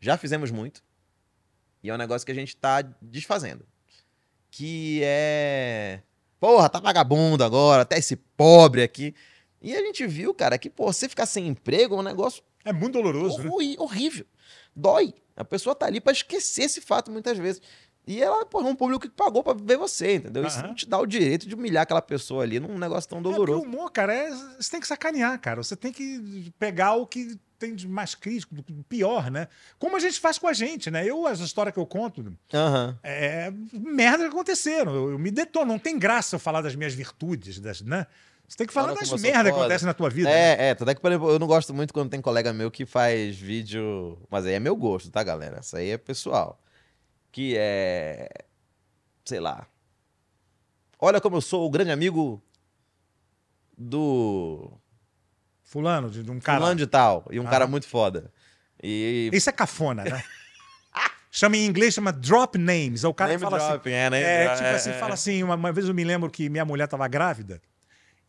Já fizemos muito. E é um negócio que a gente tá desfazendo. Que é. Porra, tá vagabundo agora, até esse pobre aqui. E a gente viu, cara, que, pô, você ficar sem emprego é um negócio É muito doloroso, né? ruim, horrível. Dói. A pessoa tá ali pra esquecer esse fato muitas vezes. E ela, pô, é um público que pagou pra ver você, entendeu? Isso Aham. não te dá o direito de humilhar aquela pessoa ali num negócio tão É, doloroso. porque o humor, cara, é- você tem que sacanear, cara. Você tem que pegar o que tem de mais crítico, do- do pior, né? Como a gente faz com a gente, né? Eu, as histórias que eu conto, Aham. é merda que aconteceram. Eu, eu me detono. Não tem graça eu falar das minhas virtudes, das, né? Você tem que falar Fala das como eu sou merdas que foda. acontecem na tua vida. né? É, é, tanto é que, por exemplo, eu não gosto muito quando tem colega meu que faz vídeo. Mas aí é meu gosto, tá, galera? Isso aí é pessoal. Que é. Sei lá. Olha como eu sou o grande amigo do. Fulano, de, de um cara. Fulano de tal. E um cara Aham. muito foda. E. Isso é cafona, né? chama em inglês, chama drop names. É o cara que Name fala assim. dropping, é, né? É, tipo assim, fala assim, uma, uma vez eu me lembro que minha mulher tava grávida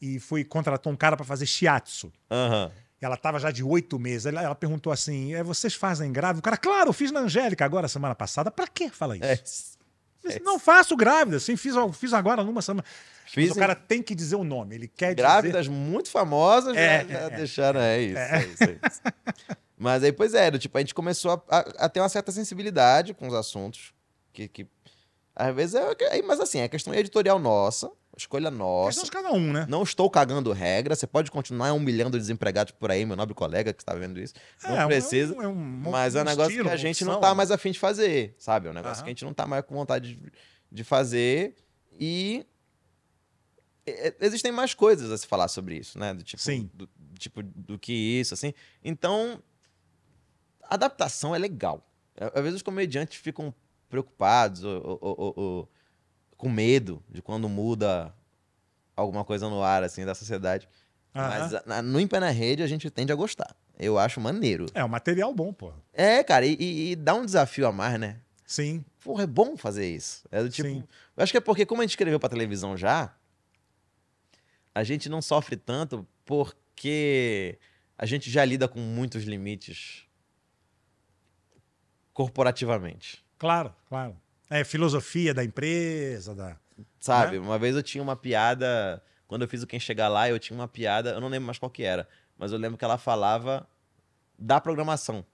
e foi contratou um cara pra fazer shiatsu. Aham. Ela tava já de oito meses. Ela, ela perguntou assim: é, vocês fazem grávida? O cara, claro, eu fiz na Angélica agora semana passada. Pra que fala isso? É. Eu disse, Não faço grávida, sim, fiz, fiz agora numa semana. Mas Fiz o cara tem que dizer o nome, ele quer dizer. grávidas muito famosas, já- É, já, é, é. deixaram. É isso, é, isso, é isso. Mas aí, pois é, do tipo, a gente começou a, a- a ter uma certa sensibilidade com os assuntos. Que, que às vezes é. é- Mas assim, é questão editorial nossa, escolha é nossa. Questão de cada um, né? Não estou cagando regra, você pode continuar humilhando desempregados por aí, meu nobre colega que está vendo isso. Não É, um- precisa. é um- Mas é um negócio estilo, que a uma gente não opção. né? tá mais afim de fazer, sabe? É um negócio Aham. que a gente não tá mais com vontade de, de fazer. E é, é, existem mais coisas a se falar sobre isso, né? Do tipo, Sim. Do, tipo, do que isso, assim. Então, a adaptação é legal. Á- Às vezes os comediantes ficam preocupados ou, ou- ou- ou- com medo de quando muda alguma coisa no ar, assim, da sociedade. Aham. Mas a- no Em Pé na Rede a gente tende a gostar. Eu acho maneiro. É um material bom, pô. É, cara, e- e- e dá um desafio a mais, né? Sim. Porra, é bom fazer isso. É do tipo. Sim. Eu acho que é porque, como a gente escreveu pra televisão já, a gente não sofre tanto porque a gente já lida com muitos limites corporativamente. Claro, claro. É filosofia da empresa, da. Sabe? Uma vez eu tinha uma piada. Quando eu fiz o Quem Chegar Lá, eu tinha uma piada. Eu não lembro mais qual que era, mas eu lembro que ela falava da programação.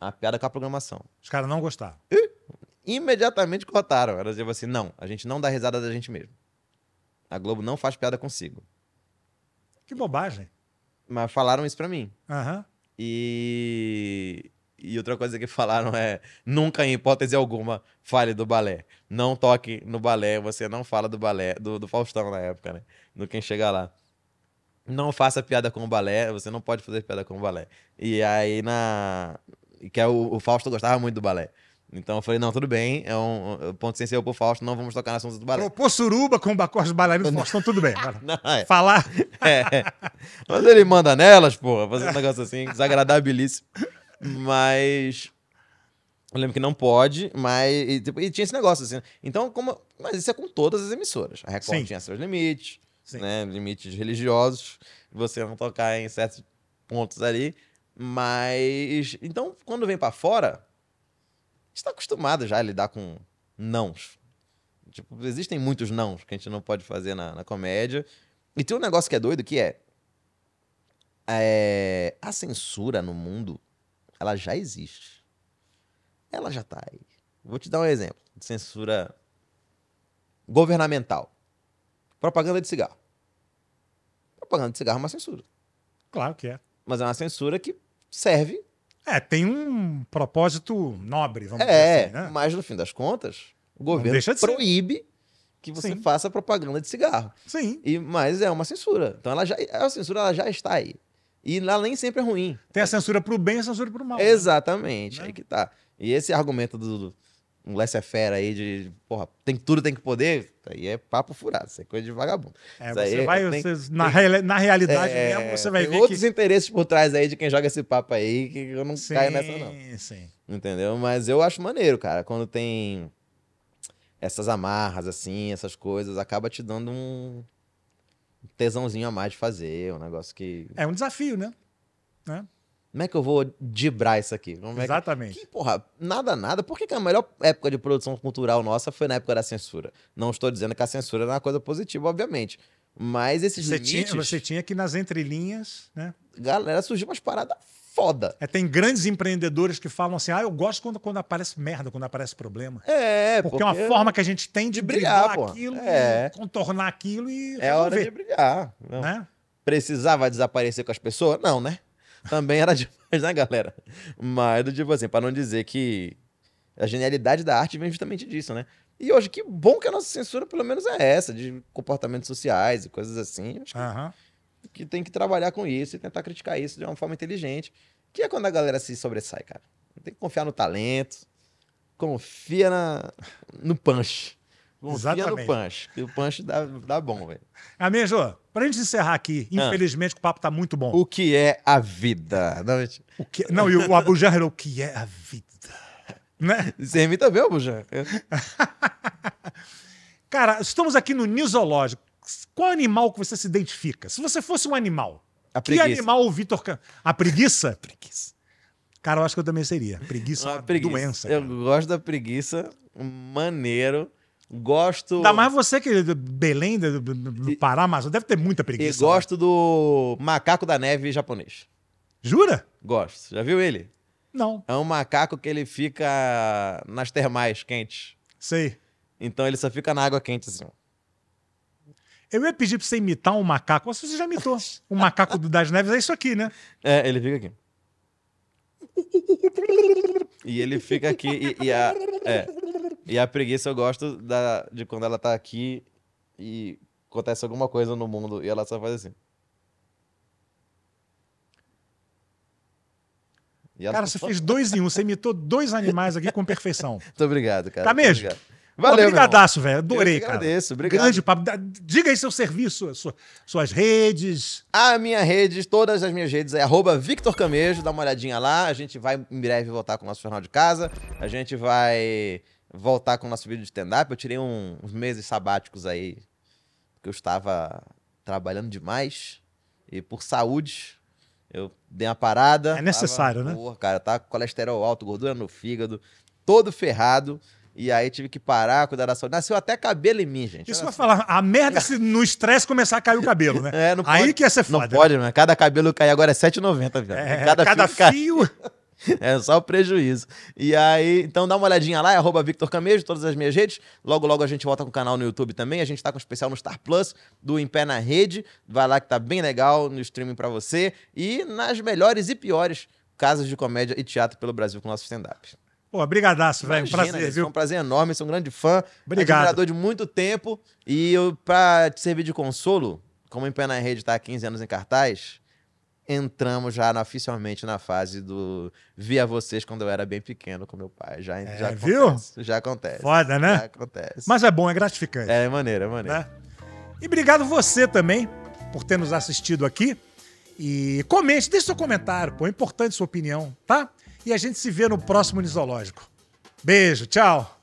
A piada com a programação. Os caras não gostaram. imediatamente cortaram. Elas diziam assim: não, a gente não dá risada da gente mesmo. A Globo não faz piada consigo. Que bobagem. Mas falaram isso pra mim. Aham. E. E outra coisa que falaram é: nunca, em hipótese alguma, fale do balé. Não toque no balé, você não fala do balé, do, do Faustão na época, né? Do quem chega lá. Não faça piada com o balé, você não pode fazer piada com o balé. E aí na. Que é o, o Fausto gostava muito do balé. Então eu falei: não, tudo bem, é um, um ponto sensível pro Fausto, não vamos tocar no assunto do balé. Propor suruba com o Bacos Bailarino Faustão, então tudo bem. Agora, Não, é. Falar. É. Mas ele manda nelas, porra, fazer um negócio assim, desagradabilíssimo. Mas. Eu lembro que não pode, mas. E, tipo, e tinha esse negócio assim. Então, como. Mas isso é com todas as emissoras. A Record Sim. tinha seus limites, Sim. né? Limites religiosos. Você não tocar em certos pontos ali. Mas. Então, quando vem pra fora, está acostumado já a lidar com nãos. Tipo, existem muitos nãos que a gente não pode fazer na, na comédia. E tem um negócio que é doido que é, é, a censura no mundo, ela já existe. Ela já tá aí. Vou te dar um exemplo de censura governamental. Propaganda de cigarro. Propaganda de cigarro é uma censura, Claro que é. mas é uma censura que serve É, tem um propósito nobre, É, vamos dizer assim, né? mas no fim das contas, o governo deixa de ser. proíbe que você Sim. faça propaganda de cigarro. Sim. E, mas é uma censura. Então ela já, a censura ela já está aí. E ela nem sempre é ruim. Tem a censura pro bem e a censura pro mal. Exatamente, Né? aí que tá. E esse argumento do, do um laissez-faire aí de, porra, tem tudo, tem que poder, aí é papo furado, isso é coisa de vagabundo. É, Isso você aí vai, tem- você- na, reali- na realidade É, mesmo, você vai tem ver outros que... interesses por trás aí de quem joga esse papo aí, que eu não caio nessa não. sim. Entendeu? Mas eu acho maneiro, cara. Quando tem essas amarras, assim, essas coisas, acaba te dando um tesãozinho a mais de fazer. Um negócio que. É um desafio, né? Como é que eu vou dibrar isso aqui? Como é que- Exatamente. Que, porra, nada, nada. Por que, que a melhor época de produção cultural nossa foi na época da censura? Não estou dizendo que a censura era uma coisa positiva, obviamente. Mas esses Você tinha, limites, você tinha que nas entrelinhas, né? galera, surgiu umas paradas foda. É, tem grandes empreendedores que falam assim: ah, eu gosto quando, quando aparece merda, quando aparece problema. É, Porque, é uma forma que a gente tem de de brilhar, driblar pô. aquilo, É. contornar aquilo e É a hora de resolver, brilhar. Não. né? precisava desaparecer com as pessoas? Não, né? Também era demais, né, galera? Mas, do tipo assim, para não dizer que a genialidade da arte vem justamente disso, né? E hoje, que bom que a nossa censura, pelo menos, é essa, de comportamentos sociais e coisas assim. Acho Aham. que tem que trabalhar com isso e tentar criticar isso de uma forma inteligente. Que é quando a galera se sobressai, cara. Tem que confiar no talento, confia na, no punch. Confia Exatamente. no punch. Que o punch dá, dá bom, velho. Amém, Jô? Pra gente encerrar aqui, Ah. infelizmente que o papo tá muito bom. O que é a vida? Não, é gente... O que... Não, e o Abu Jahl, o que é a vida? Né? Você imita mesmo, já? Cara, estamos aqui no Nisológico. Qual animal que você se identifica? Se você fosse um animal, A que animal o Vitor... Can- A preguiça? preguiça. Cara, eu acho que eu também seria. Preguiça é uma doença. Ah, Eu cara. gosto da preguiça, maneiro. Gosto. Ainda mais você que é de Belém, do, do- do- do Pará, Amazônia, deve ter muita e preguiça. né? gosto do macaco da neve japonês. Jura? Gosto. Já viu ele? Não, É um macaco que ele fica nas termais quentes. sei. Então ele só fica na água quente, assim. ó. Eu ia pedir pra você imitar um macaco, mas você já imitou. O macaco do das neves é isso aqui, né? É, ele fica aqui. E ele fica aqui. E, e a, é. E a preguiça eu gosto da, de quando ela tá aqui e acontece alguma coisa no mundo e ela só faz assim. E ela- tá Cara, você fez dois em um. Você imitou dois animais aqui com perfeição. Muito obrigado, cara. Tá muito mesmo? obrigado. Valeu, meu irmão. Obrigadaço, velho. Adorei, Eu que cara. agradeço, obrigado. Grande papo. Da- Diga aí seu serviço, sua- suas redes. A minha rede, todas as minhas redes é arroba Victor Camejo, dá uma olhadinha lá. A gente vai em breve voltar com o nosso jornal de casa. A gente vai voltar com o nosso vídeo de stand-up. Eu tirei um- uns meses sabáticos aí, porque eu estava trabalhando demais. E por saúde, eu dei uma parada. É necessário, Tava- né? Porra, cara, tá com colesterol alto, gordura no fígado, todo ferrado. E aí tive que parar, cuidar da saúde. Nasceu até cabelo em mim, gente. Isso é Olha vai falar. A merda se no estresse começar a cair o cabelo, né? É, não pode. Aí que ia ser Não foda. pode, né? Cada cabelo cair agora é 7,90, viado. É, cada, cada, fio cai- fio. É só o prejuízo. E aí, então dá uma olhadinha lá, é arroba Victor Camejo, todas as minhas redes. Logo, logo a gente volta com o canal no YouTube também. A gente tá com um especial no Star Plus, do Em Pé na Rede. Vai lá que tá bem legal no streaming pra você. E nas melhores e piores casas de comédia e teatro pelo Brasil com o nosso stand-up. Pô, brigadaço, velho. Um Imagina, prazer, gente, viu? Foi um prazer enorme, sou um grande fã. Obrigado. Admirador de muito tempo. E eu, pra te servir de consolo, como em Pé na Rede tá há 15 anos em cartaz, entramos já na- oficialmente na fase do via vocês quando eu era bem pequeno com meu pai. Já, É, já viu? acontece. Já acontece. Foda, Já né? acontece. Mas é bom, é gratificante. É, é maneiro, é maneiro. né? E obrigado você também por ter nos assistido aqui. E comente, deixe seu comentário, pô. É importante sua opinião, tá? E a gente se vê no próximo Nisológico. Beijo, tchau.